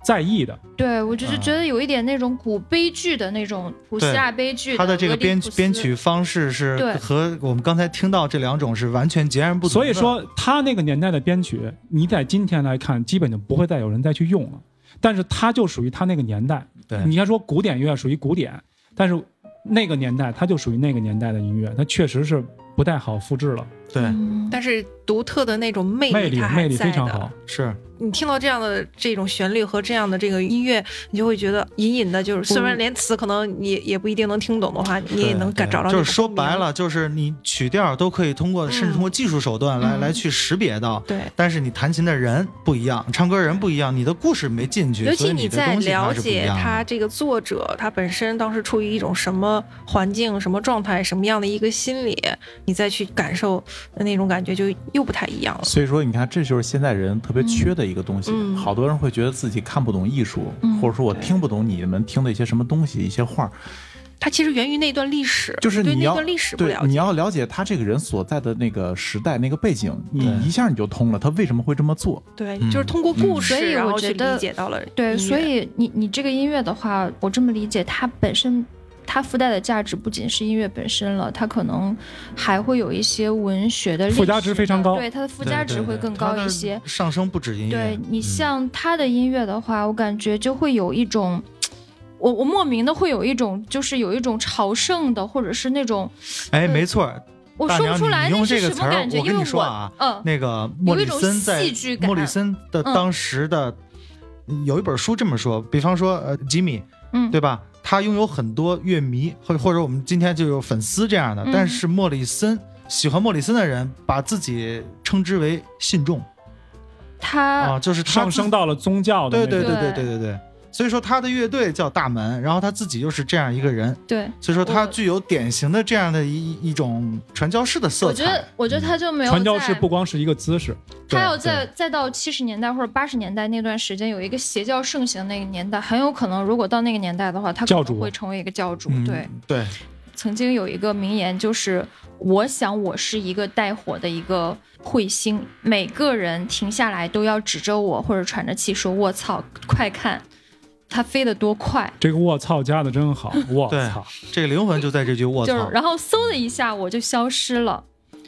[SPEAKER 3] 在意的。
[SPEAKER 4] 对我就是
[SPEAKER 2] 啊
[SPEAKER 4] 觉得有一点那种古悲剧的那种古希
[SPEAKER 2] 对
[SPEAKER 4] 腊悲剧
[SPEAKER 2] 他的这个
[SPEAKER 4] 俄狄
[SPEAKER 2] 编
[SPEAKER 4] 浦斯
[SPEAKER 2] 编曲方式是
[SPEAKER 4] 对
[SPEAKER 2] 和我们刚才听到这两种是完全截然不同的。
[SPEAKER 3] 所以说，他那个年代的编曲，你在今天来看，基本就不会再有人再去用了。但是它就属于他那个年代。
[SPEAKER 2] 对
[SPEAKER 3] 你要说古典乐属于古典，但是那个年代它就属于那个年代的音乐，它确实是不太好复制了，
[SPEAKER 2] 对
[SPEAKER 4] 嗯
[SPEAKER 5] 但是独特的那种魅
[SPEAKER 3] 魅
[SPEAKER 5] 它还
[SPEAKER 3] 魅力
[SPEAKER 5] 在
[SPEAKER 3] 非常
[SPEAKER 5] 的
[SPEAKER 3] 好。
[SPEAKER 2] 是
[SPEAKER 5] 你听到这样的这种旋律和这样的这个音乐，你就会觉得隐隐的，就是虽然连词可能你也不一定能听懂的话，你也能感
[SPEAKER 2] 对
[SPEAKER 5] 找到。
[SPEAKER 2] 就是说白，了，就是你曲调都可以通过，甚至通过技术手段来
[SPEAKER 4] 嗯
[SPEAKER 2] 来去识别到。
[SPEAKER 5] 对，
[SPEAKER 2] 但是你弹琴的人不一样，唱歌人不一样，你的故事没进去，
[SPEAKER 5] 尤
[SPEAKER 2] 所
[SPEAKER 5] 其
[SPEAKER 2] 以你的
[SPEAKER 5] 在
[SPEAKER 2] 东西它
[SPEAKER 5] 了
[SPEAKER 2] 是不一
[SPEAKER 5] 解
[SPEAKER 2] 样的
[SPEAKER 5] 他这个作者他本身当时处于一种什么环境、什么状态、什么样的一个心理，你再去感受的那种感觉，就又不太一样了。
[SPEAKER 1] 所以说，你看，这就是现在人特别缺的一个东西。
[SPEAKER 5] 嗯嗯
[SPEAKER 1] 好多人会觉得自己看不懂艺术，
[SPEAKER 4] 嗯
[SPEAKER 1] 或者说我听不懂你们听的一些什么东西、一些话儿。
[SPEAKER 5] 它其实源于那段历史，
[SPEAKER 1] 就是
[SPEAKER 5] 对
[SPEAKER 1] 你
[SPEAKER 5] 那
[SPEAKER 1] 要
[SPEAKER 5] 段历史不
[SPEAKER 1] 对
[SPEAKER 5] 了
[SPEAKER 1] 你
[SPEAKER 5] 解。
[SPEAKER 1] 要了解他这个人所在的那个时代那个背景，你
[SPEAKER 2] 对
[SPEAKER 1] 一下你就通了，他为什么会这么做？
[SPEAKER 5] 对，
[SPEAKER 2] 嗯
[SPEAKER 5] 就是通过故
[SPEAKER 4] 所
[SPEAKER 5] 事，
[SPEAKER 4] 以
[SPEAKER 5] 然
[SPEAKER 4] 我
[SPEAKER 5] 后去
[SPEAKER 4] 觉得
[SPEAKER 5] 理解到了音
[SPEAKER 4] 对，
[SPEAKER 5] 乐
[SPEAKER 4] 所以你你这个音乐的话，我这么理解，它本身它附带的价值不仅是音乐本身了，它可能还会有一些文学的历
[SPEAKER 3] 附加
[SPEAKER 4] 史
[SPEAKER 3] 值非常
[SPEAKER 4] 的
[SPEAKER 3] 高
[SPEAKER 4] 对它的附
[SPEAKER 2] 对
[SPEAKER 4] 加
[SPEAKER 2] 对
[SPEAKER 4] 值会
[SPEAKER 2] 对
[SPEAKER 4] 更
[SPEAKER 2] 它
[SPEAKER 4] 高
[SPEAKER 2] 的
[SPEAKER 4] 一些。
[SPEAKER 2] 上升不止音乐，
[SPEAKER 4] 对你
[SPEAKER 2] 嗯
[SPEAKER 4] 像他的音乐的话，我感觉就会有一种，我我莫名的会有一种，就是有一种朝圣的，或者是那种
[SPEAKER 2] 哎，没错儿，
[SPEAKER 4] 我
[SPEAKER 2] 大
[SPEAKER 4] 说不
[SPEAKER 2] 娘
[SPEAKER 4] 出
[SPEAKER 2] 你
[SPEAKER 4] 来
[SPEAKER 2] 你用
[SPEAKER 4] 那
[SPEAKER 2] 这个
[SPEAKER 4] 是什
[SPEAKER 2] 词
[SPEAKER 4] 么
[SPEAKER 2] 儿
[SPEAKER 4] 感觉，
[SPEAKER 2] 我跟
[SPEAKER 4] 因
[SPEAKER 2] 你
[SPEAKER 4] 为
[SPEAKER 2] 说啊
[SPEAKER 4] 嗯，
[SPEAKER 2] 那个莫里森在
[SPEAKER 4] 有一种戏剧感嗯
[SPEAKER 2] 莫里森的当时的、有一本书这么说，比方说呃吉米，
[SPEAKER 4] 嗯
[SPEAKER 2] 对吧？他拥有很多乐迷，或或者我们今天就有粉丝这样的，
[SPEAKER 4] 嗯
[SPEAKER 2] 但是莫里森喜欢莫里森的人，把自己称之为信众啊、
[SPEAKER 4] 他
[SPEAKER 2] 就是他
[SPEAKER 3] 上
[SPEAKER 2] 自己
[SPEAKER 3] 升到了宗教的那
[SPEAKER 2] 对
[SPEAKER 3] 个
[SPEAKER 2] 对对对
[SPEAKER 4] 对
[SPEAKER 2] 对对对。所以说他的乐队叫大门，然后他自己又是这样一个人，
[SPEAKER 4] 对。
[SPEAKER 2] 所以说他
[SPEAKER 4] 我
[SPEAKER 2] 具有典型的这样的一一一种传教士的色
[SPEAKER 4] 我
[SPEAKER 2] 彩。嗯
[SPEAKER 4] 觉得，我觉得他就没有
[SPEAKER 3] 传教
[SPEAKER 4] 在
[SPEAKER 3] 士不光是一个姿势，
[SPEAKER 4] 他
[SPEAKER 2] 对
[SPEAKER 4] 要再再到七十年代或者八十年代那段时间，有一个邪教盛行那个年代，很有可能如果到那个年代的话，他可
[SPEAKER 3] 教
[SPEAKER 4] 能
[SPEAKER 3] 主
[SPEAKER 4] 会成为一个教主。
[SPEAKER 2] 嗯
[SPEAKER 4] 对，
[SPEAKER 2] 对，
[SPEAKER 4] 曾经有一个名言就是“我想我是一个带火的一个彗星，每个人停下来都要指着我或者喘着气说‘我操，快看，它飞得多快
[SPEAKER 3] 这个卧槽加的真
[SPEAKER 2] <laughs>
[SPEAKER 3] 好，卧
[SPEAKER 2] 对
[SPEAKER 3] 槽，
[SPEAKER 2] 这个灵魂就在这句卧’，
[SPEAKER 4] 就是
[SPEAKER 2] 槽。
[SPEAKER 4] 然后嗖的一下我就消失了。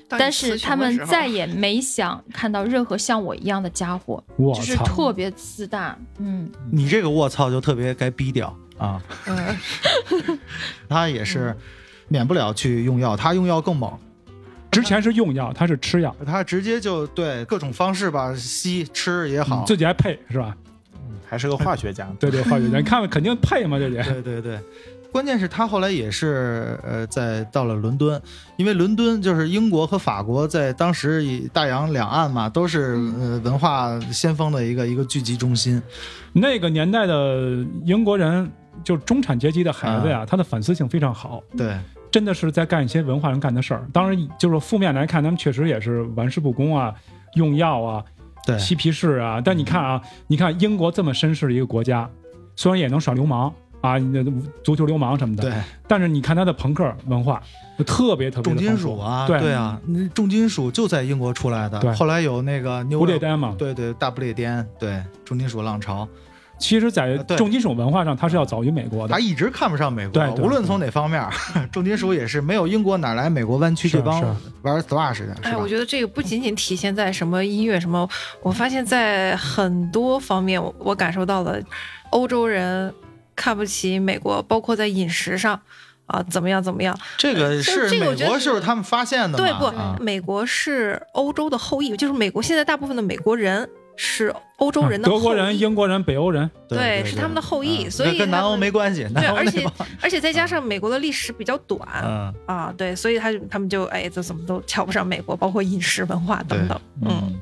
[SPEAKER 5] 当你
[SPEAKER 4] 但
[SPEAKER 5] 词
[SPEAKER 4] 是
[SPEAKER 5] 穷
[SPEAKER 4] 他
[SPEAKER 5] 的
[SPEAKER 4] 们
[SPEAKER 5] 时候
[SPEAKER 4] 再也没想看到任何像我一样的家伙，
[SPEAKER 3] 卧
[SPEAKER 4] 就是
[SPEAKER 3] 槽，
[SPEAKER 4] 特别自大。嗯，
[SPEAKER 2] 你这个卧槽就特别该逼掉啊。
[SPEAKER 5] 嗯
[SPEAKER 2] <laughs> 他也是免不了去用药，他用药更猛，
[SPEAKER 3] 之前是用药，他是吃药，
[SPEAKER 2] 他直接就对各种方式吧，吸吃也好，
[SPEAKER 3] 嗯自己还配是吧？
[SPEAKER 1] 嗯还是个化学家，
[SPEAKER 3] 对对，化
[SPEAKER 4] <laughs>
[SPEAKER 3] 学家，你看看肯定配嘛，这也
[SPEAKER 2] 对对对。关键是他后来也是呃，在到了伦敦，因为伦敦就是英国和法国在当时以大洋两岸嘛，都是呃文化先锋的一个一个聚集中心。
[SPEAKER 3] 那个年代的英国人，就中产阶级的孩子呀、
[SPEAKER 2] 啊
[SPEAKER 3] 他的反思性非常好，
[SPEAKER 2] 对，
[SPEAKER 3] 真的是在干一些文化人干的事儿。当然，就是负面来看，他们确实也是玩世不恭啊，用药啊，
[SPEAKER 2] 对嗯
[SPEAKER 3] 嬉皮士啊。但你看啊，你看英国这么绅士的一个国家，虽然也能耍流氓啊，你的足球流氓什么的，
[SPEAKER 2] 对，
[SPEAKER 3] 但是你看他的朋克文化，就特别特别
[SPEAKER 2] 重
[SPEAKER 3] 的
[SPEAKER 2] 金
[SPEAKER 3] 丰
[SPEAKER 2] 属
[SPEAKER 3] 富
[SPEAKER 2] 啊，
[SPEAKER 3] 对
[SPEAKER 2] 对啊，那重金属就在英国出来
[SPEAKER 3] 对
[SPEAKER 2] 的，后来有那个
[SPEAKER 3] 不
[SPEAKER 2] 牛
[SPEAKER 3] 列颠嘛。
[SPEAKER 2] 对对，大不列颠，对重金属浪潮，
[SPEAKER 3] 其实，在
[SPEAKER 2] 啊对啊
[SPEAKER 3] 重金属文化上，他是要早于美国的
[SPEAKER 2] 他。一直看不上美国，
[SPEAKER 3] 对对
[SPEAKER 2] 无论从哪方面儿， <laughs> 重金属也是没有英国哪来美国湾区
[SPEAKER 3] 是
[SPEAKER 2] 这
[SPEAKER 3] 啊
[SPEAKER 2] 帮
[SPEAKER 3] 是啊
[SPEAKER 2] 玩 thrash 的，是
[SPEAKER 5] 哎，
[SPEAKER 2] 吧
[SPEAKER 5] 我？觉得这个不仅仅体现在什么音乐什么，我发现在很多方面，我我感受到了欧洲人看不起美国，包括在饮食上啊，怎么样怎么样？
[SPEAKER 2] 这个
[SPEAKER 5] 就是这个我
[SPEAKER 2] 美
[SPEAKER 5] 觉得
[SPEAKER 2] 国
[SPEAKER 5] 是
[SPEAKER 2] 就是他们发现的嘛，
[SPEAKER 5] 对不？
[SPEAKER 2] 啊
[SPEAKER 5] 美国是欧洲的后裔，就是美国现在大部分的美国人是欧
[SPEAKER 2] 嗯
[SPEAKER 5] 洲人的后裔，
[SPEAKER 3] 啊德国人、英国人、北欧人，
[SPEAKER 2] 对
[SPEAKER 5] 对是他们的后裔
[SPEAKER 2] 嗯
[SPEAKER 5] 所以
[SPEAKER 2] 跟南
[SPEAKER 5] 他
[SPEAKER 2] 欧
[SPEAKER 5] 们
[SPEAKER 2] 没关系，
[SPEAKER 5] 对，
[SPEAKER 2] 南欧
[SPEAKER 5] 而
[SPEAKER 2] 那
[SPEAKER 5] 且
[SPEAKER 2] 帮
[SPEAKER 5] 而且再加上美国的历史比较短、
[SPEAKER 2] 嗯，
[SPEAKER 5] 啊，对，所以他他们就哎，这怎么都瞧不上美国，包括饮食文化等等，嗯，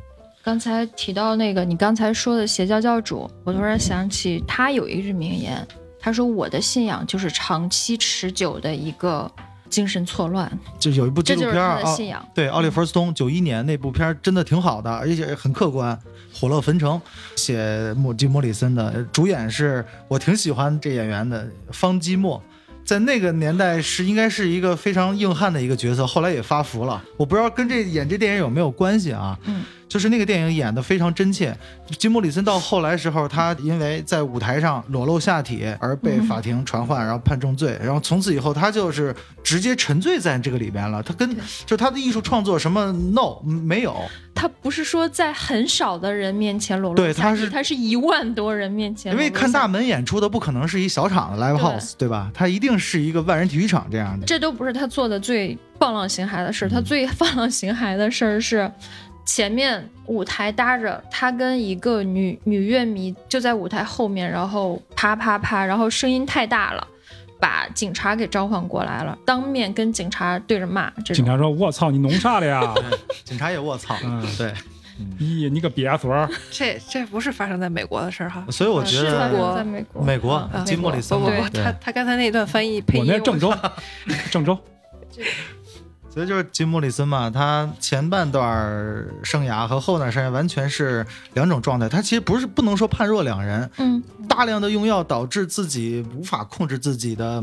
[SPEAKER 4] 刚才提到那个，你刚才说的邪教教主，我突然想起他有一句名言，他说：“我的信仰就是长期持久的一个精神错乱，
[SPEAKER 2] 就有一部纪
[SPEAKER 4] 这
[SPEAKER 2] 录
[SPEAKER 4] 就是
[SPEAKER 2] 片儿
[SPEAKER 4] 他
[SPEAKER 2] 啊
[SPEAKER 4] 的，信仰。嗯
[SPEAKER 2] 对，奥利弗·斯通九一年那部片儿真的挺好的，而且很客观，《火热焚城》写莫吉·莫里森的，呃主演是我挺喜欢这演员的方基莫，在那个年代是应该是一个非常硬汉的一个角色，后来也发福了，我不知道跟这演这电影有没有关系啊。
[SPEAKER 4] 嗯，
[SPEAKER 2] 就是那个电影演的非常真切。金莫里森到后来时候，他因为在舞台上裸露下体而被
[SPEAKER 4] 嗯
[SPEAKER 2] 法庭传唤，然后判重罪，然后从此以后他就是直接沉醉在这个里边了。他跟就是他的艺术创作什么 no 没有，
[SPEAKER 4] 他不是说在很少的人面前裸露
[SPEAKER 2] 对
[SPEAKER 4] 下
[SPEAKER 2] 他
[SPEAKER 4] 体，
[SPEAKER 2] 是
[SPEAKER 4] 他是一万多人面前
[SPEAKER 2] 因
[SPEAKER 4] 裸露
[SPEAKER 2] 为
[SPEAKER 4] 下体，
[SPEAKER 2] 看大门演出的不可能是一小场的 live
[SPEAKER 4] 对
[SPEAKER 2] house 对吧？他一定是一个万人体育场这样的。
[SPEAKER 4] 这都不是他做的最放浪形骸的事儿，
[SPEAKER 2] 嗯
[SPEAKER 4] 他最放浪形骸的事儿是。前面舞台搭着他跟一个女女乐迷就在舞台后面，然后啪啪啪，然后声音太大了，把警察给召唤过来了，当面跟警察对着骂，这
[SPEAKER 3] 警
[SPEAKER 4] 种
[SPEAKER 3] 察说：“我操，你弄啥了
[SPEAKER 4] <laughs>
[SPEAKER 3] 呀？
[SPEAKER 2] 警察也卧槽，
[SPEAKER 3] 嗯
[SPEAKER 2] 对，
[SPEAKER 3] 咦，你个瘪孙
[SPEAKER 4] <laughs>
[SPEAKER 3] 儿！
[SPEAKER 5] 这这不是发生在美国的事儿哈。
[SPEAKER 2] 所以我觉
[SPEAKER 4] 是
[SPEAKER 2] 得
[SPEAKER 4] 发生
[SPEAKER 5] 国
[SPEAKER 4] 在美国，
[SPEAKER 2] 美国
[SPEAKER 5] 啊
[SPEAKER 2] 金莫里森
[SPEAKER 5] 不
[SPEAKER 2] 嘛
[SPEAKER 5] 不不，
[SPEAKER 2] 对
[SPEAKER 3] <laughs>
[SPEAKER 5] 他他刚才那段翻译配
[SPEAKER 3] 我
[SPEAKER 5] 音，
[SPEAKER 3] 那郑州，郑州，
[SPEAKER 2] 所以就是吉姆·里森嘛，他前半段儿生涯和后段生涯完全是两种状态。他其实不是不能说判若两人，
[SPEAKER 4] 嗯，
[SPEAKER 2] 大量的用药导致自己无法控制自己的，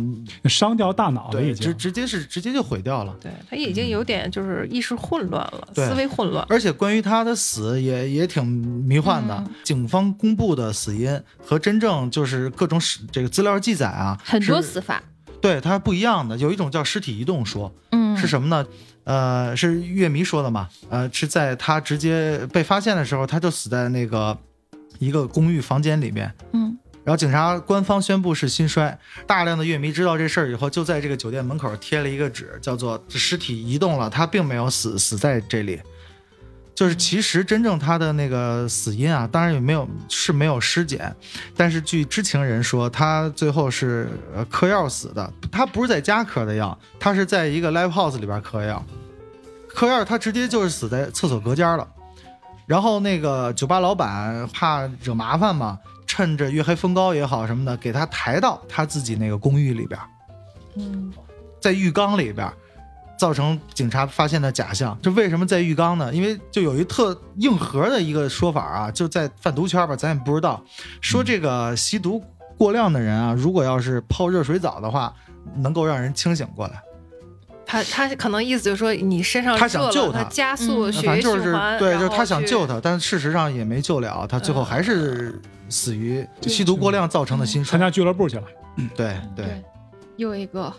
[SPEAKER 3] 伤掉大脑了
[SPEAKER 2] 对，
[SPEAKER 3] 已
[SPEAKER 2] 直
[SPEAKER 3] 经。
[SPEAKER 2] 直接是直接就毁掉了。
[SPEAKER 5] 对他已经有点就是意识混乱了，
[SPEAKER 2] 嗯对
[SPEAKER 5] 思维混乱。
[SPEAKER 2] 而且关于他的死也也挺迷幻的，
[SPEAKER 4] 嗯
[SPEAKER 2] 警方公布的死因和真正就是各种史这个资料记载啊，
[SPEAKER 4] 很多
[SPEAKER 2] 是
[SPEAKER 4] 死法，
[SPEAKER 2] 对它不一样的。有一种叫尸体移动说，
[SPEAKER 4] 嗯，
[SPEAKER 2] 是什么呢？呃，是乐迷说的嘛？呃，是在他直接被发现的时候，他就死在那个一个公寓房间里面。
[SPEAKER 4] 嗯
[SPEAKER 2] 然后警察官方宣布是心衰，大量的乐迷知道这事儿以后，就在这个酒店门口贴了一个纸，叫做“尸体移动了，他并没有死，死在这里”。就是其实真正他的那个死因啊，当然也没有是没有尸检，但是据知情人说，他最后是呃嗑药死的。他不是在家嗑的药，他是在一个 live house 里边嗑药。嗑药他直接就是死在厕所隔间了。然后那个酒吧老板怕惹麻烦嘛，趁着月黑风高也好什么的，给他抬到他自己那个公寓里边，
[SPEAKER 4] 嗯
[SPEAKER 2] 在浴缸里边，造成警察发现的假象。这为什么在浴缸呢？因为就有一特硬核的一个说法啊，就在贩毒圈吧，咱也不知道，说这个吸毒过量的人啊，如果要是泡热水澡的话，能够让人清醒过来。
[SPEAKER 5] 他他可能意思就是说你身上
[SPEAKER 2] 他想
[SPEAKER 5] 热了
[SPEAKER 2] 救他
[SPEAKER 5] 加速
[SPEAKER 4] 嗯
[SPEAKER 5] 血
[SPEAKER 2] 反
[SPEAKER 5] 液
[SPEAKER 2] 正就
[SPEAKER 5] 循
[SPEAKER 2] 是
[SPEAKER 5] 环，
[SPEAKER 2] 对，
[SPEAKER 5] 然
[SPEAKER 2] 就
[SPEAKER 5] 后
[SPEAKER 2] 是他想
[SPEAKER 5] 去嗯
[SPEAKER 2] 救他，但事实上也没救了，他最后还是死于吸毒过量造成的心
[SPEAKER 3] 参
[SPEAKER 2] 衰。
[SPEAKER 3] 加俱乐部去了，
[SPEAKER 2] 对对
[SPEAKER 4] 又一个，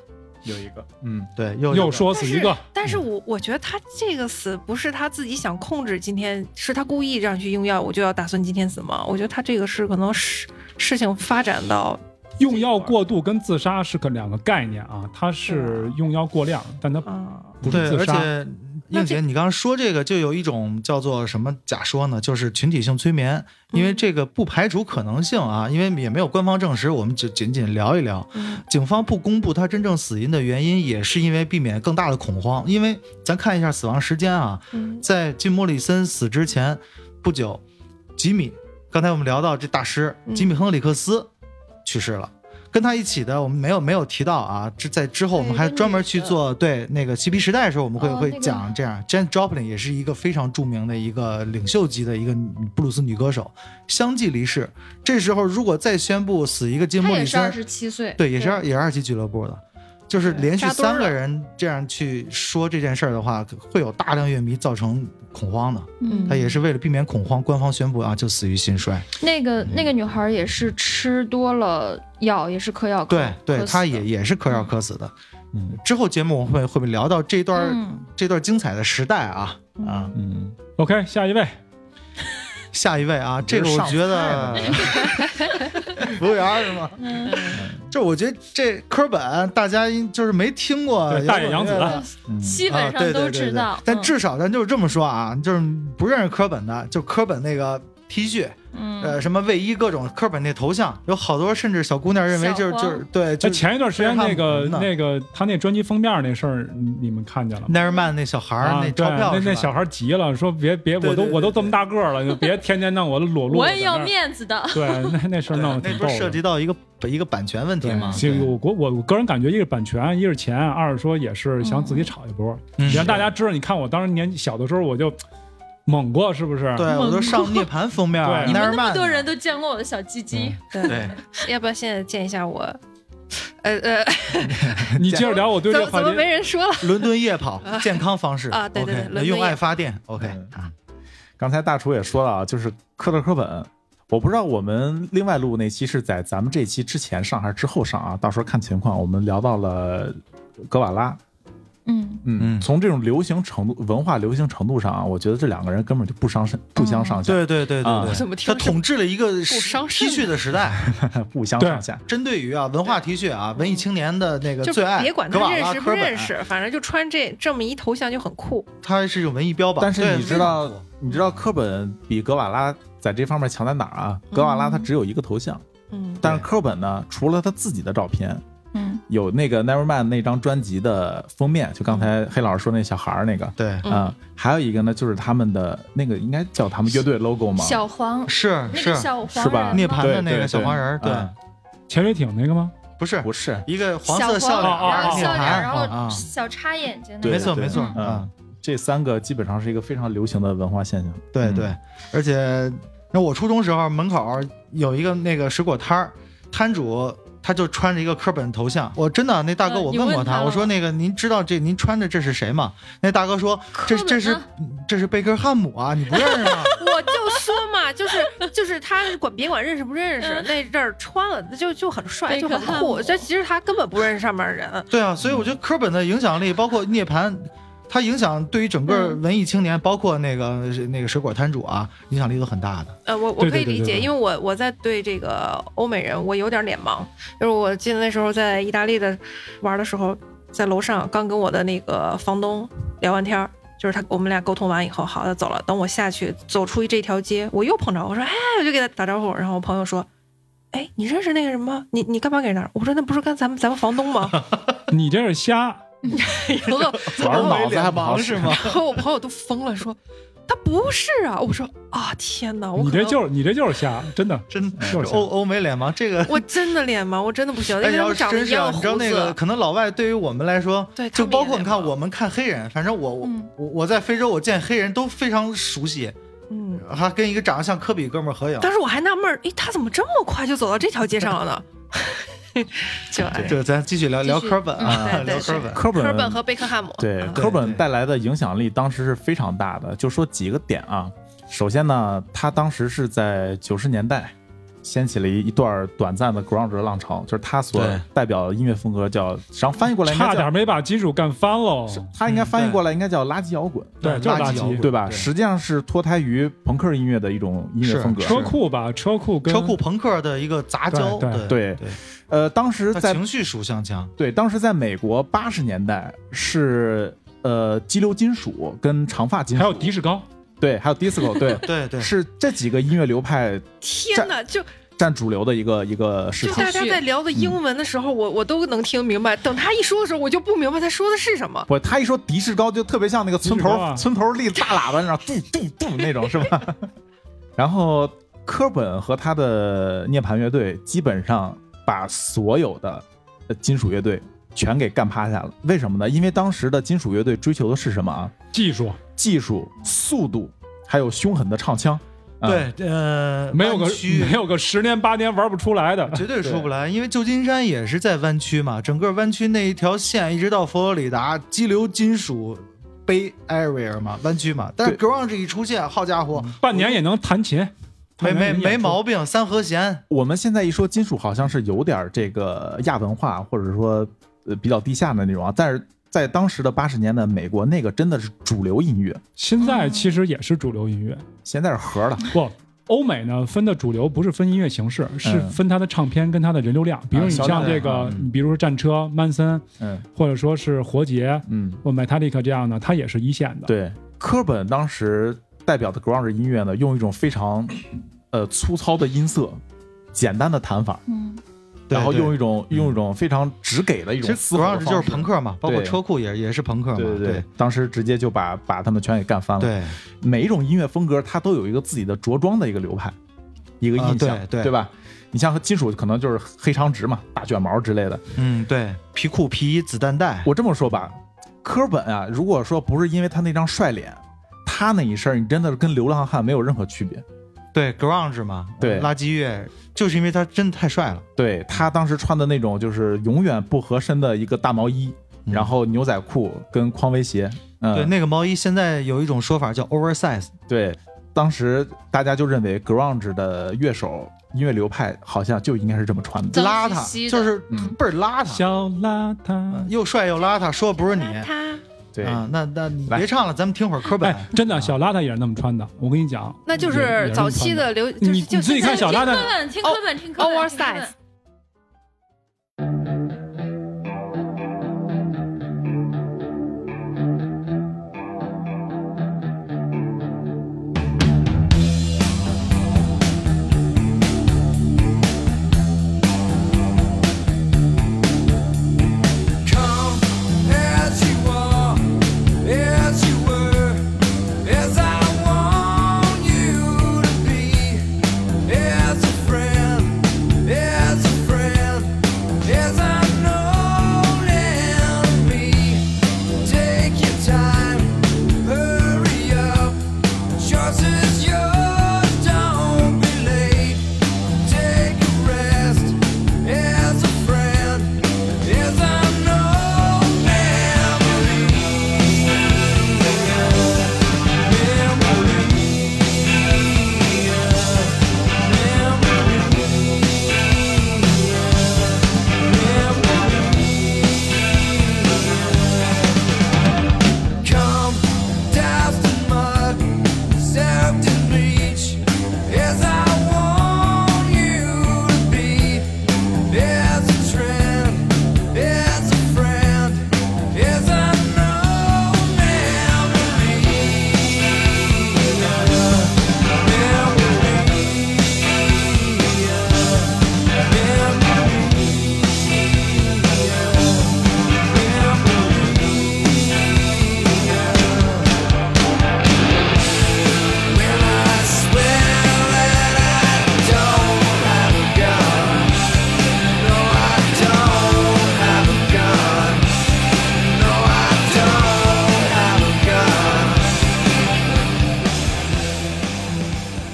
[SPEAKER 1] 有一个，嗯，
[SPEAKER 2] 对，又
[SPEAKER 3] 又
[SPEAKER 2] 又
[SPEAKER 3] 说
[SPEAKER 5] 但
[SPEAKER 3] 死
[SPEAKER 5] 是，
[SPEAKER 3] 一个，
[SPEAKER 5] 但
[SPEAKER 2] 嗯
[SPEAKER 5] 是我我觉得他这个死不是他自己想控制，今天是他故意让你去用药，我就要打算今天死吗？我觉得他这个是可能事事情发展到
[SPEAKER 3] 用药过度跟自杀是个两个概念啊，他是用药过量，但他
[SPEAKER 5] 啊，
[SPEAKER 3] 不
[SPEAKER 2] 对
[SPEAKER 3] 是，自
[SPEAKER 2] 而
[SPEAKER 3] 杀。
[SPEAKER 2] 且
[SPEAKER 5] 那
[SPEAKER 2] 应
[SPEAKER 5] 这
[SPEAKER 2] 姐，你刚刚说这个就有一种叫做什么假说呢？就是群体性催眠，因为
[SPEAKER 5] 嗯
[SPEAKER 2] 这个不排除可能性啊，因为也没有官方证实，我们就仅仅聊一聊。
[SPEAKER 5] 嗯
[SPEAKER 2] 警方不公布他真正死因的原因，也是因为避免更大的恐慌。因为咱看一下死亡时间啊，
[SPEAKER 5] 嗯
[SPEAKER 2] 在金莫里森死之前不久，吉米，刚才我们聊到这大师
[SPEAKER 5] 嗯
[SPEAKER 2] 吉米亨里克斯去世了。跟他一起的，我们没有没有提到啊。这在之后，我们还专门去做对那个嬉皮时代的时候，我们会
[SPEAKER 4] 哦
[SPEAKER 2] 会
[SPEAKER 4] 那个
[SPEAKER 2] 讲这样。Jane Joplin 也是一个非常著名的一个领袖级的一个女布鲁斯女歌手，相继离世。这时候如果再宣布死一个金
[SPEAKER 4] 他
[SPEAKER 2] 莫
[SPEAKER 4] 也
[SPEAKER 2] 里
[SPEAKER 4] 是
[SPEAKER 2] 森
[SPEAKER 4] 二，十七岁，
[SPEAKER 2] 对，也是二也是二级俱乐部的，就是连续
[SPEAKER 5] 扎堆儿
[SPEAKER 2] 三个
[SPEAKER 5] 了
[SPEAKER 2] 人这样去说这件事儿的话，会有大量乐迷造成恐慌的。
[SPEAKER 4] 嗯，
[SPEAKER 2] 他也是为了避免恐慌，官方宣布啊，就死于心衰。
[SPEAKER 4] 那个那个女孩也是吃多了药，也是嗑药嗑，
[SPEAKER 2] 对
[SPEAKER 4] 嗑
[SPEAKER 2] 对，
[SPEAKER 4] 哦死
[SPEAKER 2] 他
[SPEAKER 4] 的
[SPEAKER 2] 也也是嗑药嗑死的。
[SPEAKER 1] 嗯
[SPEAKER 2] 之后节目我们会会不会聊到这段、
[SPEAKER 4] 嗯
[SPEAKER 2] 这段精彩的时代啊啊！
[SPEAKER 1] 嗯，
[SPEAKER 3] OK，下一位，
[SPEAKER 2] 下一位啊，这个
[SPEAKER 1] 这是
[SPEAKER 2] 我
[SPEAKER 1] 上
[SPEAKER 2] 觉得 <laughs> 服务员是吗？
[SPEAKER 4] 嗯
[SPEAKER 2] 这我觉得这科本大家应就是没听过
[SPEAKER 3] 对大野
[SPEAKER 2] 摇
[SPEAKER 3] 洋
[SPEAKER 2] 滚
[SPEAKER 3] 子
[SPEAKER 2] 乐的
[SPEAKER 3] 啊
[SPEAKER 1] 嗯
[SPEAKER 4] 基
[SPEAKER 2] 啊，
[SPEAKER 4] 本
[SPEAKER 2] 对
[SPEAKER 4] 上
[SPEAKER 2] 对
[SPEAKER 4] 都
[SPEAKER 2] 对对
[SPEAKER 4] 知道，嗯
[SPEAKER 2] 但至少咱就是这么说啊，就是不认识科本的，就科本那个 T 恤，
[SPEAKER 4] 嗯
[SPEAKER 2] 呃，什么卫衣，各种科本那头像，有好多甚至小姑娘认为就是
[SPEAKER 4] 小
[SPEAKER 2] 就
[SPEAKER 4] 黄
[SPEAKER 2] 是对，
[SPEAKER 3] 哎，
[SPEAKER 2] 就是
[SPEAKER 3] 前一段时间那
[SPEAKER 2] 就
[SPEAKER 3] 个
[SPEAKER 2] 是他们
[SPEAKER 3] 那个他那专辑封面那事儿，你你们看见了吗？
[SPEAKER 2] Nevermind 那小孩儿、
[SPEAKER 3] 啊，
[SPEAKER 2] 那
[SPEAKER 3] 对
[SPEAKER 2] 钞票
[SPEAKER 3] 那
[SPEAKER 2] 是吧
[SPEAKER 3] 那小孩急了，说别别，
[SPEAKER 2] 对
[SPEAKER 3] 我都
[SPEAKER 2] 对
[SPEAKER 3] 我都
[SPEAKER 2] 对
[SPEAKER 3] 这么大个儿了，你别天天弄我的裸露。
[SPEAKER 4] 我也要
[SPEAKER 3] 在那儿。
[SPEAKER 4] 面子
[SPEAKER 2] 嗯
[SPEAKER 4] 的，
[SPEAKER 3] 对，那那事儿
[SPEAKER 2] 对
[SPEAKER 3] 弄得
[SPEAKER 2] 那
[SPEAKER 3] 挺
[SPEAKER 2] 不
[SPEAKER 3] 逗
[SPEAKER 2] 是涉
[SPEAKER 3] 的。
[SPEAKER 2] 及到一个一个版权问题吗？
[SPEAKER 3] 其实
[SPEAKER 2] 对
[SPEAKER 3] 我我我我个人感觉，一是版权，一是钱，二是说也是想自己炒一波，
[SPEAKER 2] 嗯
[SPEAKER 3] 也让大家知道。你看我当时年纪小的时候，我就猛过，是不是？
[SPEAKER 2] 对我都
[SPEAKER 4] <laughs>
[SPEAKER 2] 上涅盘封面
[SPEAKER 3] 对
[SPEAKER 4] 你们那
[SPEAKER 2] Nevermind，
[SPEAKER 4] 么多人都见过我的小鸡鸡，
[SPEAKER 5] 对，
[SPEAKER 2] 对，
[SPEAKER 5] 要不要现在见一下我？呃呃，
[SPEAKER 3] <laughs> 你接着聊，我对
[SPEAKER 5] 怎
[SPEAKER 3] 这
[SPEAKER 5] 么怎
[SPEAKER 3] 话
[SPEAKER 5] 么
[SPEAKER 3] 题
[SPEAKER 5] 没人说了？
[SPEAKER 2] 伦敦夜跑健康方式
[SPEAKER 5] 啊对对对
[SPEAKER 2] OK，
[SPEAKER 5] 伦敦
[SPEAKER 2] 用
[SPEAKER 5] 夜
[SPEAKER 2] 爱发电，OK
[SPEAKER 1] 嗯
[SPEAKER 2] 啊，
[SPEAKER 1] 刚才大厨也说了啊，就是科特·科本，我不知道我们另外录那期是在咱们这期之前上还是之后上啊，到时候看情况。我们聊到了格瓦拉，
[SPEAKER 4] 嗯
[SPEAKER 1] 嗯，
[SPEAKER 2] 嗯
[SPEAKER 1] 从这种流行程度、文化流行程度上啊，我觉得这两个人根本就不相上不相上下，
[SPEAKER 2] 对对对对
[SPEAKER 1] 啊
[SPEAKER 2] 对，
[SPEAKER 5] 怎么
[SPEAKER 2] 他
[SPEAKER 5] 听着
[SPEAKER 2] 统治了一个 T
[SPEAKER 5] 伤肾
[SPEAKER 2] 恤的时代。
[SPEAKER 1] <laughs> 不相上下。
[SPEAKER 2] 针对于啊文化 T 恤啊文艺青年的那个
[SPEAKER 5] 嗯就
[SPEAKER 2] 最爱，
[SPEAKER 5] 别管
[SPEAKER 2] 格
[SPEAKER 5] 他
[SPEAKER 2] 瓦
[SPEAKER 5] 认
[SPEAKER 2] 拉
[SPEAKER 5] 识不
[SPEAKER 2] 科本啊
[SPEAKER 5] 认，识，反正就穿这这么一头像就很酷。
[SPEAKER 2] 它是一种文艺标榜。
[SPEAKER 1] 但是
[SPEAKER 2] 对
[SPEAKER 1] 你知道
[SPEAKER 2] 非常酷，
[SPEAKER 1] 你知道科本比格瓦拉在这方面强在哪儿啊？格瓦拉他只有一个头像，
[SPEAKER 5] 嗯，
[SPEAKER 1] 但是科本呢，除了他自己的照片，
[SPEAKER 4] 嗯
[SPEAKER 1] 有那个 Nevermind 那张专辑的封面，就刚
[SPEAKER 2] 嗯
[SPEAKER 1] 才黑老师说那小孩儿那个，
[SPEAKER 2] 对
[SPEAKER 5] 嗯
[SPEAKER 1] 啊，还有一个呢，就是他们的那个应该叫他们乐队 logo 嘛，
[SPEAKER 4] 小黄
[SPEAKER 2] 是
[SPEAKER 4] 那
[SPEAKER 2] 是
[SPEAKER 4] 个小黄
[SPEAKER 1] 是吧
[SPEAKER 4] 人
[SPEAKER 2] 涅
[SPEAKER 4] 吗
[SPEAKER 2] 槃的那
[SPEAKER 1] 对对
[SPEAKER 2] 个小黄人儿，
[SPEAKER 1] 对嗯
[SPEAKER 2] 对，
[SPEAKER 3] 潜水艇那个吗？
[SPEAKER 2] 不是
[SPEAKER 1] 不是，
[SPEAKER 2] 一个黄
[SPEAKER 4] 小
[SPEAKER 2] 色笑脸儿，
[SPEAKER 3] 黄
[SPEAKER 4] 然
[SPEAKER 3] 啊
[SPEAKER 4] 后
[SPEAKER 2] 面
[SPEAKER 4] 笑脸，
[SPEAKER 2] 盘
[SPEAKER 4] 然
[SPEAKER 2] 啊
[SPEAKER 4] 后
[SPEAKER 2] 啊
[SPEAKER 4] 小插眼睛
[SPEAKER 1] 对
[SPEAKER 4] 那
[SPEAKER 2] 没
[SPEAKER 4] 种，
[SPEAKER 2] 错没错
[SPEAKER 1] 嗯
[SPEAKER 2] 啊，
[SPEAKER 1] 这三个基本上是一个非常流行的文化现象。
[SPEAKER 2] 对
[SPEAKER 1] 嗯
[SPEAKER 2] 对，而且那我初中时候啊门口有一个那个水果摊儿，摊主他就穿着一个科本头像，我真的那大哥
[SPEAKER 4] 嗯
[SPEAKER 2] 我
[SPEAKER 4] 你
[SPEAKER 2] 问
[SPEAKER 4] 问
[SPEAKER 2] 过
[SPEAKER 4] 他
[SPEAKER 2] 我
[SPEAKER 4] 了
[SPEAKER 2] 说
[SPEAKER 4] 吗
[SPEAKER 2] 那个您知道这您穿着这是谁吗？那大哥说这
[SPEAKER 4] 科本
[SPEAKER 2] 这是
[SPEAKER 4] 呢
[SPEAKER 2] 这是贝克汉姆啊，你不认识
[SPEAKER 4] <laughs>
[SPEAKER 2] 吗？
[SPEAKER 5] 我就说嘛，就是就是他管别管认识不认识，那阵儿穿了就就很帅，
[SPEAKER 4] 贝
[SPEAKER 5] 就
[SPEAKER 4] 克
[SPEAKER 5] 嗯很
[SPEAKER 4] 汉
[SPEAKER 5] 酷。
[SPEAKER 4] 姆
[SPEAKER 5] 这其实他根本不认识上面的人，
[SPEAKER 2] 对啊，所以我觉得科本的影响力，包括涅槃，它影响对于整个
[SPEAKER 4] 嗯
[SPEAKER 2] 文艺青年，包括那个那个水果摊主啊，影响力都很大的。
[SPEAKER 5] 呃，我我
[SPEAKER 3] 对
[SPEAKER 5] 可
[SPEAKER 3] 对
[SPEAKER 5] 以
[SPEAKER 3] 对
[SPEAKER 5] 理
[SPEAKER 3] 对
[SPEAKER 5] 解，
[SPEAKER 3] 对
[SPEAKER 5] 因为我我在对这个欧美人，我有点脸盲。就是我记得那时候在意大利的玩的时候，在楼上刚跟我的那个房东聊完天儿，就是他我们俩沟通完以后，好，他走了。等我下去走出这条街，我又碰着，我说哎，我就给他打招呼。然后我朋友说，哎，你认识那个人吗？你你干嘛给人打？我说那不是跟咱们咱们房东
[SPEAKER 3] <laughs>
[SPEAKER 5] 吗？
[SPEAKER 3] 你这是瞎，
[SPEAKER 5] 然
[SPEAKER 3] <laughs>
[SPEAKER 5] 后
[SPEAKER 1] 主要是脑子还不好使？
[SPEAKER 2] 吗？
[SPEAKER 5] 然后我朋友都疯了，说他不是啊。我说啊，天哪，我
[SPEAKER 3] 你
[SPEAKER 5] 可
[SPEAKER 3] 这
[SPEAKER 5] 能
[SPEAKER 3] 就是你这就是瞎，真的。
[SPEAKER 2] <laughs> 真
[SPEAKER 3] 就是瞎
[SPEAKER 2] 欧欧美脸盲这个， <laughs>
[SPEAKER 5] 我真的脸盲，我真的不行，因
[SPEAKER 2] 哎，
[SPEAKER 5] 为
[SPEAKER 2] 你
[SPEAKER 5] 他
[SPEAKER 2] 要
[SPEAKER 5] 们长得
[SPEAKER 2] 真
[SPEAKER 5] 一
[SPEAKER 2] 是啊
[SPEAKER 5] 样
[SPEAKER 2] 你
[SPEAKER 5] 胡
[SPEAKER 2] 知
[SPEAKER 5] 子。
[SPEAKER 2] 道那个，可能老外对于我们来说，
[SPEAKER 5] 对他
[SPEAKER 2] 就
[SPEAKER 5] 们
[SPEAKER 2] 包
[SPEAKER 5] 也
[SPEAKER 2] 括你
[SPEAKER 5] 脸
[SPEAKER 2] 看
[SPEAKER 5] 盲
[SPEAKER 2] 我们看黑人，反正我我
[SPEAKER 4] 嗯
[SPEAKER 2] 我我在非洲，我见黑人都非常熟悉，
[SPEAKER 5] 嗯，
[SPEAKER 2] 还跟一个长得像科比哥们儿合影，
[SPEAKER 5] 当时我还纳闷儿，哎，他怎么这么快就走到这条街上了呢？ <laughs> 就哎
[SPEAKER 2] 对，咱继续聊
[SPEAKER 4] 继
[SPEAKER 2] 聊
[SPEAKER 4] 续
[SPEAKER 2] 科本啊，
[SPEAKER 5] 嗯对
[SPEAKER 2] <laughs> 聊科
[SPEAKER 5] 对是
[SPEAKER 2] 本，
[SPEAKER 1] 科本
[SPEAKER 5] 科本和贝克汉姆，
[SPEAKER 1] 对
[SPEAKER 5] 嗯
[SPEAKER 1] 科本
[SPEAKER 2] 对
[SPEAKER 1] 带来的影响力当时是非常大的。就说几个点啊，首先呢，他当时是在九十年代掀起了一一段短暂的 grunge 的浪潮，就是他所
[SPEAKER 2] 对
[SPEAKER 1] 代表的音乐风格叫，然后翻译过来应该
[SPEAKER 3] 差
[SPEAKER 1] 叫
[SPEAKER 3] 点没把金属干翻喽。
[SPEAKER 1] 他应该翻
[SPEAKER 2] 嗯
[SPEAKER 1] 译过来应该叫垃圾摇滚，
[SPEAKER 3] 对，就是
[SPEAKER 2] 垃
[SPEAKER 3] 垃
[SPEAKER 2] 圾摇滚
[SPEAKER 3] 圾。
[SPEAKER 1] 对吧？实际上是脱胎于朋克音乐的一种音乐
[SPEAKER 2] 是
[SPEAKER 1] 风格。
[SPEAKER 3] 车库吧，车库跟
[SPEAKER 2] 车库朋克的一个杂交，
[SPEAKER 3] 对
[SPEAKER 2] 对
[SPEAKER 3] 对
[SPEAKER 1] 对，呃，当时
[SPEAKER 2] 它
[SPEAKER 1] 在
[SPEAKER 2] 情绪属相强，，
[SPEAKER 1] 对，当时在美国八十年代是呃激流金属跟长发金属，
[SPEAKER 3] 还有迪士高，
[SPEAKER 1] 对，还有 disco，对
[SPEAKER 2] 对对，
[SPEAKER 1] 是这几个音乐流派
[SPEAKER 5] 天哪，就
[SPEAKER 1] 占主流的一个一个市
[SPEAKER 5] 就
[SPEAKER 1] 场
[SPEAKER 5] 大。家在聊的英文的时候，我我都能听明白。等他一说的时候，我就不明白他说的是什么。
[SPEAKER 1] 不，他一说迪士高就特别像那个村
[SPEAKER 3] 迪
[SPEAKER 1] 头、
[SPEAKER 3] 士高啊
[SPEAKER 1] 村头立大喇叭那种嘟嘟嘟那种是吧？ <laughs> 然后科本和他的涅槃乐队基本上把所有的呃金属乐队全给干趴下了。为什么呢？因为当时的金属乐队追求的是什么啊？
[SPEAKER 3] 技术
[SPEAKER 1] 技术、速度，还有凶狠的唱腔。啊
[SPEAKER 2] 对，呃，
[SPEAKER 3] 没有个
[SPEAKER 2] 湾区
[SPEAKER 3] 没有个十年八年玩不出来的。
[SPEAKER 2] <laughs> 绝对出不来，因为旧金山也是在湾区嘛，整个湾区那一条线一直到佛罗里达，激流金属。Bay Area 嘛，湾区嘛，但是 grunge 一出现，好家
[SPEAKER 1] 嗯
[SPEAKER 2] 伙，
[SPEAKER 3] 半年也能弹琴，
[SPEAKER 2] 没没
[SPEAKER 3] 半年也能
[SPEAKER 2] 没
[SPEAKER 3] 演出
[SPEAKER 2] 毛病，三和弦，
[SPEAKER 1] 我们现在一说金属，好像是有点这个亚文化，或者说呃比较地下的那种啊。但是在当时的八十年代美国，那个真的是主流音乐，
[SPEAKER 3] 现在其实也是主流音乐，
[SPEAKER 1] 现在是核
[SPEAKER 2] <laughs>
[SPEAKER 1] 了。
[SPEAKER 3] 不。欧美呢分的主流不是分音乐形式，是
[SPEAKER 1] 嗯
[SPEAKER 3] 分它的唱片跟它的人流量。比
[SPEAKER 1] 啊
[SPEAKER 3] 如你
[SPEAKER 1] 销量
[SPEAKER 3] 像这
[SPEAKER 1] 量
[SPEAKER 3] 个，
[SPEAKER 1] 嗯
[SPEAKER 3] 你比如说战车、曼森，
[SPEAKER 1] 嗯
[SPEAKER 3] 或者说是活结、
[SPEAKER 1] 嗯，
[SPEAKER 3] 或 Metallica 这样的，它也是一线的。
[SPEAKER 1] 对，科本当时代表的 grunge 音乐呢，用一种非常呃粗糙的音色。简单的弹法，
[SPEAKER 4] 嗯，
[SPEAKER 2] 对
[SPEAKER 1] 然后
[SPEAKER 2] 对嗯
[SPEAKER 1] 用一种用一种非常直给的一
[SPEAKER 2] 其
[SPEAKER 1] 种
[SPEAKER 2] 实
[SPEAKER 1] 嘶吼的
[SPEAKER 2] grunge 就
[SPEAKER 1] 方
[SPEAKER 2] 是
[SPEAKER 1] 式
[SPEAKER 2] 朋，克嘛，包括
[SPEAKER 1] 对
[SPEAKER 2] 车库也也是朋克嘛，
[SPEAKER 1] 对对
[SPEAKER 2] 对
[SPEAKER 1] 对，当时直接就把把他们全给干翻了。
[SPEAKER 2] 对
[SPEAKER 1] 每一种音乐风格，它都有一个自己的着装的一个流派，一个印象，
[SPEAKER 2] 啊对对
[SPEAKER 1] 吧？你像金属可能就是黑长直嘛，大卷毛之类的。
[SPEAKER 2] 嗯对，皮裤、皮衣、子弹带，
[SPEAKER 1] 我这么说吧，科本啊，如果说不是因为他那张帅脸，他那一身，你真的是跟流浪汉没有任何区别。
[SPEAKER 2] 对 grunge 嘛，
[SPEAKER 1] 对
[SPEAKER 2] 垃圾乐，就是因为他真的太帅了，
[SPEAKER 1] 对他当时穿的那种就是永远不合身的一个大毛衣，
[SPEAKER 2] 嗯
[SPEAKER 1] 然后牛仔裤跟匡威鞋，嗯，
[SPEAKER 2] 对那个毛衣，现在有一种说法叫 oversize，
[SPEAKER 1] 对，当时大家就认为 grunge 的乐手音乐流派好像就应该是这么穿的。
[SPEAKER 4] 脏
[SPEAKER 2] 邋
[SPEAKER 4] 兮
[SPEAKER 2] 遢，
[SPEAKER 4] 兮
[SPEAKER 2] 就
[SPEAKER 4] 的
[SPEAKER 2] 是
[SPEAKER 1] 嗯
[SPEAKER 2] 倍儿邋遢，
[SPEAKER 3] 小邋遢，
[SPEAKER 2] 又帅又邋遢，说的不是你
[SPEAKER 5] 他
[SPEAKER 1] 对，
[SPEAKER 2] 啊？那那你
[SPEAKER 1] 来
[SPEAKER 2] 别唱了，咱们听会儿科本。
[SPEAKER 3] 哎，真的，小邋遢也是那么穿的。我跟你讲，
[SPEAKER 5] 那就
[SPEAKER 3] 也也
[SPEAKER 5] 是
[SPEAKER 3] 是
[SPEAKER 5] 早期的流，
[SPEAKER 3] 那
[SPEAKER 5] 就
[SPEAKER 3] 么穿的。
[SPEAKER 5] 是
[SPEAKER 3] 你
[SPEAKER 5] 就
[SPEAKER 3] 你自己
[SPEAKER 5] 现
[SPEAKER 3] 看
[SPEAKER 5] 在
[SPEAKER 2] 哦
[SPEAKER 3] 小邋
[SPEAKER 4] 听
[SPEAKER 3] 遢
[SPEAKER 4] 课，本，听课本，听课本，听课
[SPEAKER 5] oversize
[SPEAKER 4] 本。。
[SPEAKER 6] Come as you are, as you were, as I want you to be, as a friend, as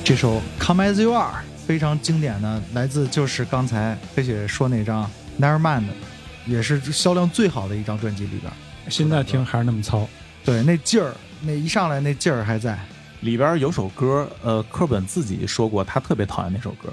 [SPEAKER 2] 这首《Come As You Are》非常经典的，来自就是刚才飞雪说那张《Nevermind》，也是销量最好的一张专辑里边。
[SPEAKER 3] 现在听还是那么糙。
[SPEAKER 2] 对，那劲儿，那一上来那劲儿还在。
[SPEAKER 1] 里边有首歌，呃，科本自己说过，他特别讨厌那首歌，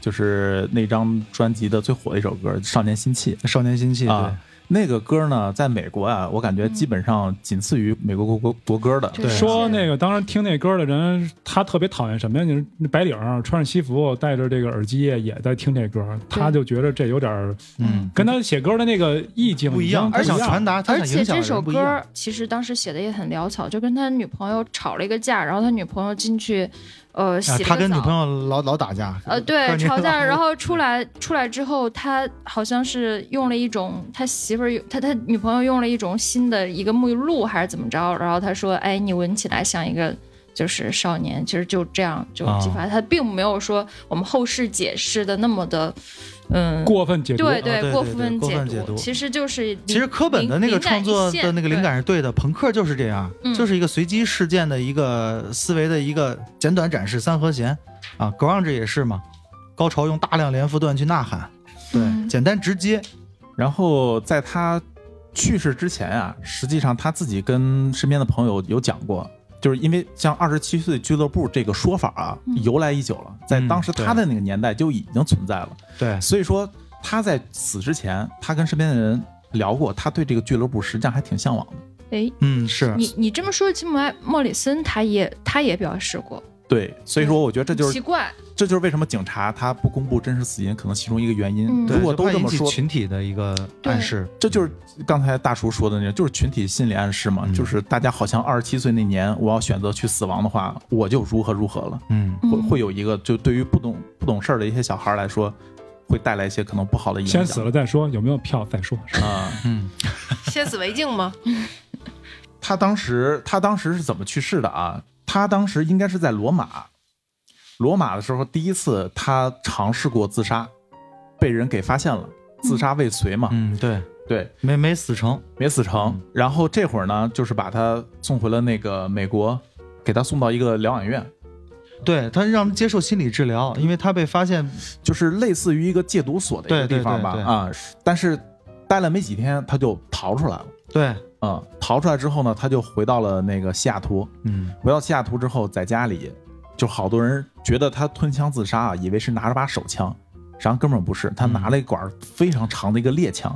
[SPEAKER 1] 就是那张专辑的最火的一首歌《少年心气
[SPEAKER 2] 少年心气》
[SPEAKER 1] 啊。那个歌呢，在美国啊，我感觉基本上仅次于美国国国国歌的。
[SPEAKER 2] 对
[SPEAKER 3] 说那个，当时听那歌的人，他特别讨厌什么呀？就是那白领儿穿着西服，戴着这个耳机，也在听这歌，他就觉得这有点儿
[SPEAKER 2] 嗯，
[SPEAKER 3] 跟他写歌的那个意境
[SPEAKER 2] 不一样，而
[SPEAKER 3] 而
[SPEAKER 2] 且想传达，他
[SPEAKER 4] 而
[SPEAKER 2] 想
[SPEAKER 4] 且
[SPEAKER 2] 影响
[SPEAKER 4] 这
[SPEAKER 2] 的
[SPEAKER 4] 首
[SPEAKER 2] 人不一样啊
[SPEAKER 4] 歌其实当时写的也很潦草，就跟他女朋友吵了一个架，然后他女朋友进去，呃，洗
[SPEAKER 2] 啊
[SPEAKER 4] 了，
[SPEAKER 2] 他
[SPEAKER 4] 个
[SPEAKER 2] 跟女朋
[SPEAKER 4] 澡。
[SPEAKER 2] 友老老打架，
[SPEAKER 4] 呃，对，
[SPEAKER 2] 但是
[SPEAKER 4] 吵
[SPEAKER 2] <laughs>
[SPEAKER 4] 架，然
[SPEAKER 2] 后
[SPEAKER 4] 后出来，出来之后，他好像是用了一种他媳妇儿用他他女朋友用了一种新的一个沐浴露还是怎么着，然后他说，哎，你闻起来像一个就是少年，其实就这样就
[SPEAKER 1] 啊
[SPEAKER 2] 哦
[SPEAKER 4] 激发、他，并没有说我们后世解释的那么的，嗯，
[SPEAKER 3] 过分解读。
[SPEAKER 4] 对
[SPEAKER 2] 对啊对
[SPEAKER 4] 过
[SPEAKER 2] 对
[SPEAKER 4] 分
[SPEAKER 2] 过
[SPEAKER 4] 解
[SPEAKER 2] 分解读
[SPEAKER 4] 其实就是
[SPEAKER 2] 其实科本的那个创作的那个灵，感是对的，朋克就是这样，
[SPEAKER 4] 嗯
[SPEAKER 2] 就是一个随机事件的一个思维的一个简短展示三和弦啊，grunge 也是嘛，高潮用大量连复段去呐喊，对，
[SPEAKER 4] 嗯
[SPEAKER 2] 简单直接，
[SPEAKER 1] 然后在他去世之前啊，实际上他自己跟身边的朋友有讲过，就是因为像二十七岁俱乐部这个说法啊，
[SPEAKER 4] 嗯
[SPEAKER 1] 由来已久了，在当时
[SPEAKER 2] 嗯对
[SPEAKER 1] 他的那个年代就已经存在了。
[SPEAKER 2] 对，
[SPEAKER 1] 所以说他在死之前，他跟身边的人聊过，他对这个俱乐部实际上还挺向往的。
[SPEAKER 4] 哎，
[SPEAKER 2] 嗯是，
[SPEAKER 4] 你你这么说，其实莫莫里森他也他也表示过，
[SPEAKER 1] 对，所以说我觉得这就
[SPEAKER 4] 奇
[SPEAKER 1] 是
[SPEAKER 4] 怪，
[SPEAKER 1] 这就是为什么警察他不公布真实死因，可能其中一个原因。
[SPEAKER 4] 嗯
[SPEAKER 2] 对
[SPEAKER 1] 如果
[SPEAKER 2] 就
[SPEAKER 1] 都
[SPEAKER 2] 怕
[SPEAKER 1] 这么
[SPEAKER 2] 引起
[SPEAKER 1] 说，
[SPEAKER 2] 群体的一个暗示，
[SPEAKER 1] 这就是刚才大叔说的那个，就是群体心理暗示嘛，
[SPEAKER 2] 嗯
[SPEAKER 1] 就是大家好像二十七岁那年，我要选择去死亡的话，我就如何如何了，
[SPEAKER 2] 嗯，
[SPEAKER 1] 会
[SPEAKER 4] 嗯
[SPEAKER 1] 会有一个就对于不懂不懂事儿的一些小孩来说，会带来一些可能不好的影响。
[SPEAKER 3] 先死了再说，有没有票再说。 <laughs>
[SPEAKER 1] 啊、
[SPEAKER 2] 嗯，
[SPEAKER 5] <laughs> 先死为敬吗？
[SPEAKER 1] 他当时他当时是怎么去世的啊？他当时应该是在罗马，罗马的时候第一次他尝试过自杀，被人给发现了，自杀未遂嘛，
[SPEAKER 2] 嗯，对，
[SPEAKER 1] 对，
[SPEAKER 2] 没没死成，
[SPEAKER 1] 没死成。然后这会儿呢，就是把他送回了那个美国，给他送到一个疗养院，
[SPEAKER 2] 对他让他接受心理治疗，因为他被发现，
[SPEAKER 1] 就是类似于一个戒毒所的一个
[SPEAKER 2] 对
[SPEAKER 1] 地方吧，
[SPEAKER 2] 对对对
[SPEAKER 1] 啊、但是待了没几天，他就逃出来了。
[SPEAKER 2] 对，
[SPEAKER 1] 嗯，逃出来之后呢，他就回到了那个西雅图，
[SPEAKER 2] 嗯，
[SPEAKER 1] 回到西雅图之后，在家里就好多人觉得他吞枪自杀啊，以为是拿着把手枪，实际上根本不是，他拿了一管非常长的一个猎枪，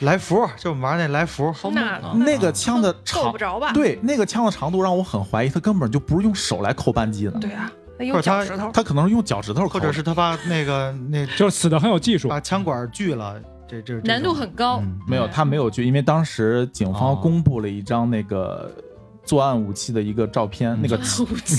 [SPEAKER 2] 来福，就我们玩那来福，啊
[SPEAKER 5] 那
[SPEAKER 4] 啊
[SPEAKER 1] 那个枪的
[SPEAKER 5] 嗯够
[SPEAKER 1] 长
[SPEAKER 5] 不，着吧？
[SPEAKER 1] 对，那个枪的长度让我很怀疑，他根本就不是用手来扣扳机的，
[SPEAKER 5] 对啊，那
[SPEAKER 2] 或
[SPEAKER 5] 用
[SPEAKER 2] 者他
[SPEAKER 5] 脚石头。
[SPEAKER 1] 他可能是用脚趾头扣
[SPEAKER 2] 或
[SPEAKER 1] 的，
[SPEAKER 2] 者是他把那个那
[SPEAKER 3] 就是死的很有技术，
[SPEAKER 5] 啊
[SPEAKER 2] 把枪管锯了，这这这
[SPEAKER 4] 难度
[SPEAKER 2] 种
[SPEAKER 4] 很高， <laughs>
[SPEAKER 2] 嗯
[SPEAKER 1] 没有，他没有去，因为当时警
[SPEAKER 2] 哦
[SPEAKER 1] 方公布了一张那个作案武器的一个照片，
[SPEAKER 5] 嗯
[SPEAKER 1] 那个
[SPEAKER 4] 武器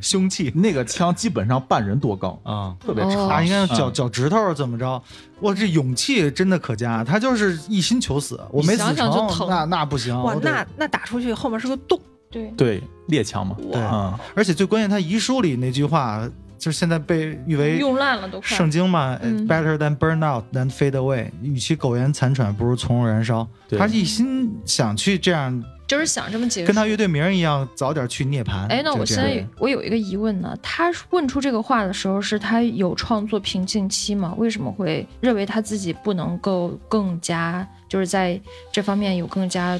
[SPEAKER 2] 凶器
[SPEAKER 1] 那个枪基本上半人多高，
[SPEAKER 2] 啊。
[SPEAKER 1] 特别
[SPEAKER 4] 哦
[SPEAKER 1] 长，
[SPEAKER 2] 啊，应该用脚
[SPEAKER 1] 嗯
[SPEAKER 2] 脚趾头怎么着？我这勇气真的可嘉，他就是一心求死，我没死
[SPEAKER 4] 想想就
[SPEAKER 2] 成，
[SPEAKER 4] 疼
[SPEAKER 2] 那那不行。
[SPEAKER 5] 哇
[SPEAKER 2] 我，得
[SPEAKER 5] 那那打出去后面是个洞，
[SPEAKER 4] 对，
[SPEAKER 1] 对猎枪嘛，
[SPEAKER 2] 对，
[SPEAKER 1] 嗯，
[SPEAKER 2] 而且最关键，他遗书里那句话，就是现在被誉为
[SPEAKER 4] 用烂了都快。
[SPEAKER 2] 圣经嘛、
[SPEAKER 4] 嗯
[SPEAKER 2] b e t t e r than burn out than fade away，与其苟延残喘，不如从容燃烧。
[SPEAKER 1] 对
[SPEAKER 2] 他一心想去这样，
[SPEAKER 4] 就是想这么解释。
[SPEAKER 2] 跟他乐队名儿一样，早点去涅槃。
[SPEAKER 4] 哎，那
[SPEAKER 2] 就
[SPEAKER 4] 我
[SPEAKER 2] 这
[SPEAKER 4] 现
[SPEAKER 2] 样
[SPEAKER 4] 在有我有一个疑问呢，他问出这个话的时候，是他有创作瓶颈期吗？为什么会认为他自己不能够更加就是在这方面有更加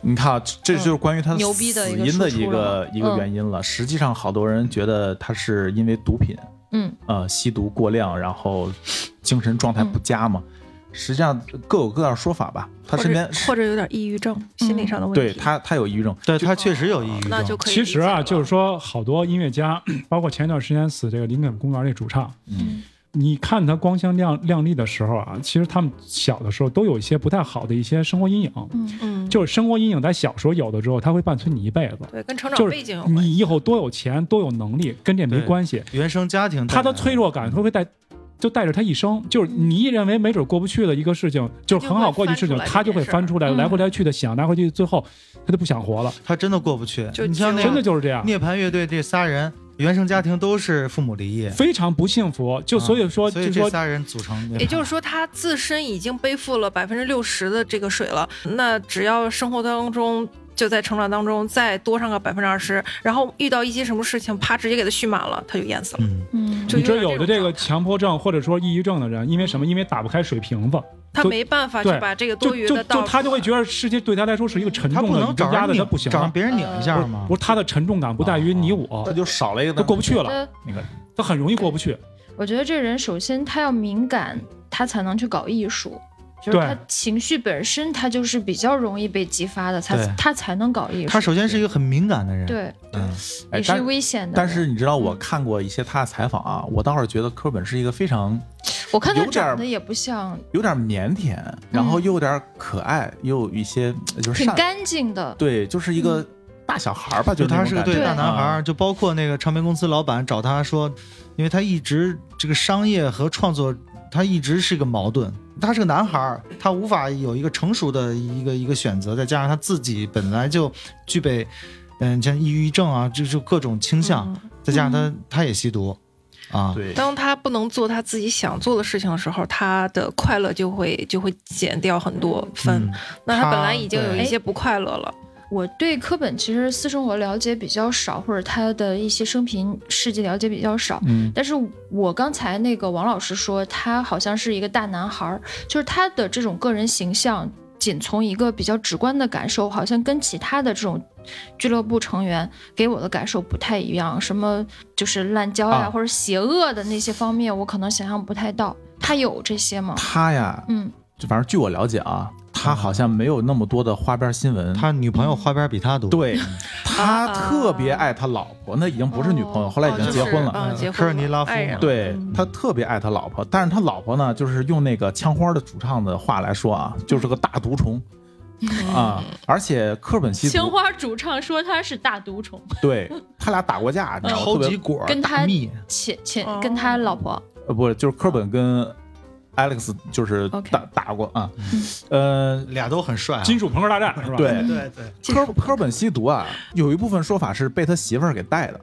[SPEAKER 1] 你看，啊，这这就是关于他
[SPEAKER 4] 嗯牛
[SPEAKER 1] 死
[SPEAKER 4] 逼的一个
[SPEAKER 1] 因的
[SPEAKER 4] 输
[SPEAKER 1] 一
[SPEAKER 4] 出了
[SPEAKER 1] 个一个
[SPEAKER 4] 嗯
[SPEAKER 1] 原因了。实际上，好多人觉得他是因为毒品，
[SPEAKER 4] 嗯
[SPEAKER 1] 呃，吸毒过量，然后精神状态不佳嘛。实际上各有各样的说法吧。他
[SPEAKER 5] 或
[SPEAKER 1] 身
[SPEAKER 5] 者
[SPEAKER 1] 边
[SPEAKER 5] 或者有点抑郁症，心理上的问
[SPEAKER 1] 对
[SPEAKER 5] 题。
[SPEAKER 1] 他，他有抑郁症，
[SPEAKER 2] 对他确实有抑郁症，
[SPEAKER 5] 那就可以理解
[SPEAKER 3] 其
[SPEAKER 5] 了。
[SPEAKER 3] 实啊，就是说，好多音乐家， <clears throat> 包括前一段时间死这个林肯公园那主唱，
[SPEAKER 1] 嗯，
[SPEAKER 3] 你看他光鲜亮亮丽的时候啊，其实他们小的时候都有一些不太好的一些生活阴影，
[SPEAKER 4] 嗯
[SPEAKER 5] 嗯，
[SPEAKER 3] 就是生活阴影在小时候有的之后，它会伴随你一辈子。
[SPEAKER 5] 对，跟成
[SPEAKER 3] 就
[SPEAKER 5] 长
[SPEAKER 3] 是
[SPEAKER 5] 背景有关。
[SPEAKER 3] 你以后多有钱，多有能力，跟这没
[SPEAKER 2] 对
[SPEAKER 3] 关系。
[SPEAKER 2] 原生家庭带来
[SPEAKER 3] 他的脆弱感会不会带，就带着他一生。就是你认为没准过不去的一个事情，就是很好过去的事情，他
[SPEAKER 5] 他
[SPEAKER 3] 就
[SPEAKER 5] 就
[SPEAKER 3] 会
[SPEAKER 5] 会
[SPEAKER 3] 翻
[SPEAKER 5] 翻
[SPEAKER 3] 出
[SPEAKER 5] 出
[SPEAKER 3] 来，
[SPEAKER 4] 嗯
[SPEAKER 3] 来回来去的想，来回去，最后他就不想活了。
[SPEAKER 2] 他真的过不去。
[SPEAKER 5] 就
[SPEAKER 2] 你像那
[SPEAKER 5] 对啊
[SPEAKER 3] 真的
[SPEAKER 2] 个
[SPEAKER 3] 就是这样，
[SPEAKER 2] 涅槃乐队这仨人，原生家庭都是父母离异，
[SPEAKER 3] 非常不幸福。就所以说，
[SPEAKER 2] 啊所
[SPEAKER 3] 就
[SPEAKER 2] 以
[SPEAKER 3] 是
[SPEAKER 2] 这
[SPEAKER 3] 说
[SPEAKER 2] 仨人组成
[SPEAKER 3] 嗯
[SPEAKER 2] 涅槃，
[SPEAKER 5] 也就是说，他自身已经背负了百分之六十的这个水了。那只要生活当中就在成长当中再多上个百分之二十，然后遇到一些什么事情，啪直接给他蓄满了，他就淹死了。
[SPEAKER 2] 嗯，
[SPEAKER 4] 嗯，
[SPEAKER 5] 就
[SPEAKER 3] 你知道
[SPEAKER 5] 有点
[SPEAKER 3] 有的
[SPEAKER 5] 这
[SPEAKER 3] 这个
[SPEAKER 5] 种
[SPEAKER 3] 强迫症或者说抑郁症的人，因为什么？因为打不开水瓶子，
[SPEAKER 5] 他
[SPEAKER 3] 就
[SPEAKER 5] 没办法去
[SPEAKER 3] 对
[SPEAKER 5] 把这个
[SPEAKER 3] 就
[SPEAKER 5] 多余
[SPEAKER 3] 就
[SPEAKER 5] 的
[SPEAKER 3] 就
[SPEAKER 5] 倒出来，
[SPEAKER 3] 他就会觉得事情对他来说是一个沉
[SPEAKER 2] 他
[SPEAKER 3] 重
[SPEAKER 2] 不
[SPEAKER 3] 的，
[SPEAKER 2] 能
[SPEAKER 3] 你就
[SPEAKER 2] 找
[SPEAKER 3] 压
[SPEAKER 2] 人
[SPEAKER 3] 得他
[SPEAKER 2] 拧，
[SPEAKER 3] 不行
[SPEAKER 2] 找
[SPEAKER 3] 了
[SPEAKER 2] 让。别人拧一下吗？
[SPEAKER 3] 不是他的沉重
[SPEAKER 2] 啊
[SPEAKER 3] 感不在于你我
[SPEAKER 1] 那，就少了一个
[SPEAKER 3] 他
[SPEAKER 1] 呢。
[SPEAKER 3] 过不去了，
[SPEAKER 4] 得
[SPEAKER 1] 那个
[SPEAKER 3] 他很容易过不去。
[SPEAKER 2] 啊
[SPEAKER 4] 我觉得这人首先他要敏感，他才能去搞艺术。就是
[SPEAKER 3] 对
[SPEAKER 4] 他情绪本身，他就是比较容易被激发的，才
[SPEAKER 2] 对
[SPEAKER 4] 他才能搞艺术。
[SPEAKER 2] 他首先是一个很敏感的人，，
[SPEAKER 4] 对，
[SPEAKER 2] 嗯，
[SPEAKER 1] 哎
[SPEAKER 4] 也，是
[SPEAKER 1] 但
[SPEAKER 4] 危险的人。
[SPEAKER 1] 但是你知
[SPEAKER 4] 嗯
[SPEAKER 1] 道，我看过一些他的采访啊，我倒是觉得科尔本是一个非常
[SPEAKER 4] 我看他
[SPEAKER 1] 有点儿
[SPEAKER 4] 长得也不像，
[SPEAKER 1] 有点腼腆，然后又有点可爱，又有一些就是
[SPEAKER 4] 嗯挺
[SPEAKER 1] 善，
[SPEAKER 4] 干嗯净的。
[SPEAKER 1] 对，就是一个大小孩儿吧，
[SPEAKER 2] 就
[SPEAKER 1] 就
[SPEAKER 2] 他是个
[SPEAKER 1] 那种
[SPEAKER 2] 对
[SPEAKER 1] 感觉
[SPEAKER 2] 大
[SPEAKER 1] 啊
[SPEAKER 2] 男孩儿，，就包括那个唱片公司老板找他说，因为他一直这个商业和创作，他一直是个矛盾。他是个男孩儿，他无法有一个成熟的一个一个选择，再加上他自己本来就具备，嗯，像抑郁症啊，就就各种倾向，
[SPEAKER 5] 嗯
[SPEAKER 2] 再加上他他也吸毒，啊，
[SPEAKER 1] 对，
[SPEAKER 5] 当他不能做他自己想做的事情的时候，他的快乐就会就会减掉很多分。
[SPEAKER 2] 嗯，
[SPEAKER 5] 那
[SPEAKER 2] 他
[SPEAKER 5] 他本来已经有
[SPEAKER 2] 对
[SPEAKER 5] 一些不快乐了，
[SPEAKER 4] 我对科本其实私生活了解比较少，或者他的一些生平事迹了解比较少。
[SPEAKER 3] 嗯，
[SPEAKER 4] 但是我刚才那个王老师说，他好像是一个大男孩儿，就是他的这种个人形象，仅从一个比较直观的感受，好像跟其他的这种俱乐部成员给我的感受不太一样。什么就是滥交呀、
[SPEAKER 1] 啊
[SPEAKER 4] 或者邪恶的那些方面，我可能想象不太到。他有这些吗？
[SPEAKER 1] 他呀，
[SPEAKER 4] 嗯，
[SPEAKER 1] 就反正据我了解啊，他好像没有那么多的花边新闻。
[SPEAKER 2] 嗯他女朋友花边比他多， <laughs>
[SPEAKER 1] 对
[SPEAKER 5] 啊
[SPEAKER 1] 他特别爱他老婆，那已经不是女朋友，
[SPEAKER 4] 哦
[SPEAKER 1] 后来已
[SPEAKER 5] 哦
[SPEAKER 1] 经
[SPEAKER 5] 就
[SPEAKER 1] 结
[SPEAKER 5] 是
[SPEAKER 1] 婚了。
[SPEAKER 5] 啊结婚了
[SPEAKER 2] 科尔尼拉夫嘛
[SPEAKER 5] 爱人了
[SPEAKER 1] 对他特别爱他老婆，但是他老婆呢，就是用那个枪花的主唱的话来说啊，就是个大毒虫啊，而且科本吸毒，
[SPEAKER 4] 花主唱说他是大毒虫，
[SPEAKER 1] 对他俩打过架，你知道吗？
[SPEAKER 2] 超
[SPEAKER 1] 特
[SPEAKER 2] 级
[SPEAKER 1] 别
[SPEAKER 2] 果儿
[SPEAKER 4] 嗯跟他
[SPEAKER 2] 大蜜，
[SPEAKER 4] 前前
[SPEAKER 5] 哦
[SPEAKER 4] 跟他老婆
[SPEAKER 1] 呃不就是科本跟 Alex 就是打
[SPEAKER 4] OK
[SPEAKER 1] 打过啊，呃，
[SPEAKER 2] 俩都很帅啊，
[SPEAKER 3] 金属朋克大战是吧？
[SPEAKER 1] 对
[SPEAKER 2] 对对，
[SPEAKER 1] 科科本吸毒啊，有一部分说法是被他媳妇儿给带的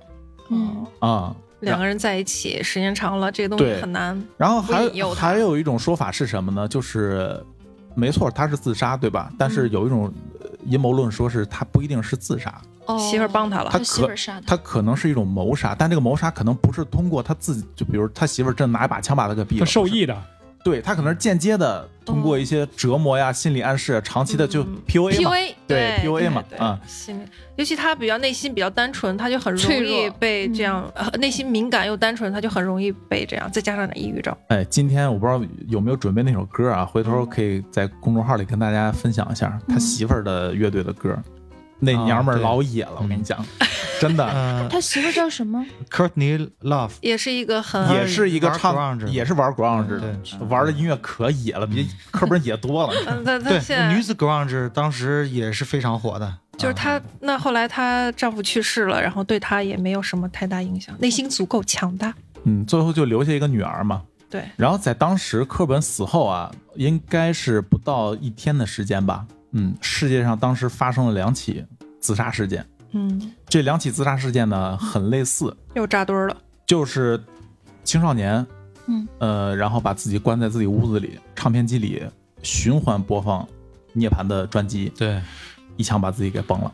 [SPEAKER 4] 嗯
[SPEAKER 1] 啊，
[SPEAKER 5] 两个人在一起时间长了，这个东
[SPEAKER 1] 对
[SPEAKER 5] 西很难。
[SPEAKER 1] 然后还
[SPEAKER 5] 不引诱他
[SPEAKER 1] 还有一种说法是什么呢？就是没错，他是自杀，对吧？但是有一种呃阴谋论说是他不一定是自杀，
[SPEAKER 4] 哦
[SPEAKER 5] 媳妇儿帮他了
[SPEAKER 1] 他
[SPEAKER 4] 他
[SPEAKER 1] 可
[SPEAKER 4] 媳妇儿杀他，
[SPEAKER 1] 他可能是一种谋杀，但这个谋杀可能不是通过他自己，就比如他媳妇儿真拿一把枪把他给毙
[SPEAKER 3] 他
[SPEAKER 1] 了，
[SPEAKER 3] 受
[SPEAKER 1] 不是
[SPEAKER 3] 益的，
[SPEAKER 1] 对他可能是间接的通过一些折磨呀、心理暗示，啊长期的就
[SPEAKER 5] 嗯
[SPEAKER 1] PUA 嘛，
[SPEAKER 4] PUA
[SPEAKER 1] 对 PUA 嘛
[SPEAKER 5] 对
[SPEAKER 1] 啊，
[SPEAKER 5] 心里，尤其他比较内心比较单纯，他就很容
[SPEAKER 4] 脆
[SPEAKER 5] 易
[SPEAKER 4] 弱嗯
[SPEAKER 5] 被这样、呃内心敏感又单纯，他就很容易被这样，再加上点抑郁症。
[SPEAKER 1] 哎，今天我不知道有没有准备那首歌啊，回头可以在公众号里跟大家分享一下他媳妇儿的乐队的歌。那娘们儿
[SPEAKER 2] 啊对
[SPEAKER 1] 老野了，我跟你讲，真的，
[SPEAKER 2] 呃
[SPEAKER 4] 他媳妇儿叫什么？
[SPEAKER 2] ，Courtney Love，
[SPEAKER 5] 也是一个很
[SPEAKER 1] 也是一个
[SPEAKER 2] 玩
[SPEAKER 1] 唱
[SPEAKER 2] grunge，的
[SPEAKER 1] 也是玩 grunge
[SPEAKER 2] 对对嗯
[SPEAKER 1] 的，玩的音乐可野了，比科本野多了。
[SPEAKER 5] 嗯，他他
[SPEAKER 2] 对
[SPEAKER 5] 现，在
[SPEAKER 2] 女子啊 grunge 当时也是非常火的，
[SPEAKER 5] 就是她，那后来她丈夫去世了，然后对她也没有什么太大影响，内心足够强大。
[SPEAKER 1] 嗯，最后就留下一个女儿嘛。
[SPEAKER 5] 对，
[SPEAKER 1] 然后在当时科本死后啊，应该是不到一天的时间吧。嗯，世界上当时发生了两起自杀事件，
[SPEAKER 5] 嗯，
[SPEAKER 1] 这两起自杀事件呢很类似，
[SPEAKER 5] 又扎堆儿了。
[SPEAKER 1] 就是青少年，
[SPEAKER 4] 嗯，
[SPEAKER 1] 呃，然后把自己关在自己屋子里，唱片机里循环播放涅槃的专辑，
[SPEAKER 2] 对。
[SPEAKER 1] 一枪把自己给崩了。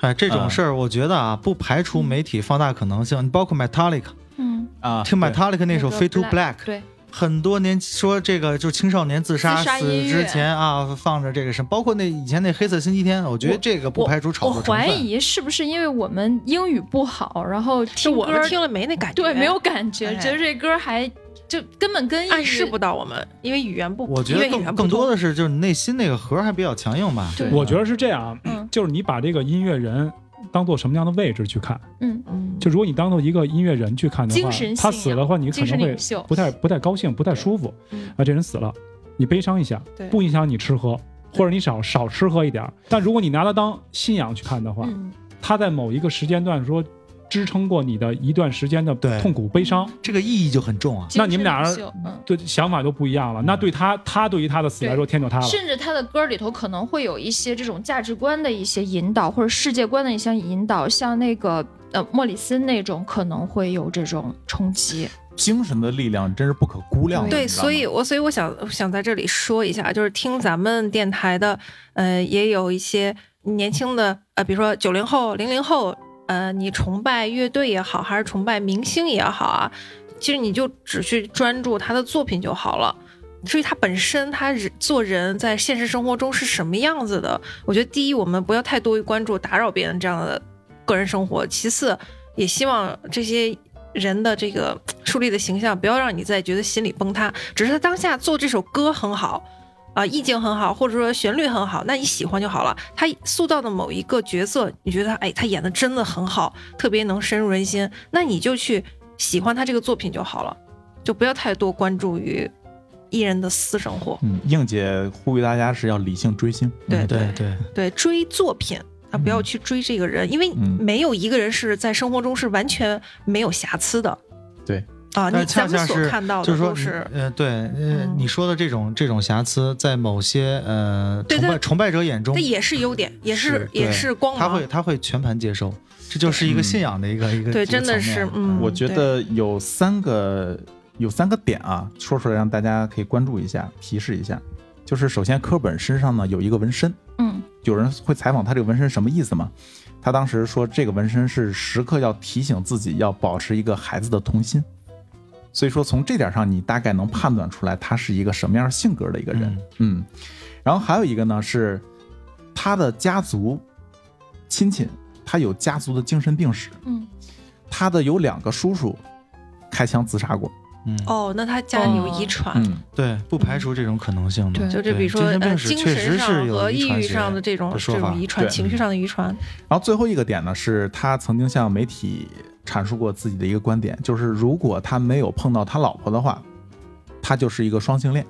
[SPEAKER 2] 哎，这种
[SPEAKER 1] 嗯
[SPEAKER 2] 事儿，我觉得啊，不排除媒体放大可能性。你包括 Metallica，
[SPEAKER 5] <laughs>
[SPEAKER 4] 嗯，
[SPEAKER 1] 啊，
[SPEAKER 2] 听
[SPEAKER 1] 对
[SPEAKER 2] Metallica 那首《
[SPEAKER 4] 个
[SPEAKER 2] Fade to Black
[SPEAKER 4] Black》，对，
[SPEAKER 2] 很多年说这个就是青少年自杀
[SPEAKER 4] 自杀
[SPEAKER 2] 死
[SPEAKER 4] 音乐
[SPEAKER 2] 之前啊，放着这个什么，包括那以前那黑色星期天，我觉得这个不排除炒
[SPEAKER 4] 我
[SPEAKER 2] 作成
[SPEAKER 4] 怀
[SPEAKER 2] 分。
[SPEAKER 4] 疑是不是因为我们英语不好，然后
[SPEAKER 5] 就
[SPEAKER 4] 听
[SPEAKER 5] 我们
[SPEAKER 4] 歌
[SPEAKER 5] 听了没那感觉，
[SPEAKER 4] 对没有感觉，
[SPEAKER 5] 哎
[SPEAKER 4] 觉得这歌还就根本跟
[SPEAKER 5] 暗
[SPEAKER 4] 英语
[SPEAKER 5] 示不到我们，因为语言不，
[SPEAKER 2] 我觉
[SPEAKER 5] 因
[SPEAKER 2] 得
[SPEAKER 5] 为语言
[SPEAKER 2] 更
[SPEAKER 5] 不
[SPEAKER 2] 更
[SPEAKER 5] 通
[SPEAKER 2] 多的是就是你内心那个核还比较强硬吧。
[SPEAKER 4] 对
[SPEAKER 3] 我觉得是这样啊
[SPEAKER 4] 嗯，
[SPEAKER 3] 就是你把这个音乐人当做什么样的位置去看。
[SPEAKER 4] 嗯
[SPEAKER 5] 嗯
[SPEAKER 3] 就如果你当做一个音乐人去看的话
[SPEAKER 4] 精神，
[SPEAKER 3] 他
[SPEAKER 4] 信
[SPEAKER 3] 死了
[SPEAKER 4] 仰
[SPEAKER 3] 的话，你可
[SPEAKER 4] 精
[SPEAKER 3] 能
[SPEAKER 4] 神
[SPEAKER 3] 会
[SPEAKER 4] 领袖，
[SPEAKER 3] 不太不太高兴，不太舒服
[SPEAKER 5] 嗯
[SPEAKER 3] 啊，这人死了，你悲伤一下
[SPEAKER 5] 对，
[SPEAKER 3] 不影响你吃喝，或者你少少吃喝一点儿。但如果你拿它当信仰去看的话，
[SPEAKER 4] 嗯，
[SPEAKER 3] 它在某一个时间段说支撑过你的一段时间的
[SPEAKER 2] 对
[SPEAKER 3] 痛苦悲伤，
[SPEAKER 2] 这个意义就很重啊。
[SPEAKER 3] 那你们俩
[SPEAKER 4] 嗯精神领袖嗯。
[SPEAKER 3] 对想法就不一样了。那对他，他对于他的死来说迁就他了。
[SPEAKER 4] 甚至他的歌里头可能会有一些这种价值观的一些引导，或者世界观的一些引导，像那个呃莫里森那种可能会有这种冲击。
[SPEAKER 1] 精神的力量真是不可估量的。
[SPEAKER 5] 对，
[SPEAKER 1] 你知道吗
[SPEAKER 5] 所以我所以啊我想想在这里说一下，就是听咱们电台的，呃，也有一些年轻的呃，比如说九零后、零零后，呃，你崇拜乐队也好，还是崇拜明星也好啊，其实你就只去专注他的作品就好了。至于他本身，他人做人在现实生活中是什么样子的，我觉得第一，我们不要太多于关注打扰别人这样的个人生活；其次，也希望这些人的这个呃树立的形象不要让你再觉得心里崩塌。只是他当下做这首歌很好，啊、意境很好，或者说旋律很好，那你喜欢就好了。他塑造的某一个角色，你觉得哎，他演的真的很好，特别能深入人心，那你就去喜欢他这个作品就好了，就不要太多关注于艺人的私生活。
[SPEAKER 1] 嗯，应姐呼吁大家是要理性追星。嗯
[SPEAKER 5] 对
[SPEAKER 2] 对对，
[SPEAKER 5] 对，追作品啊，不
[SPEAKER 2] 嗯
[SPEAKER 5] 要去追这个人，因为
[SPEAKER 1] 嗯
[SPEAKER 5] 没有一个人是在生活中是完全没有瑕疵的。
[SPEAKER 1] 对
[SPEAKER 5] 啊，
[SPEAKER 2] 但
[SPEAKER 5] 你
[SPEAKER 2] 是恰恰
[SPEAKER 5] 咱们所
[SPEAKER 2] 是
[SPEAKER 5] 看到
[SPEAKER 2] 就
[SPEAKER 5] 的
[SPEAKER 2] 是说
[SPEAKER 5] 都是
[SPEAKER 2] 你，呃，对，呃
[SPEAKER 5] 嗯，
[SPEAKER 2] 你说的这种这种瑕疵，在某些呃
[SPEAKER 5] 对
[SPEAKER 2] 崇拜
[SPEAKER 5] 他
[SPEAKER 2] 崇拜者眼中
[SPEAKER 5] 这，也是优点，也
[SPEAKER 2] 是对
[SPEAKER 5] 也是光
[SPEAKER 2] 他
[SPEAKER 5] 芒
[SPEAKER 2] 会。他会全盘接受，这就是一个
[SPEAKER 1] 嗯
[SPEAKER 2] 信仰的一个一个
[SPEAKER 5] 对
[SPEAKER 2] 一个
[SPEAKER 5] 真的
[SPEAKER 2] 层面
[SPEAKER 5] 是嗯
[SPEAKER 1] 我觉得有三个有三个点啊，说出来让大家可以关注一下，提示一下。就是首先，科本身上呢有一个纹身，
[SPEAKER 4] 嗯
[SPEAKER 1] 有人会采访他这个纹身什么意思吗？他当时说，这个纹身是时刻要提醒自己要保持一个孩子的童心。所以说，从这点上，你大概能判断出来他是一个什么样性格的一个人。嗯然后还有一个呢是他的家族亲戚，他有家族的精神病史，
[SPEAKER 4] 嗯，
[SPEAKER 1] 他的有两个叔叔开枪自杀过。
[SPEAKER 2] 嗯，
[SPEAKER 5] 哦，那他家里有遗
[SPEAKER 4] 哦
[SPEAKER 5] 传，
[SPEAKER 1] 嗯，
[SPEAKER 2] 对，不排除这种可能性的。
[SPEAKER 4] 对
[SPEAKER 5] 就
[SPEAKER 2] 对
[SPEAKER 5] 这，比如说
[SPEAKER 2] 精神
[SPEAKER 5] 呃，
[SPEAKER 2] 病史
[SPEAKER 5] 精
[SPEAKER 2] 确实
[SPEAKER 5] 神上
[SPEAKER 2] 是有
[SPEAKER 5] 和
[SPEAKER 2] 遗
[SPEAKER 5] 抑
[SPEAKER 2] 传
[SPEAKER 5] 郁
[SPEAKER 2] 学
[SPEAKER 5] 上的这种
[SPEAKER 2] 的说
[SPEAKER 5] 这
[SPEAKER 2] 法
[SPEAKER 5] 种遗传，
[SPEAKER 1] 对
[SPEAKER 5] 情绪上的遗传。
[SPEAKER 1] 然后最后一个点呢，是他曾经向媒体阐述过自己的一个观点，就是如果他没有碰到他老婆的话，他就是一个双性恋。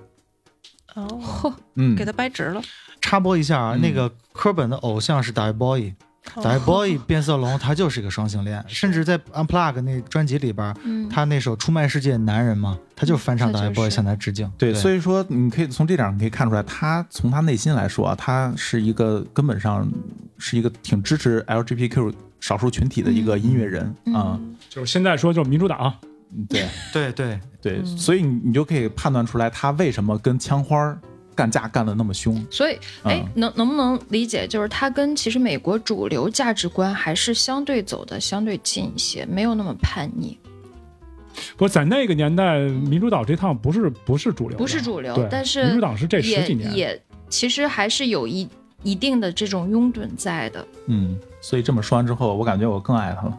[SPEAKER 5] 哦，
[SPEAKER 4] 嚯，
[SPEAKER 1] 嗯，
[SPEAKER 5] 给他掰直
[SPEAKER 2] <laughs>
[SPEAKER 5] 了。
[SPEAKER 2] 插播一下啊，
[SPEAKER 1] 嗯
[SPEAKER 2] 那个科本的偶像是 David Bowie，
[SPEAKER 5] 哦
[SPEAKER 2] David Bowie 变色龙他就是一个双性恋，甚至在 Unplug 那专辑里边，
[SPEAKER 4] 嗯，
[SPEAKER 2] 他那首《出卖世界的男人》嘛，
[SPEAKER 5] 嗯
[SPEAKER 2] 他就翻唱
[SPEAKER 4] 这
[SPEAKER 2] David
[SPEAKER 4] 就是
[SPEAKER 2] Bowie 向他致敬。
[SPEAKER 1] 对，所
[SPEAKER 2] 以
[SPEAKER 1] 以说你可以从这点上可以看出来，他从他内心来说啊，他是一个根本上是一个挺支持 LGBTQ 少数群体的一个音乐人
[SPEAKER 4] 嗯
[SPEAKER 1] 啊、
[SPEAKER 3] 就是现在说就是民主党，
[SPEAKER 1] 嗯对
[SPEAKER 2] 对对，
[SPEAKER 1] 对，
[SPEAKER 5] 嗯
[SPEAKER 1] 所以你你就可以判断出来他为什么跟枪花儿干架干得那么凶。
[SPEAKER 4] 所以，
[SPEAKER 3] 嗯
[SPEAKER 4] 哎，能能不能理解，就是它跟其实美国主流价值观还是相对走的相对近一些，没有那么叛逆，
[SPEAKER 3] 不是在那个年代，民主党这趟不是不是主流的，
[SPEAKER 4] 不是主流
[SPEAKER 3] 对，
[SPEAKER 4] 但
[SPEAKER 3] 民主
[SPEAKER 4] 是
[SPEAKER 3] 党是这十
[SPEAKER 4] 也
[SPEAKER 3] 几年，
[SPEAKER 4] 也其实还是有一一定的这种拥趸在的。
[SPEAKER 1] 嗯，所以这么说完之后，我感觉我更爱他了。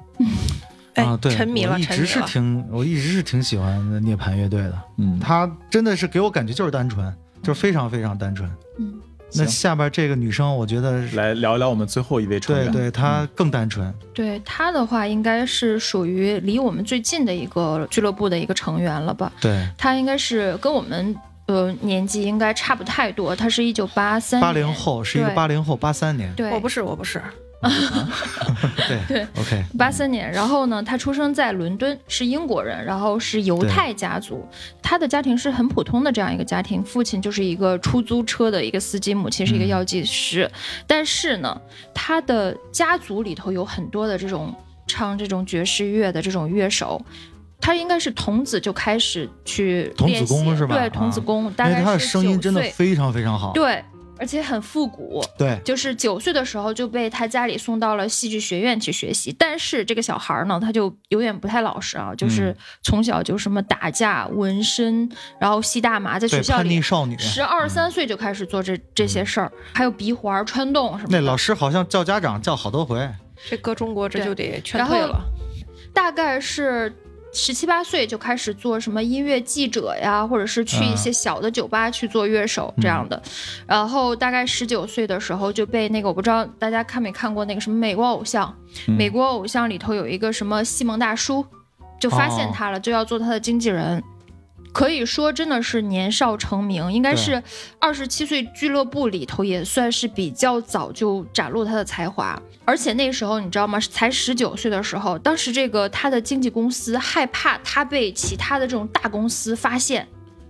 [SPEAKER 5] 哎
[SPEAKER 2] 啊，对，
[SPEAKER 5] 沉迷
[SPEAKER 2] 我
[SPEAKER 5] 了，
[SPEAKER 2] 一
[SPEAKER 5] 沉
[SPEAKER 2] 直
[SPEAKER 5] 迷
[SPEAKER 2] 是
[SPEAKER 5] 了。
[SPEAKER 2] 挺，我一直是挺喜欢涅槃乐队的，
[SPEAKER 1] 嗯，
[SPEAKER 2] 他真的是给我感觉就是单纯，就是非常非常单纯。
[SPEAKER 4] 嗯，
[SPEAKER 2] 那
[SPEAKER 1] 行
[SPEAKER 2] 下边这个女生，我觉得是
[SPEAKER 1] 来聊一聊我们最后一位成
[SPEAKER 2] 对
[SPEAKER 1] 员。
[SPEAKER 2] 对，她更单纯。
[SPEAKER 4] 对他的话，应该是属于离我们最近的一个俱乐部的一个成员了吧？
[SPEAKER 2] 对，
[SPEAKER 4] 他应该是跟我们呃年纪应该差不太多，他是一九八三
[SPEAKER 2] 八零，后是一个
[SPEAKER 4] 嗯对
[SPEAKER 2] 八零后，八三年。
[SPEAKER 4] 对，
[SPEAKER 5] 哦我不是，我不是，
[SPEAKER 2] 对
[SPEAKER 4] 对
[SPEAKER 2] OK，
[SPEAKER 4] 八三年，然后呢，他出生在伦敦，是英国人，然后是犹太家族。他的家庭是很普通的这样一个家庭，父亲就是一个出租车的一个司机，母亲
[SPEAKER 2] 嗯
[SPEAKER 4] 是一个药剂师。但是呢，他的家族里头有很多的这种唱这种爵士乐的这种乐手。他应该是童子就开始去
[SPEAKER 2] 童子
[SPEAKER 4] 练习
[SPEAKER 2] 功是吧
[SPEAKER 4] 对，童子
[SPEAKER 2] 啊
[SPEAKER 4] 功，
[SPEAKER 2] 因
[SPEAKER 4] 大概
[SPEAKER 2] 为
[SPEAKER 4] 是
[SPEAKER 2] 她的声音
[SPEAKER 4] 9
[SPEAKER 2] 真的
[SPEAKER 4] 岁
[SPEAKER 2] 非常非常好。
[SPEAKER 4] 对，而且很复古。
[SPEAKER 2] 对
[SPEAKER 4] 就是九岁的时候就被他家里送到了戏剧学院去学习，但是这个小孩儿呢，他就有点不太老实
[SPEAKER 2] 嗯
[SPEAKER 4] 啊，就是从小就什么打架、纹身，然后吸大麻，在
[SPEAKER 2] 对，
[SPEAKER 4] 学校
[SPEAKER 2] 叛逆
[SPEAKER 4] 里
[SPEAKER 2] 少女。嗯
[SPEAKER 4] 十二三岁就开始做这这些事儿，还有鼻环、穿洞什么
[SPEAKER 2] 那
[SPEAKER 4] 的。
[SPEAKER 2] 老师好像叫家长叫好多回，
[SPEAKER 5] 这搁中国这
[SPEAKER 4] 对
[SPEAKER 5] 就得劝
[SPEAKER 4] 然
[SPEAKER 5] 退
[SPEAKER 4] 后
[SPEAKER 5] 了。
[SPEAKER 4] 大概是十七八岁就开始做什么音乐记者呀，或者是去一些小的酒吧去做乐手这样的。然后大概十九岁的时候就被那个我不知道大家看没看过那个什么美国偶像，
[SPEAKER 1] 嗯
[SPEAKER 4] 美国偶像里头有一个什么西蒙大叔，就发现他了，就要做他的经纪人。可以说真的是年少成名，应该
[SPEAKER 2] 对
[SPEAKER 4] 是二十七岁俱乐部里头也算是比较早就展露他的才华。而且那时候你知道吗？才十九岁的时候，当时这个他的经纪公司害怕他被其他的这种大公司发现，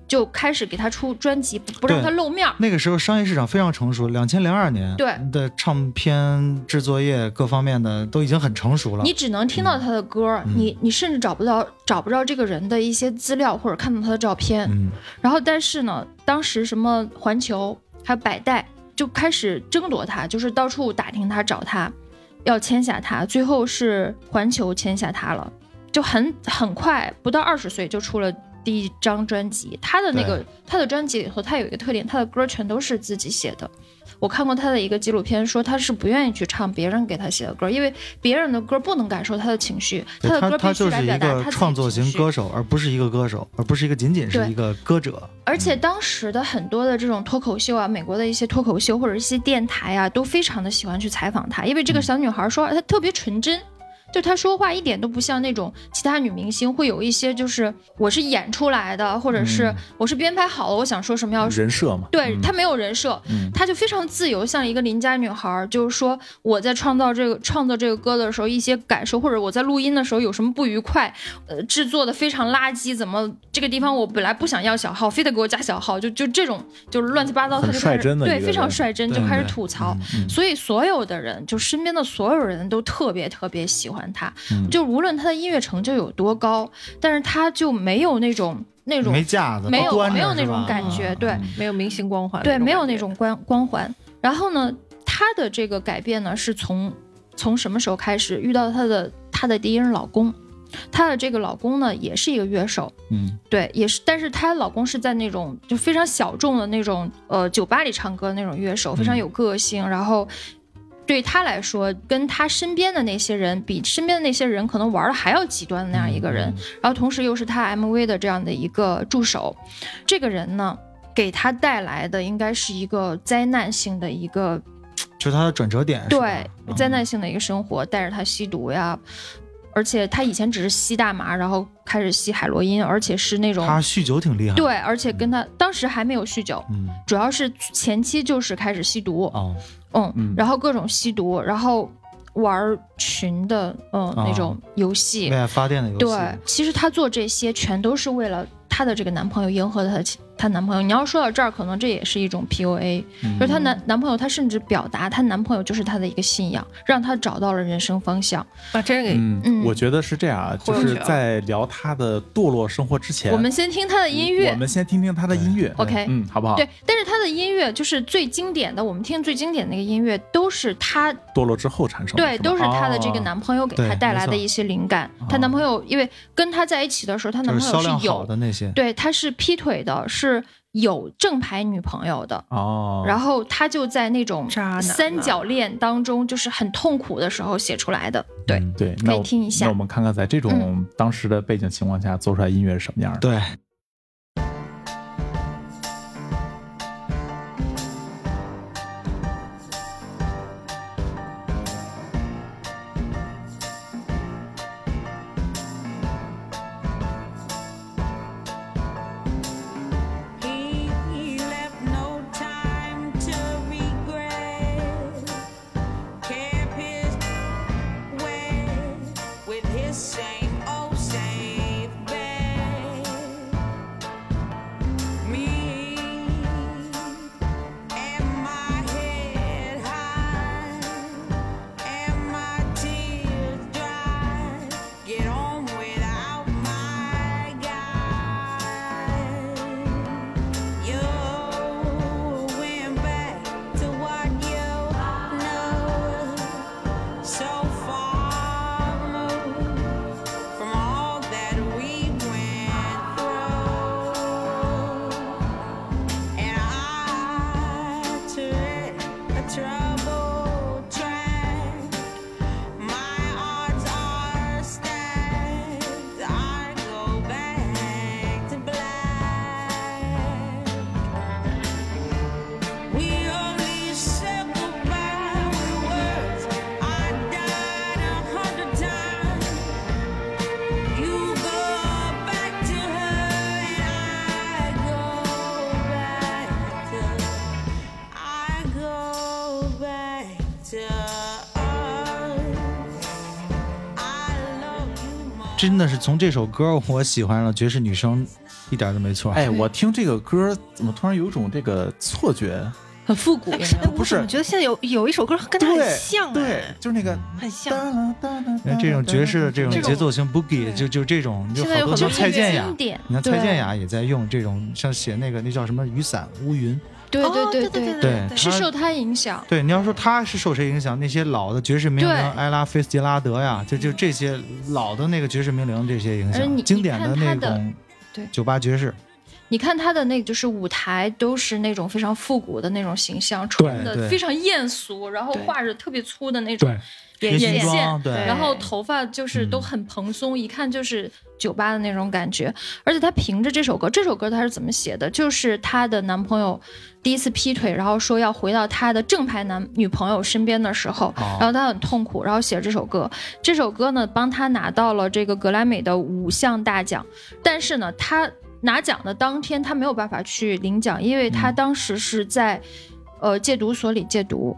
[SPEAKER 4] 就开始给他出专辑，不不让
[SPEAKER 2] 对
[SPEAKER 4] 他露面儿。
[SPEAKER 2] 那个时候商业市场非常成熟，两千零二年
[SPEAKER 4] 对
[SPEAKER 2] 的唱片制作业各方面的都已经很成熟了
[SPEAKER 4] 你。只能听到他的歌儿，你你甚至找不到找不着这个人的一些资料或者看到他的照片。
[SPEAKER 2] 嗯，
[SPEAKER 4] 然后但是呢，当时什么环球还有百代就开始争夺他，就是到处打听他、找他，要签下他。最后是环球签下他了，就很很快，不到二十岁就出了第一张专辑。他的那个他的专辑里头，他有一个特点，他的歌全都是自己写的。我看过他的一个纪录片，说他是不愿意去唱别人给他写的歌，因为别人的歌不能感受他的情绪，
[SPEAKER 2] 对
[SPEAKER 4] 的
[SPEAKER 2] 他
[SPEAKER 4] 歌必须
[SPEAKER 2] 就
[SPEAKER 4] 来
[SPEAKER 2] 是一
[SPEAKER 4] 表达
[SPEAKER 2] 个
[SPEAKER 4] 他自己
[SPEAKER 2] 创作
[SPEAKER 4] 情
[SPEAKER 2] 型
[SPEAKER 4] 绪
[SPEAKER 2] 歌手，而不是一个歌手，而不是一个仅仅是
[SPEAKER 4] 对
[SPEAKER 2] 一个歌者。
[SPEAKER 4] 而且
[SPEAKER 1] 嗯
[SPEAKER 4] 当时的很多的这种脱口秀啊，美国的一些脱口秀或者一些电台啊，都非常的喜欢去采访她，因为这
[SPEAKER 1] 嗯
[SPEAKER 4] 个小女孩说话她特别纯真，就她说话一点都不像那种其他女明星会有一些就是我是演出来的，或者是
[SPEAKER 1] 嗯
[SPEAKER 4] 我是编排好了，我想说什么要说。
[SPEAKER 1] 人设嘛，
[SPEAKER 4] 对
[SPEAKER 1] 嗯
[SPEAKER 4] 她没有人设，
[SPEAKER 1] 嗯
[SPEAKER 4] 她就非常自由，像一个邻家女孩儿。就是说，我在创造这个创作这个歌的时候，一些感受，或者我在录音的时候有什么不愉快，呃，制作的非常垃圾，怎么这个地方我本来不想要小号，非得给我加小号，就就这种就是乱七八糟，
[SPEAKER 1] 很
[SPEAKER 4] 她就开
[SPEAKER 1] 率
[SPEAKER 4] 始
[SPEAKER 1] 真的一
[SPEAKER 4] 对
[SPEAKER 1] 个
[SPEAKER 4] 非常
[SPEAKER 1] 人
[SPEAKER 4] 率真，
[SPEAKER 2] 对
[SPEAKER 4] 就开始
[SPEAKER 2] 对
[SPEAKER 4] 吐槽。
[SPEAKER 1] 嗯
[SPEAKER 4] 所以所有的人，就身边的所有人都特别特别喜欢她，
[SPEAKER 1] 嗯
[SPEAKER 4] 就无论她的音乐成就有多高，但是她就没有那种那种
[SPEAKER 2] 没架子，
[SPEAKER 4] 没
[SPEAKER 2] 不
[SPEAKER 4] 有
[SPEAKER 2] 端
[SPEAKER 4] 没
[SPEAKER 2] 着
[SPEAKER 4] 有那
[SPEAKER 2] 是
[SPEAKER 4] 种
[SPEAKER 2] 吧
[SPEAKER 4] 感觉，对。
[SPEAKER 5] 没有明星光环，
[SPEAKER 4] 对，没有那
[SPEAKER 5] 种
[SPEAKER 4] 种光光环。然后呢，她的这个改变呢，是从从什么时候开始遇到她的她的第一任老公，她的这个老公呢也是一个乐手，
[SPEAKER 1] 嗯
[SPEAKER 4] 对，也是，但是她老公是在那种就非常小众的那种呃酒吧里唱歌的那种乐手，非
[SPEAKER 2] 嗯
[SPEAKER 4] 常有个性，然后。对她来说，跟她身边的那些人比，身边的那些人可能玩的还要极端的那样一个人，
[SPEAKER 2] 嗯
[SPEAKER 4] 然后同时又是她 MV 的这样的一个助手，这个人呢，给她带来的应该是一个灾难性的一个
[SPEAKER 2] 就是他的嗯转折点。是吧
[SPEAKER 4] 对灾难性的一个生活，带着她吸毒呀，而且她以前只是吸大麻，然后开始吸海洛因，而且是那种
[SPEAKER 2] 他酗酒挺厉害。，
[SPEAKER 4] 对，而且跟她当时还没有酗酒，
[SPEAKER 2] 嗯，
[SPEAKER 4] 主要是前期就是开始吸毒，
[SPEAKER 2] 哦，
[SPEAKER 1] 嗯
[SPEAKER 4] 嗯，然后各种吸毒，然后玩群的嗯那种游戏
[SPEAKER 2] 为，爱发电的哦游戏。
[SPEAKER 4] 对，其实她做这些全都是为了她的这个男朋友迎合她的其她男朋友。你要说到这儿，可能这也是一种 PUA，、就
[SPEAKER 2] 嗯
[SPEAKER 4] 是她男男朋友，她甚至表达她男朋友就是她的一个信仰，让她找到了人生方向。
[SPEAKER 5] 把真人
[SPEAKER 1] 嗯
[SPEAKER 4] 嗯
[SPEAKER 1] 我觉得是这样啊，就
[SPEAKER 5] 忽悠
[SPEAKER 1] 是
[SPEAKER 5] 去了
[SPEAKER 1] 在聊他的堕落生活之前，
[SPEAKER 4] 我们先听她的音乐
[SPEAKER 1] 我们先听听他的音乐
[SPEAKER 4] o k
[SPEAKER 1] 嗯，好
[SPEAKER 2] 啊
[SPEAKER 1] 不好？
[SPEAKER 4] 对，但是她的音乐就是最经典的，我们听最经典的那个音乐都是她
[SPEAKER 1] 堕落之后产生的
[SPEAKER 4] 对，
[SPEAKER 1] 吧
[SPEAKER 4] 都是她的这个
[SPEAKER 1] 哦
[SPEAKER 4] 男朋友给
[SPEAKER 2] 对
[SPEAKER 4] 她带
[SPEAKER 2] 没
[SPEAKER 4] 来的
[SPEAKER 2] 错哦
[SPEAKER 4] 一些灵感。她男朋友因为跟她在一起的时候，她
[SPEAKER 2] 就
[SPEAKER 4] 男
[SPEAKER 2] 是
[SPEAKER 4] 朋
[SPEAKER 2] 销
[SPEAKER 4] 友
[SPEAKER 2] 量
[SPEAKER 4] 是
[SPEAKER 2] 好
[SPEAKER 4] 有
[SPEAKER 2] 的那些。
[SPEAKER 4] 对，他是劈腿的，是有正牌女朋友的。
[SPEAKER 1] 哦，
[SPEAKER 4] 然后他就在那种
[SPEAKER 5] 渣男啊
[SPEAKER 4] 三角恋当中，就是很痛苦的时候写出来的。对，
[SPEAKER 2] 嗯
[SPEAKER 1] 对，那
[SPEAKER 4] 以
[SPEAKER 1] 我
[SPEAKER 4] 听一下嗯
[SPEAKER 1] 那我们看看在这种当时的背景情况下做出来音乐是什么样的。
[SPEAKER 2] 对，
[SPEAKER 8] He left no time to regret. Kept his way with his same old safe bet. Me and my head high and my tears dry. Get on without my guy. You went back to what you know so far removed from all that we went through, and I tread a troubled track. My odds are stacked. I go back to black. We only said goodbye with words. I died a hundred times. You go back to her, and I go back to. I go back to us. I love you more.
[SPEAKER 2] 真的是从这首歌我喜欢上了爵士女声，一点都没错。
[SPEAKER 1] 哎，我听这个歌怎么突然有一种这个错觉？
[SPEAKER 4] 很复古，有没
[SPEAKER 5] 哎
[SPEAKER 4] 有？
[SPEAKER 1] 不
[SPEAKER 5] 我
[SPEAKER 1] 是
[SPEAKER 5] 怎么觉得现在有有一首歌跟他很
[SPEAKER 1] 对，
[SPEAKER 5] 像，哎
[SPEAKER 1] 对，，
[SPEAKER 4] 哎
[SPEAKER 1] 就是那个
[SPEAKER 5] 很像。
[SPEAKER 2] 哎这种爵士的这种
[SPEAKER 5] 这种
[SPEAKER 2] 节奏型 boogie，
[SPEAKER 5] 对
[SPEAKER 2] 就就这种，就
[SPEAKER 5] 现在有
[SPEAKER 2] 好多
[SPEAKER 5] 很
[SPEAKER 2] 像
[SPEAKER 5] 多
[SPEAKER 2] 蔡健
[SPEAKER 5] 音乐
[SPEAKER 2] 雅
[SPEAKER 4] 经典，
[SPEAKER 2] 你看
[SPEAKER 4] 对
[SPEAKER 2] 蔡健雅也在用这种，像写那个那叫什么雨伞乌云，
[SPEAKER 4] 对
[SPEAKER 5] 哦
[SPEAKER 4] 对
[SPEAKER 5] 对
[SPEAKER 4] 对
[SPEAKER 5] 对
[SPEAKER 2] 对，他
[SPEAKER 4] 是受他影响。
[SPEAKER 2] 对，你要说他是受谁影响？那些老的爵士名
[SPEAKER 4] 对
[SPEAKER 2] 伶，埃拉菲斯杰拉德呀，就就这些老的那个爵士名伶，这些影
[SPEAKER 4] 而你
[SPEAKER 2] 响，经典
[SPEAKER 4] 你看
[SPEAKER 2] 那
[SPEAKER 4] 他的
[SPEAKER 2] 种
[SPEAKER 4] 对
[SPEAKER 2] 酒吧爵士，
[SPEAKER 4] 你看他的那个就是舞台都是那种非常复古的那种形象，穿的
[SPEAKER 2] 对
[SPEAKER 4] 非常艳俗，然后
[SPEAKER 5] 对
[SPEAKER 4] 画着特别粗的那种
[SPEAKER 3] 对，
[SPEAKER 4] 眼
[SPEAKER 2] 西
[SPEAKER 4] 线，
[SPEAKER 2] 装，对，
[SPEAKER 4] 然后头发就是都很蓬松，一看就是酒吧的那种感觉。而且她凭着这首歌，这首歌她是怎么写的？就是她的男朋友第一次劈腿，然后说要回到她的正牌男女朋友身边的时候，
[SPEAKER 2] 哦
[SPEAKER 4] 然后她很痛苦，然后写了这首歌。这首歌呢，帮她拿到了这个格莱美的五项大奖，但是呢，她拿奖的当天她没有办法去领奖，因为她
[SPEAKER 2] 嗯
[SPEAKER 4] 当时是在、呃戒毒所里戒毒。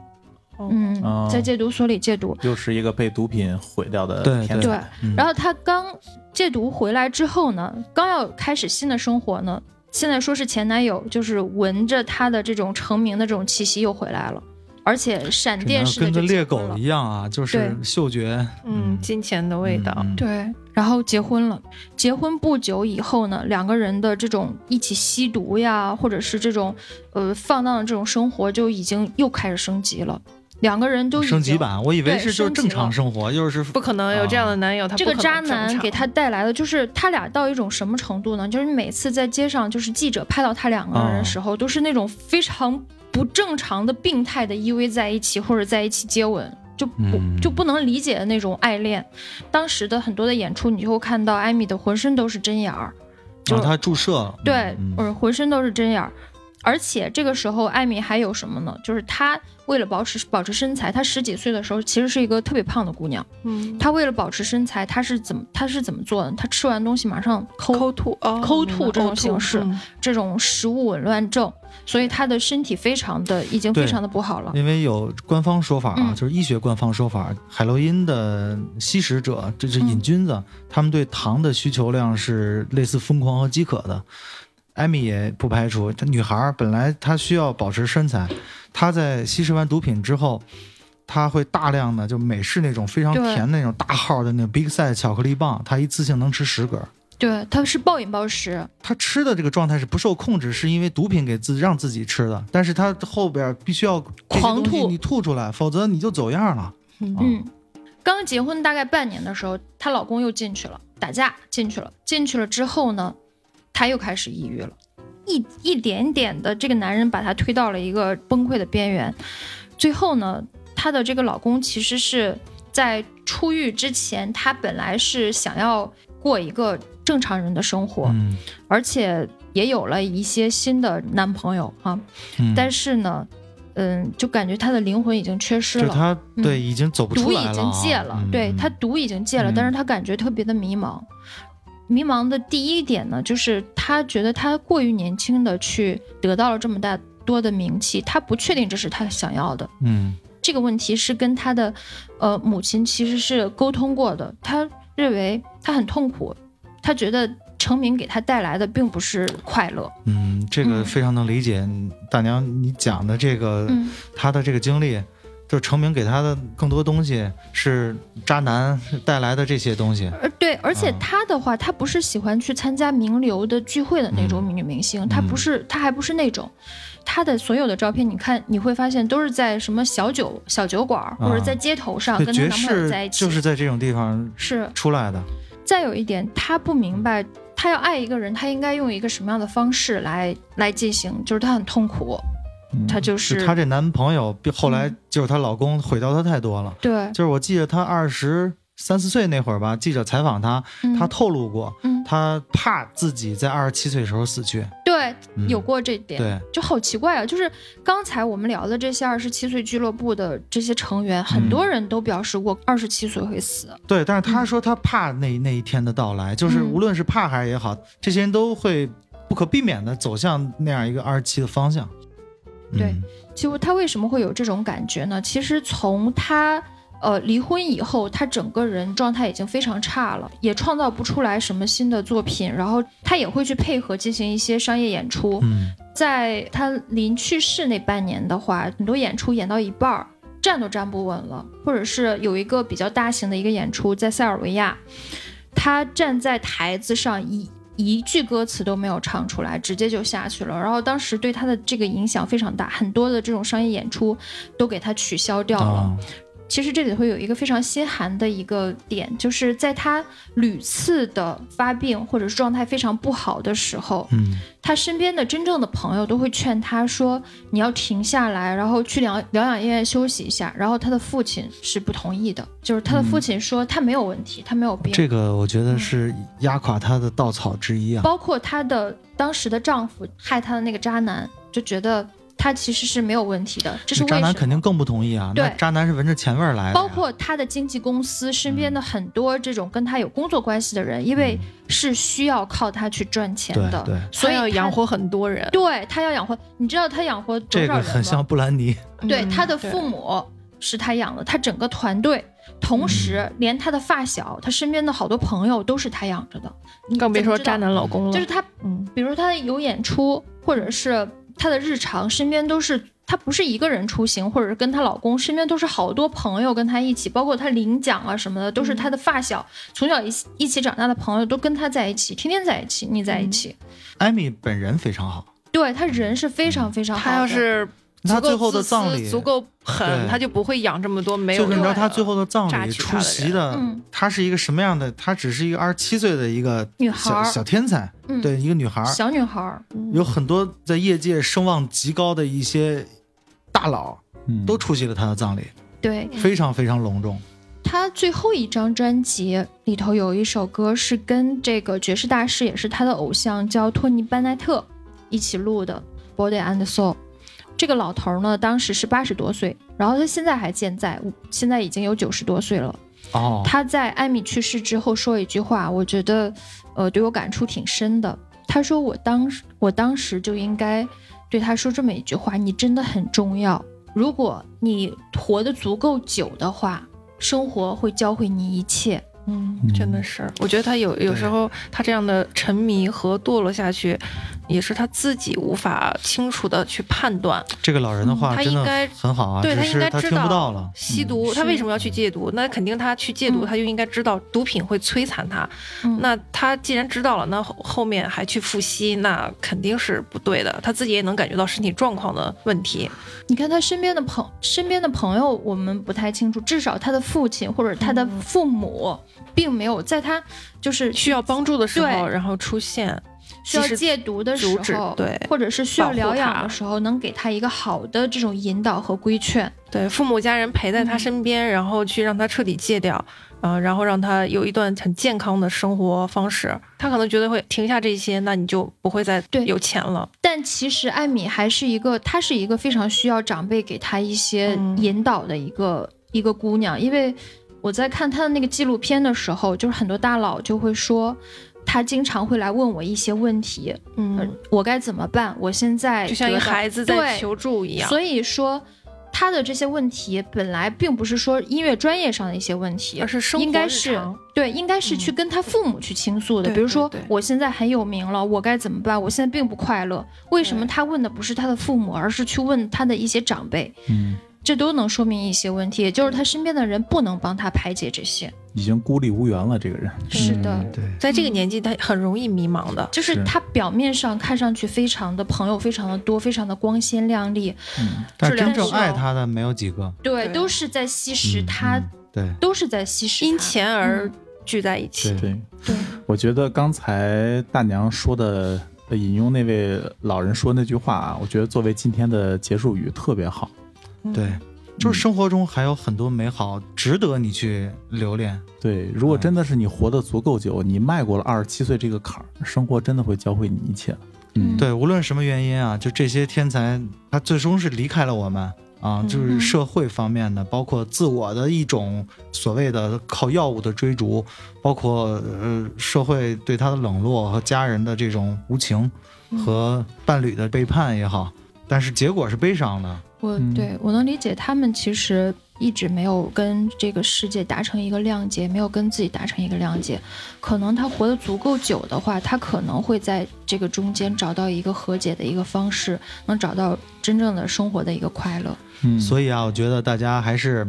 [SPEAKER 5] 哦
[SPEAKER 4] 嗯，
[SPEAKER 1] 哦
[SPEAKER 4] 在戒毒所里戒毒，
[SPEAKER 1] 又是一个被毒品毁掉的
[SPEAKER 2] 对
[SPEAKER 1] 天才
[SPEAKER 2] 对
[SPEAKER 4] 对，
[SPEAKER 2] 嗯
[SPEAKER 4] 然后他刚戒毒回来之后呢，刚要开始新的生活呢，现在说是前男友，就是闻着他的这种成名的这种气息又回来了，而且闪
[SPEAKER 2] 这
[SPEAKER 4] 电
[SPEAKER 2] 男
[SPEAKER 4] 式的
[SPEAKER 2] 跟
[SPEAKER 4] 就
[SPEAKER 2] 个猎
[SPEAKER 4] 结婚
[SPEAKER 2] 狗
[SPEAKER 4] 了
[SPEAKER 2] 一样啊，就是
[SPEAKER 4] 对
[SPEAKER 2] 嗅觉
[SPEAKER 5] 嗯，金钱的味道，
[SPEAKER 2] 嗯
[SPEAKER 4] 对，然后结婚了。结婚不久以后呢，两个人的这种一起吸毒呀，或者是这种呃放荡的这种生活，就已经又开始升级了。两个人都已
[SPEAKER 2] 升级
[SPEAKER 4] 经
[SPEAKER 2] 版，我以为
[SPEAKER 4] 对
[SPEAKER 2] 是就是
[SPEAKER 4] 升级
[SPEAKER 2] 正常
[SPEAKER 4] 了
[SPEAKER 2] 生活，又是
[SPEAKER 5] 不可能有这样的男友，他
[SPEAKER 4] 这
[SPEAKER 5] 不
[SPEAKER 4] 个
[SPEAKER 5] 可能
[SPEAKER 4] 渣
[SPEAKER 5] 正
[SPEAKER 4] 男
[SPEAKER 5] 常
[SPEAKER 4] 给他带来的就是他俩到一种什么程度呢？就是每次在街上，就是记者拍到他两个人的时候，都是那种非常不正常的、病态的依偎在一起，或者在一起接吻。就不
[SPEAKER 2] 嗯
[SPEAKER 4] 就不能理解的那种爱恋，当时的很多的演出，你就会看到艾米的浑身都是针眼儿，就
[SPEAKER 2] 让他注射了，嗯
[SPEAKER 4] 对，
[SPEAKER 2] 嗯
[SPEAKER 4] 嗯，浑身都是针眼儿。而且这个时候，艾米还有什么呢？就是她为了保持保持身材，她十几岁的时候其实是一个特别胖的姑娘。
[SPEAKER 5] 嗯
[SPEAKER 4] 她为了保持身材，她是怎么她是怎么做的？她吃完东西马上抠
[SPEAKER 5] 抠吐哦
[SPEAKER 4] 抠
[SPEAKER 5] 明
[SPEAKER 4] 吐
[SPEAKER 5] 白
[SPEAKER 4] 这种
[SPEAKER 5] 呕吐
[SPEAKER 4] 形式
[SPEAKER 5] 嗯
[SPEAKER 4] 这种食物紊乱症，所以她的身体非常的已经
[SPEAKER 2] 对
[SPEAKER 4] 非常的不好了。
[SPEAKER 2] 因为有官方说法啊，
[SPEAKER 4] 嗯
[SPEAKER 2] 就是医学官方说法，海洛因的吸食者，这是
[SPEAKER 4] 嗯
[SPEAKER 2] 瘾君子，他们对糖的需求量是类似疯狂和饥渴的。艾米也不排除，她女孩儿本来她需要保持身材，她在吸食完毒品之后，她会大量的就美式那种非常
[SPEAKER 4] 对
[SPEAKER 2] 甜的那种大号的那种 Big Size 巧克力棒，她一次性能吃十根儿。
[SPEAKER 4] 对，她是暴饮暴食，
[SPEAKER 2] 他吃的这个状态是不受控制，是因为毒品给自让自己吃的，但是他后边必须要这些
[SPEAKER 4] 狂
[SPEAKER 2] 东西
[SPEAKER 4] 吐
[SPEAKER 2] 你吐出来，否则你就走样了。
[SPEAKER 4] 嗯，刚结婚大概半年的时候，她老公又进去了，打架进去了，进去了之后呢，她又开始抑郁了，一一点点的，这个男人把她推到了一个崩溃的边缘。最后呢，她的这个老公其实是在出狱之前，他本来是想要过一个正常人的生活，
[SPEAKER 2] 嗯，
[SPEAKER 4] 而且也有了一些新的男朋友啊，
[SPEAKER 2] 嗯
[SPEAKER 4] 但是呢。嗯，就感觉她的灵魂已经缺失
[SPEAKER 2] 就
[SPEAKER 4] 了。
[SPEAKER 2] 他
[SPEAKER 4] 嗯
[SPEAKER 2] 对已经走不出
[SPEAKER 4] 毒
[SPEAKER 2] 来
[SPEAKER 4] 已
[SPEAKER 2] 了啊，
[SPEAKER 4] 经戒了，
[SPEAKER 2] 嗯
[SPEAKER 4] 对他毒已经戒了，
[SPEAKER 2] 嗯
[SPEAKER 4] 但是他感觉特别的迷茫。迷茫的第一点呢，就是他觉得他过于年轻的去得到了这么大多的名气，他不确定这是他想要的。
[SPEAKER 2] 嗯
[SPEAKER 4] 这个问题是跟他的呃母亲其实是沟通过的，他认为他很痛苦，他觉得成名给他带来的并不是快乐。
[SPEAKER 2] 嗯，这个
[SPEAKER 4] 嗯
[SPEAKER 2] 非常能理解。大娘，你讲的这个
[SPEAKER 4] 嗯，
[SPEAKER 2] 他的这个经历，就是成名给他的更多东西是渣男 <laughs> 带来的这些东西。
[SPEAKER 4] 而呃对，而且
[SPEAKER 2] 啊
[SPEAKER 4] 她的话，她不是喜欢去参加名流的聚会的那种女明
[SPEAKER 2] 嗯
[SPEAKER 4] 星，她不是，她还不是那种，她的所有的照片，你看你会发现都是在什么小酒小酒馆儿、或者在街头上
[SPEAKER 2] 啊对，
[SPEAKER 4] 跟她
[SPEAKER 2] 爵
[SPEAKER 4] 男朋友
[SPEAKER 2] 士
[SPEAKER 4] 在一起，
[SPEAKER 2] 就是在这种地方
[SPEAKER 4] 是
[SPEAKER 2] 出来的。
[SPEAKER 4] 再有一点，她不明白，她要爱一个人，她应该用一个什么样的方式来来进行，就是她很痛苦，她就是
[SPEAKER 2] 嗯就她这男朋友，比后来
[SPEAKER 4] 嗯
[SPEAKER 2] 就是她老公毁掉她太多了。
[SPEAKER 4] 对，
[SPEAKER 2] 就是我记得她二十三四岁那会儿吧，记者采访她，
[SPEAKER 4] 嗯
[SPEAKER 2] 她透露过，
[SPEAKER 4] 嗯，
[SPEAKER 2] 她怕自己在二十七岁的时候死去。
[SPEAKER 4] 对，
[SPEAKER 2] 嗯
[SPEAKER 4] 有过这点，
[SPEAKER 2] 对，
[SPEAKER 4] 就好奇怪啊！就是刚才我们聊的这些二十七岁俱乐部的这些成员，很多人都表示过二十七岁会死。
[SPEAKER 2] 对，但是她说她怕那那一天的到来，就是
[SPEAKER 4] 嗯
[SPEAKER 2] 无论是怕还是也好，这些人都会不可避免的走向那样一个二十七的方向。
[SPEAKER 4] 对
[SPEAKER 2] 嗯，
[SPEAKER 4] 结果他为什么会有这种感觉呢？其实从他呃离婚以后，他整个人状态已经非常差了，也创造不出来什么新的作品，然后他也会去配合进行一些商业演出。
[SPEAKER 2] 嗯，
[SPEAKER 4] 在他临去世那半年的话，很多演出演到一半儿，站都站不稳了，或者是有一个比较大型的一个演出在塞尔维亚，他站在台子上一一句歌词都没有唱出来，直接就下去了。然后当时对他的这个影响非常大，很多的这种商业演出都给他取消掉了。
[SPEAKER 2] 啊，
[SPEAKER 4] 其实这里会有一个非常心寒的一个点，就是在他屡次的发病或者是状态非常不好的时候，
[SPEAKER 2] 嗯，
[SPEAKER 4] 他身边的真正的朋友都会劝他说：“你要停下来，然后去疗疗养院休息一下。”然后他的父亲是不同意的，就是他的父亲说他没有问题，他没有病。
[SPEAKER 2] 这个我觉得是压垮他的稻草之一啊。
[SPEAKER 4] 嗯包括她的当时的丈夫害她的那个渣男，就觉得她其实是没有问题的，这是为
[SPEAKER 2] 渣
[SPEAKER 4] 什
[SPEAKER 2] 男
[SPEAKER 4] 么？
[SPEAKER 2] 肯定更不同意啊，
[SPEAKER 4] 对
[SPEAKER 2] 那渣男是闻着钱味儿来的呀，
[SPEAKER 4] 包括她的经纪公司身边的很多这种跟她有工作关系的人，因为是需要靠她去赚钱
[SPEAKER 2] 对
[SPEAKER 4] 的，
[SPEAKER 2] 嗯对，
[SPEAKER 4] 所以
[SPEAKER 5] 要
[SPEAKER 4] 她
[SPEAKER 5] 养。活很多人。
[SPEAKER 4] 对她要养活，你知道她养活多
[SPEAKER 2] 这
[SPEAKER 4] 少
[SPEAKER 2] 个
[SPEAKER 4] 人吗？
[SPEAKER 2] 很像布兰妮，
[SPEAKER 4] 对，
[SPEAKER 5] 嗯
[SPEAKER 4] 他的父母是他养的，他整个团队，同时
[SPEAKER 5] 嗯
[SPEAKER 4] 连他的发小，他身边的好多朋友都是他养着的。你
[SPEAKER 5] 更别
[SPEAKER 4] 怎么
[SPEAKER 5] 说
[SPEAKER 4] 知道
[SPEAKER 5] 渣，男老公了。
[SPEAKER 4] 就是他，
[SPEAKER 5] 嗯，
[SPEAKER 4] 比如他有演出，或者是他的日常，身边都是他不是一个人出行，或者是跟她老公，身边都是好多朋友跟他一起，包括他领奖啊什么的，都是他的发小，从小一起一起长大的朋友都跟他在一起，天天在一起，腻在一起。
[SPEAKER 2] 艾米本人非常好，
[SPEAKER 4] 对他人是非常非常好的，
[SPEAKER 5] 他要是
[SPEAKER 2] 他
[SPEAKER 5] 足够
[SPEAKER 2] 最后的
[SPEAKER 5] 自私
[SPEAKER 2] 葬礼
[SPEAKER 5] 足够狠
[SPEAKER 2] 对，
[SPEAKER 5] 他就不会养这么多没
[SPEAKER 2] 就
[SPEAKER 5] 有用
[SPEAKER 2] 是你
[SPEAKER 5] 的。
[SPEAKER 2] 知道他最后的葬
[SPEAKER 5] 榨
[SPEAKER 2] 礼
[SPEAKER 5] 取他
[SPEAKER 2] 出
[SPEAKER 5] 的
[SPEAKER 2] 席
[SPEAKER 5] 人
[SPEAKER 2] 的
[SPEAKER 4] 嗯，
[SPEAKER 2] 她是一个什么样的？她只是一个二十七岁的一个
[SPEAKER 4] 女孩
[SPEAKER 2] 小
[SPEAKER 4] 儿
[SPEAKER 2] 小天才，
[SPEAKER 4] 嗯
[SPEAKER 2] 对，一个女孩儿，
[SPEAKER 4] 小女孩儿，
[SPEAKER 2] 有很多在业界声望极高的一些大佬
[SPEAKER 1] 嗯
[SPEAKER 2] 都出席了她的葬礼，
[SPEAKER 4] 对，
[SPEAKER 5] 嗯
[SPEAKER 2] 非常非常隆重。
[SPEAKER 4] 他最后一张专辑里头有一首歌是跟这个爵士大师，也是他的偶像，叫托尼·班奈特一起录的《Body and Soul》。这个老头儿呢，当时是八十多岁，然后他现在还健在，现在已经有九十多岁了。
[SPEAKER 2] 哦，
[SPEAKER 4] 他在艾米去世之后说一句话，我觉得，呃，对我感触挺深的。他说：“我当时，我当时就应该对他说这么一句话：你真的很重要。如果你活得足够久的话，生活会教会你一切。
[SPEAKER 5] 嗯，真的是，我觉得他有有时候他这样的沉迷和堕落下去，也是他自己无法清楚的去判断。
[SPEAKER 2] 这个老人的
[SPEAKER 5] 嗯
[SPEAKER 2] 话
[SPEAKER 5] 他
[SPEAKER 2] 真的
[SPEAKER 5] 应该
[SPEAKER 2] 很好啊，
[SPEAKER 5] 对
[SPEAKER 2] 只
[SPEAKER 5] 他应
[SPEAKER 2] 是
[SPEAKER 5] 该
[SPEAKER 2] 他
[SPEAKER 5] 知
[SPEAKER 2] 听不
[SPEAKER 5] 道
[SPEAKER 2] 到了。
[SPEAKER 5] 吸毒，
[SPEAKER 4] 嗯
[SPEAKER 5] 他
[SPEAKER 4] 是
[SPEAKER 5] 为什么要去戒毒？那肯定他去戒毒，
[SPEAKER 4] 嗯
[SPEAKER 5] 他就应该知道毒品会摧残他。
[SPEAKER 4] 嗯
[SPEAKER 5] 那他既然知道了，那后后面还去复吸，那肯定是不对的。他自己也能感觉到身体状况的问题。
[SPEAKER 4] 你看他身边的朋身边的朋友，我们不太清楚，至少他的父亲或者他的父母，并没有在他就是
[SPEAKER 5] 需要帮助的时候，
[SPEAKER 4] 对
[SPEAKER 5] 然后出现，
[SPEAKER 4] 需要
[SPEAKER 5] 及时
[SPEAKER 4] 戒毒的时
[SPEAKER 5] 阻止
[SPEAKER 4] 候，
[SPEAKER 5] 对
[SPEAKER 4] 或者是需要
[SPEAKER 5] 保护
[SPEAKER 4] 疗养
[SPEAKER 5] 他
[SPEAKER 4] 的时候，能给他一个好的这种引导和规劝。
[SPEAKER 5] 对父母家人陪在他身边，然后去让他彻底戒掉，啊、然后让他有一段很健康的生活方式。他可能觉得会停下这些，那你就不会再
[SPEAKER 4] 对
[SPEAKER 5] 有钱了。
[SPEAKER 4] 但其实艾米还是一个，她是一个非常需要长辈给她一些
[SPEAKER 5] 嗯
[SPEAKER 4] 引导的一个、一个姑娘，因为我在看她的那个纪录片的时候，就是很多大佬就会说，她经常会来问我一些问题，呃
[SPEAKER 5] 嗯，
[SPEAKER 4] 我该怎么办？我现在
[SPEAKER 5] 就像一个
[SPEAKER 4] 得到
[SPEAKER 5] 孩子在
[SPEAKER 4] 对
[SPEAKER 5] 求助一样。
[SPEAKER 4] 所以说。她的这些问题本来并不是说音乐专业上的一些问题，
[SPEAKER 5] 而是生活
[SPEAKER 4] 应该
[SPEAKER 5] 日
[SPEAKER 4] 是
[SPEAKER 5] 常
[SPEAKER 4] 对，应该是去跟他父母去倾诉的。
[SPEAKER 5] 对
[SPEAKER 4] 比如说
[SPEAKER 5] 对对，
[SPEAKER 4] 我现在很有名了，我该怎么办？我现在并不快乐。为什么他问的不是他的父母，而是去问他的一些长辈？
[SPEAKER 1] 嗯，
[SPEAKER 4] 这都能说明一些问题，也就是他身边的人不能帮他排解这些。
[SPEAKER 1] 已经孤立无援了，这个人。
[SPEAKER 4] 是的，
[SPEAKER 2] 对，
[SPEAKER 5] 在这个
[SPEAKER 4] 嗯
[SPEAKER 5] 年纪，他很容易迷茫的。
[SPEAKER 4] 就是他表面上看上去非常的朋友非常的多，非常的光鲜亮丽，
[SPEAKER 2] 但
[SPEAKER 4] 质量
[SPEAKER 2] 真正
[SPEAKER 4] 是
[SPEAKER 2] 爱
[SPEAKER 4] 哦
[SPEAKER 2] 他的没有几个。
[SPEAKER 4] 对，
[SPEAKER 5] 对
[SPEAKER 4] 都是在吸食
[SPEAKER 2] 嗯
[SPEAKER 4] 他，
[SPEAKER 2] 嗯对，
[SPEAKER 4] 都是嗯在吸食
[SPEAKER 5] 因
[SPEAKER 4] 他
[SPEAKER 5] 钱而聚在一起。
[SPEAKER 2] 对
[SPEAKER 1] 对，
[SPEAKER 4] 对
[SPEAKER 1] 我觉得刚才大娘说的，呃引用那位老人说那句话啊，我觉得作为今天的结束语特别好。
[SPEAKER 5] 嗯
[SPEAKER 2] 对，就是生活中还有很多美好值得你去留恋。
[SPEAKER 1] 对，如果真的是你活得足够久，你迈过了二十七岁这个坎儿，生活真的会教会你一切。嗯，
[SPEAKER 2] 对，无论什么原因啊，就这些天才，他最终是离开了我们
[SPEAKER 1] 嗯
[SPEAKER 2] 啊，就是社会方面的，包括自我的一种所谓的靠药物的追逐，包括呃社会对他的冷落和家人的这种无情，
[SPEAKER 1] 嗯
[SPEAKER 2] 和伴侣的背叛也好，但是结果是悲伤的。
[SPEAKER 4] 我
[SPEAKER 1] 嗯
[SPEAKER 4] 对我能理解，他们其实一直没有跟这个世界达成一个谅解，没有跟自己达成一个谅解。可能他活得足够久的话，他可能会在这个中间找到一个和解的一个方式，能找到真正的生活的一个快乐。
[SPEAKER 1] 嗯，
[SPEAKER 2] 所以啊，我觉得大家还是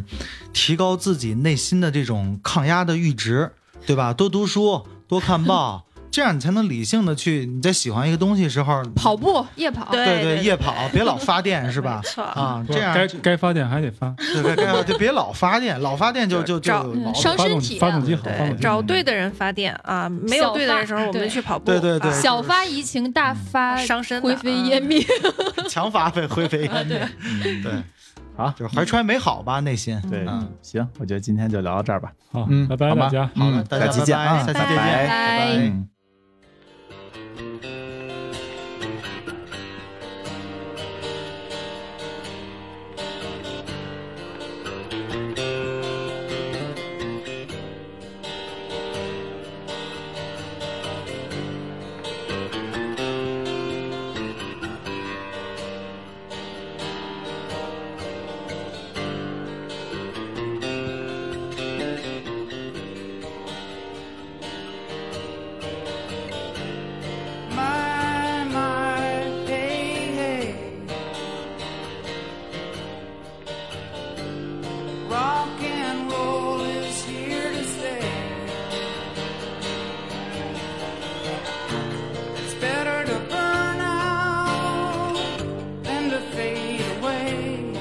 [SPEAKER 2] 提
[SPEAKER 1] <laughs>
[SPEAKER 2] 高自己内心的这种抗压的阈值，对吧？多读书，多看报，这样你才能理性的去你在喜欢一个东西时候，
[SPEAKER 4] 跑步夜跑，
[SPEAKER 5] 对
[SPEAKER 2] 对
[SPEAKER 5] 对
[SPEAKER 2] 夜跑，别老发电是吧
[SPEAKER 5] 没？错
[SPEAKER 2] 啊，
[SPEAKER 3] 不
[SPEAKER 2] 这
[SPEAKER 3] 是
[SPEAKER 2] 样
[SPEAKER 3] 该
[SPEAKER 2] 就
[SPEAKER 3] 该发电还得发，
[SPEAKER 2] 对该就别老发电，老发电就就就
[SPEAKER 5] 找
[SPEAKER 2] 有
[SPEAKER 4] 嗯
[SPEAKER 2] 毛病。
[SPEAKER 4] 伤
[SPEAKER 3] 发
[SPEAKER 4] 身
[SPEAKER 3] 动
[SPEAKER 4] 体
[SPEAKER 3] 发动机
[SPEAKER 4] 啊，
[SPEAKER 3] 好，发
[SPEAKER 5] 对
[SPEAKER 3] 动，机
[SPEAKER 5] 找
[SPEAKER 3] 好。
[SPEAKER 5] 对的人发电啊，没有对的人时候我们去跑步，
[SPEAKER 2] 对对对
[SPEAKER 5] 啊
[SPEAKER 4] 小发怡情，大发
[SPEAKER 5] 嗯伤身的
[SPEAKER 4] 灰飞烟灭。
[SPEAKER 2] 强发被灰飞烟灭。嗯对，
[SPEAKER 1] 好
[SPEAKER 2] 就是怀揣美好吧，内心。
[SPEAKER 1] 对
[SPEAKER 2] 嗯，
[SPEAKER 1] 行，我觉得今天就聊到这儿吧。
[SPEAKER 3] 好，
[SPEAKER 1] 嗯，
[SPEAKER 3] 拜拜
[SPEAKER 1] 好吧
[SPEAKER 3] 大家。
[SPEAKER 2] 好了
[SPEAKER 1] 嗯，
[SPEAKER 2] 大家
[SPEAKER 1] 下期见啊，
[SPEAKER 2] 拜拜
[SPEAKER 1] 下期
[SPEAKER 2] 拜拜
[SPEAKER 4] 拜
[SPEAKER 1] 嗯。
[SPEAKER 7] My, my, hey, hey. Rock and roll is here to stay. It's better to burn out than to fade away.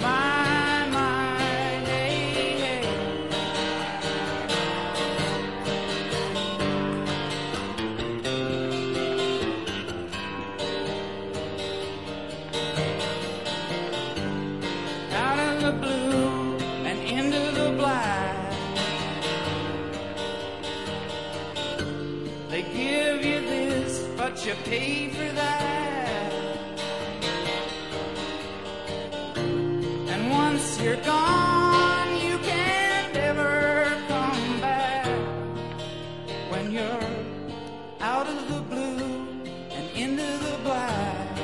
[SPEAKER 7] My, my, hey, hey. out of the blue and into the black. They give you this, but you pay for that. And once you're gone, you can't ever come back. When you're out of the blue and into the black.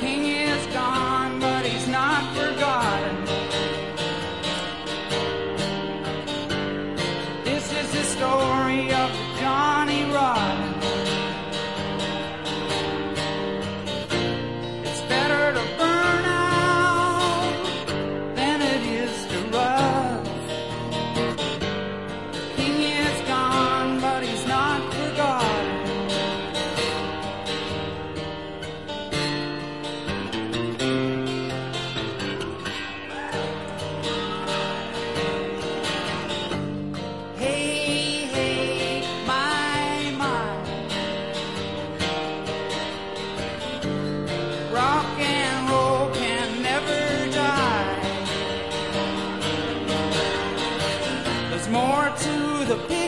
[SPEAKER 7] king is gone, but he's not forgotten. This is the story of Johnny Rotten. It's better to burn out than it is to rust. King is gone, but he's not forgotten. Hey, hey, my, my. Rock and roll can never die. There's more to the picture.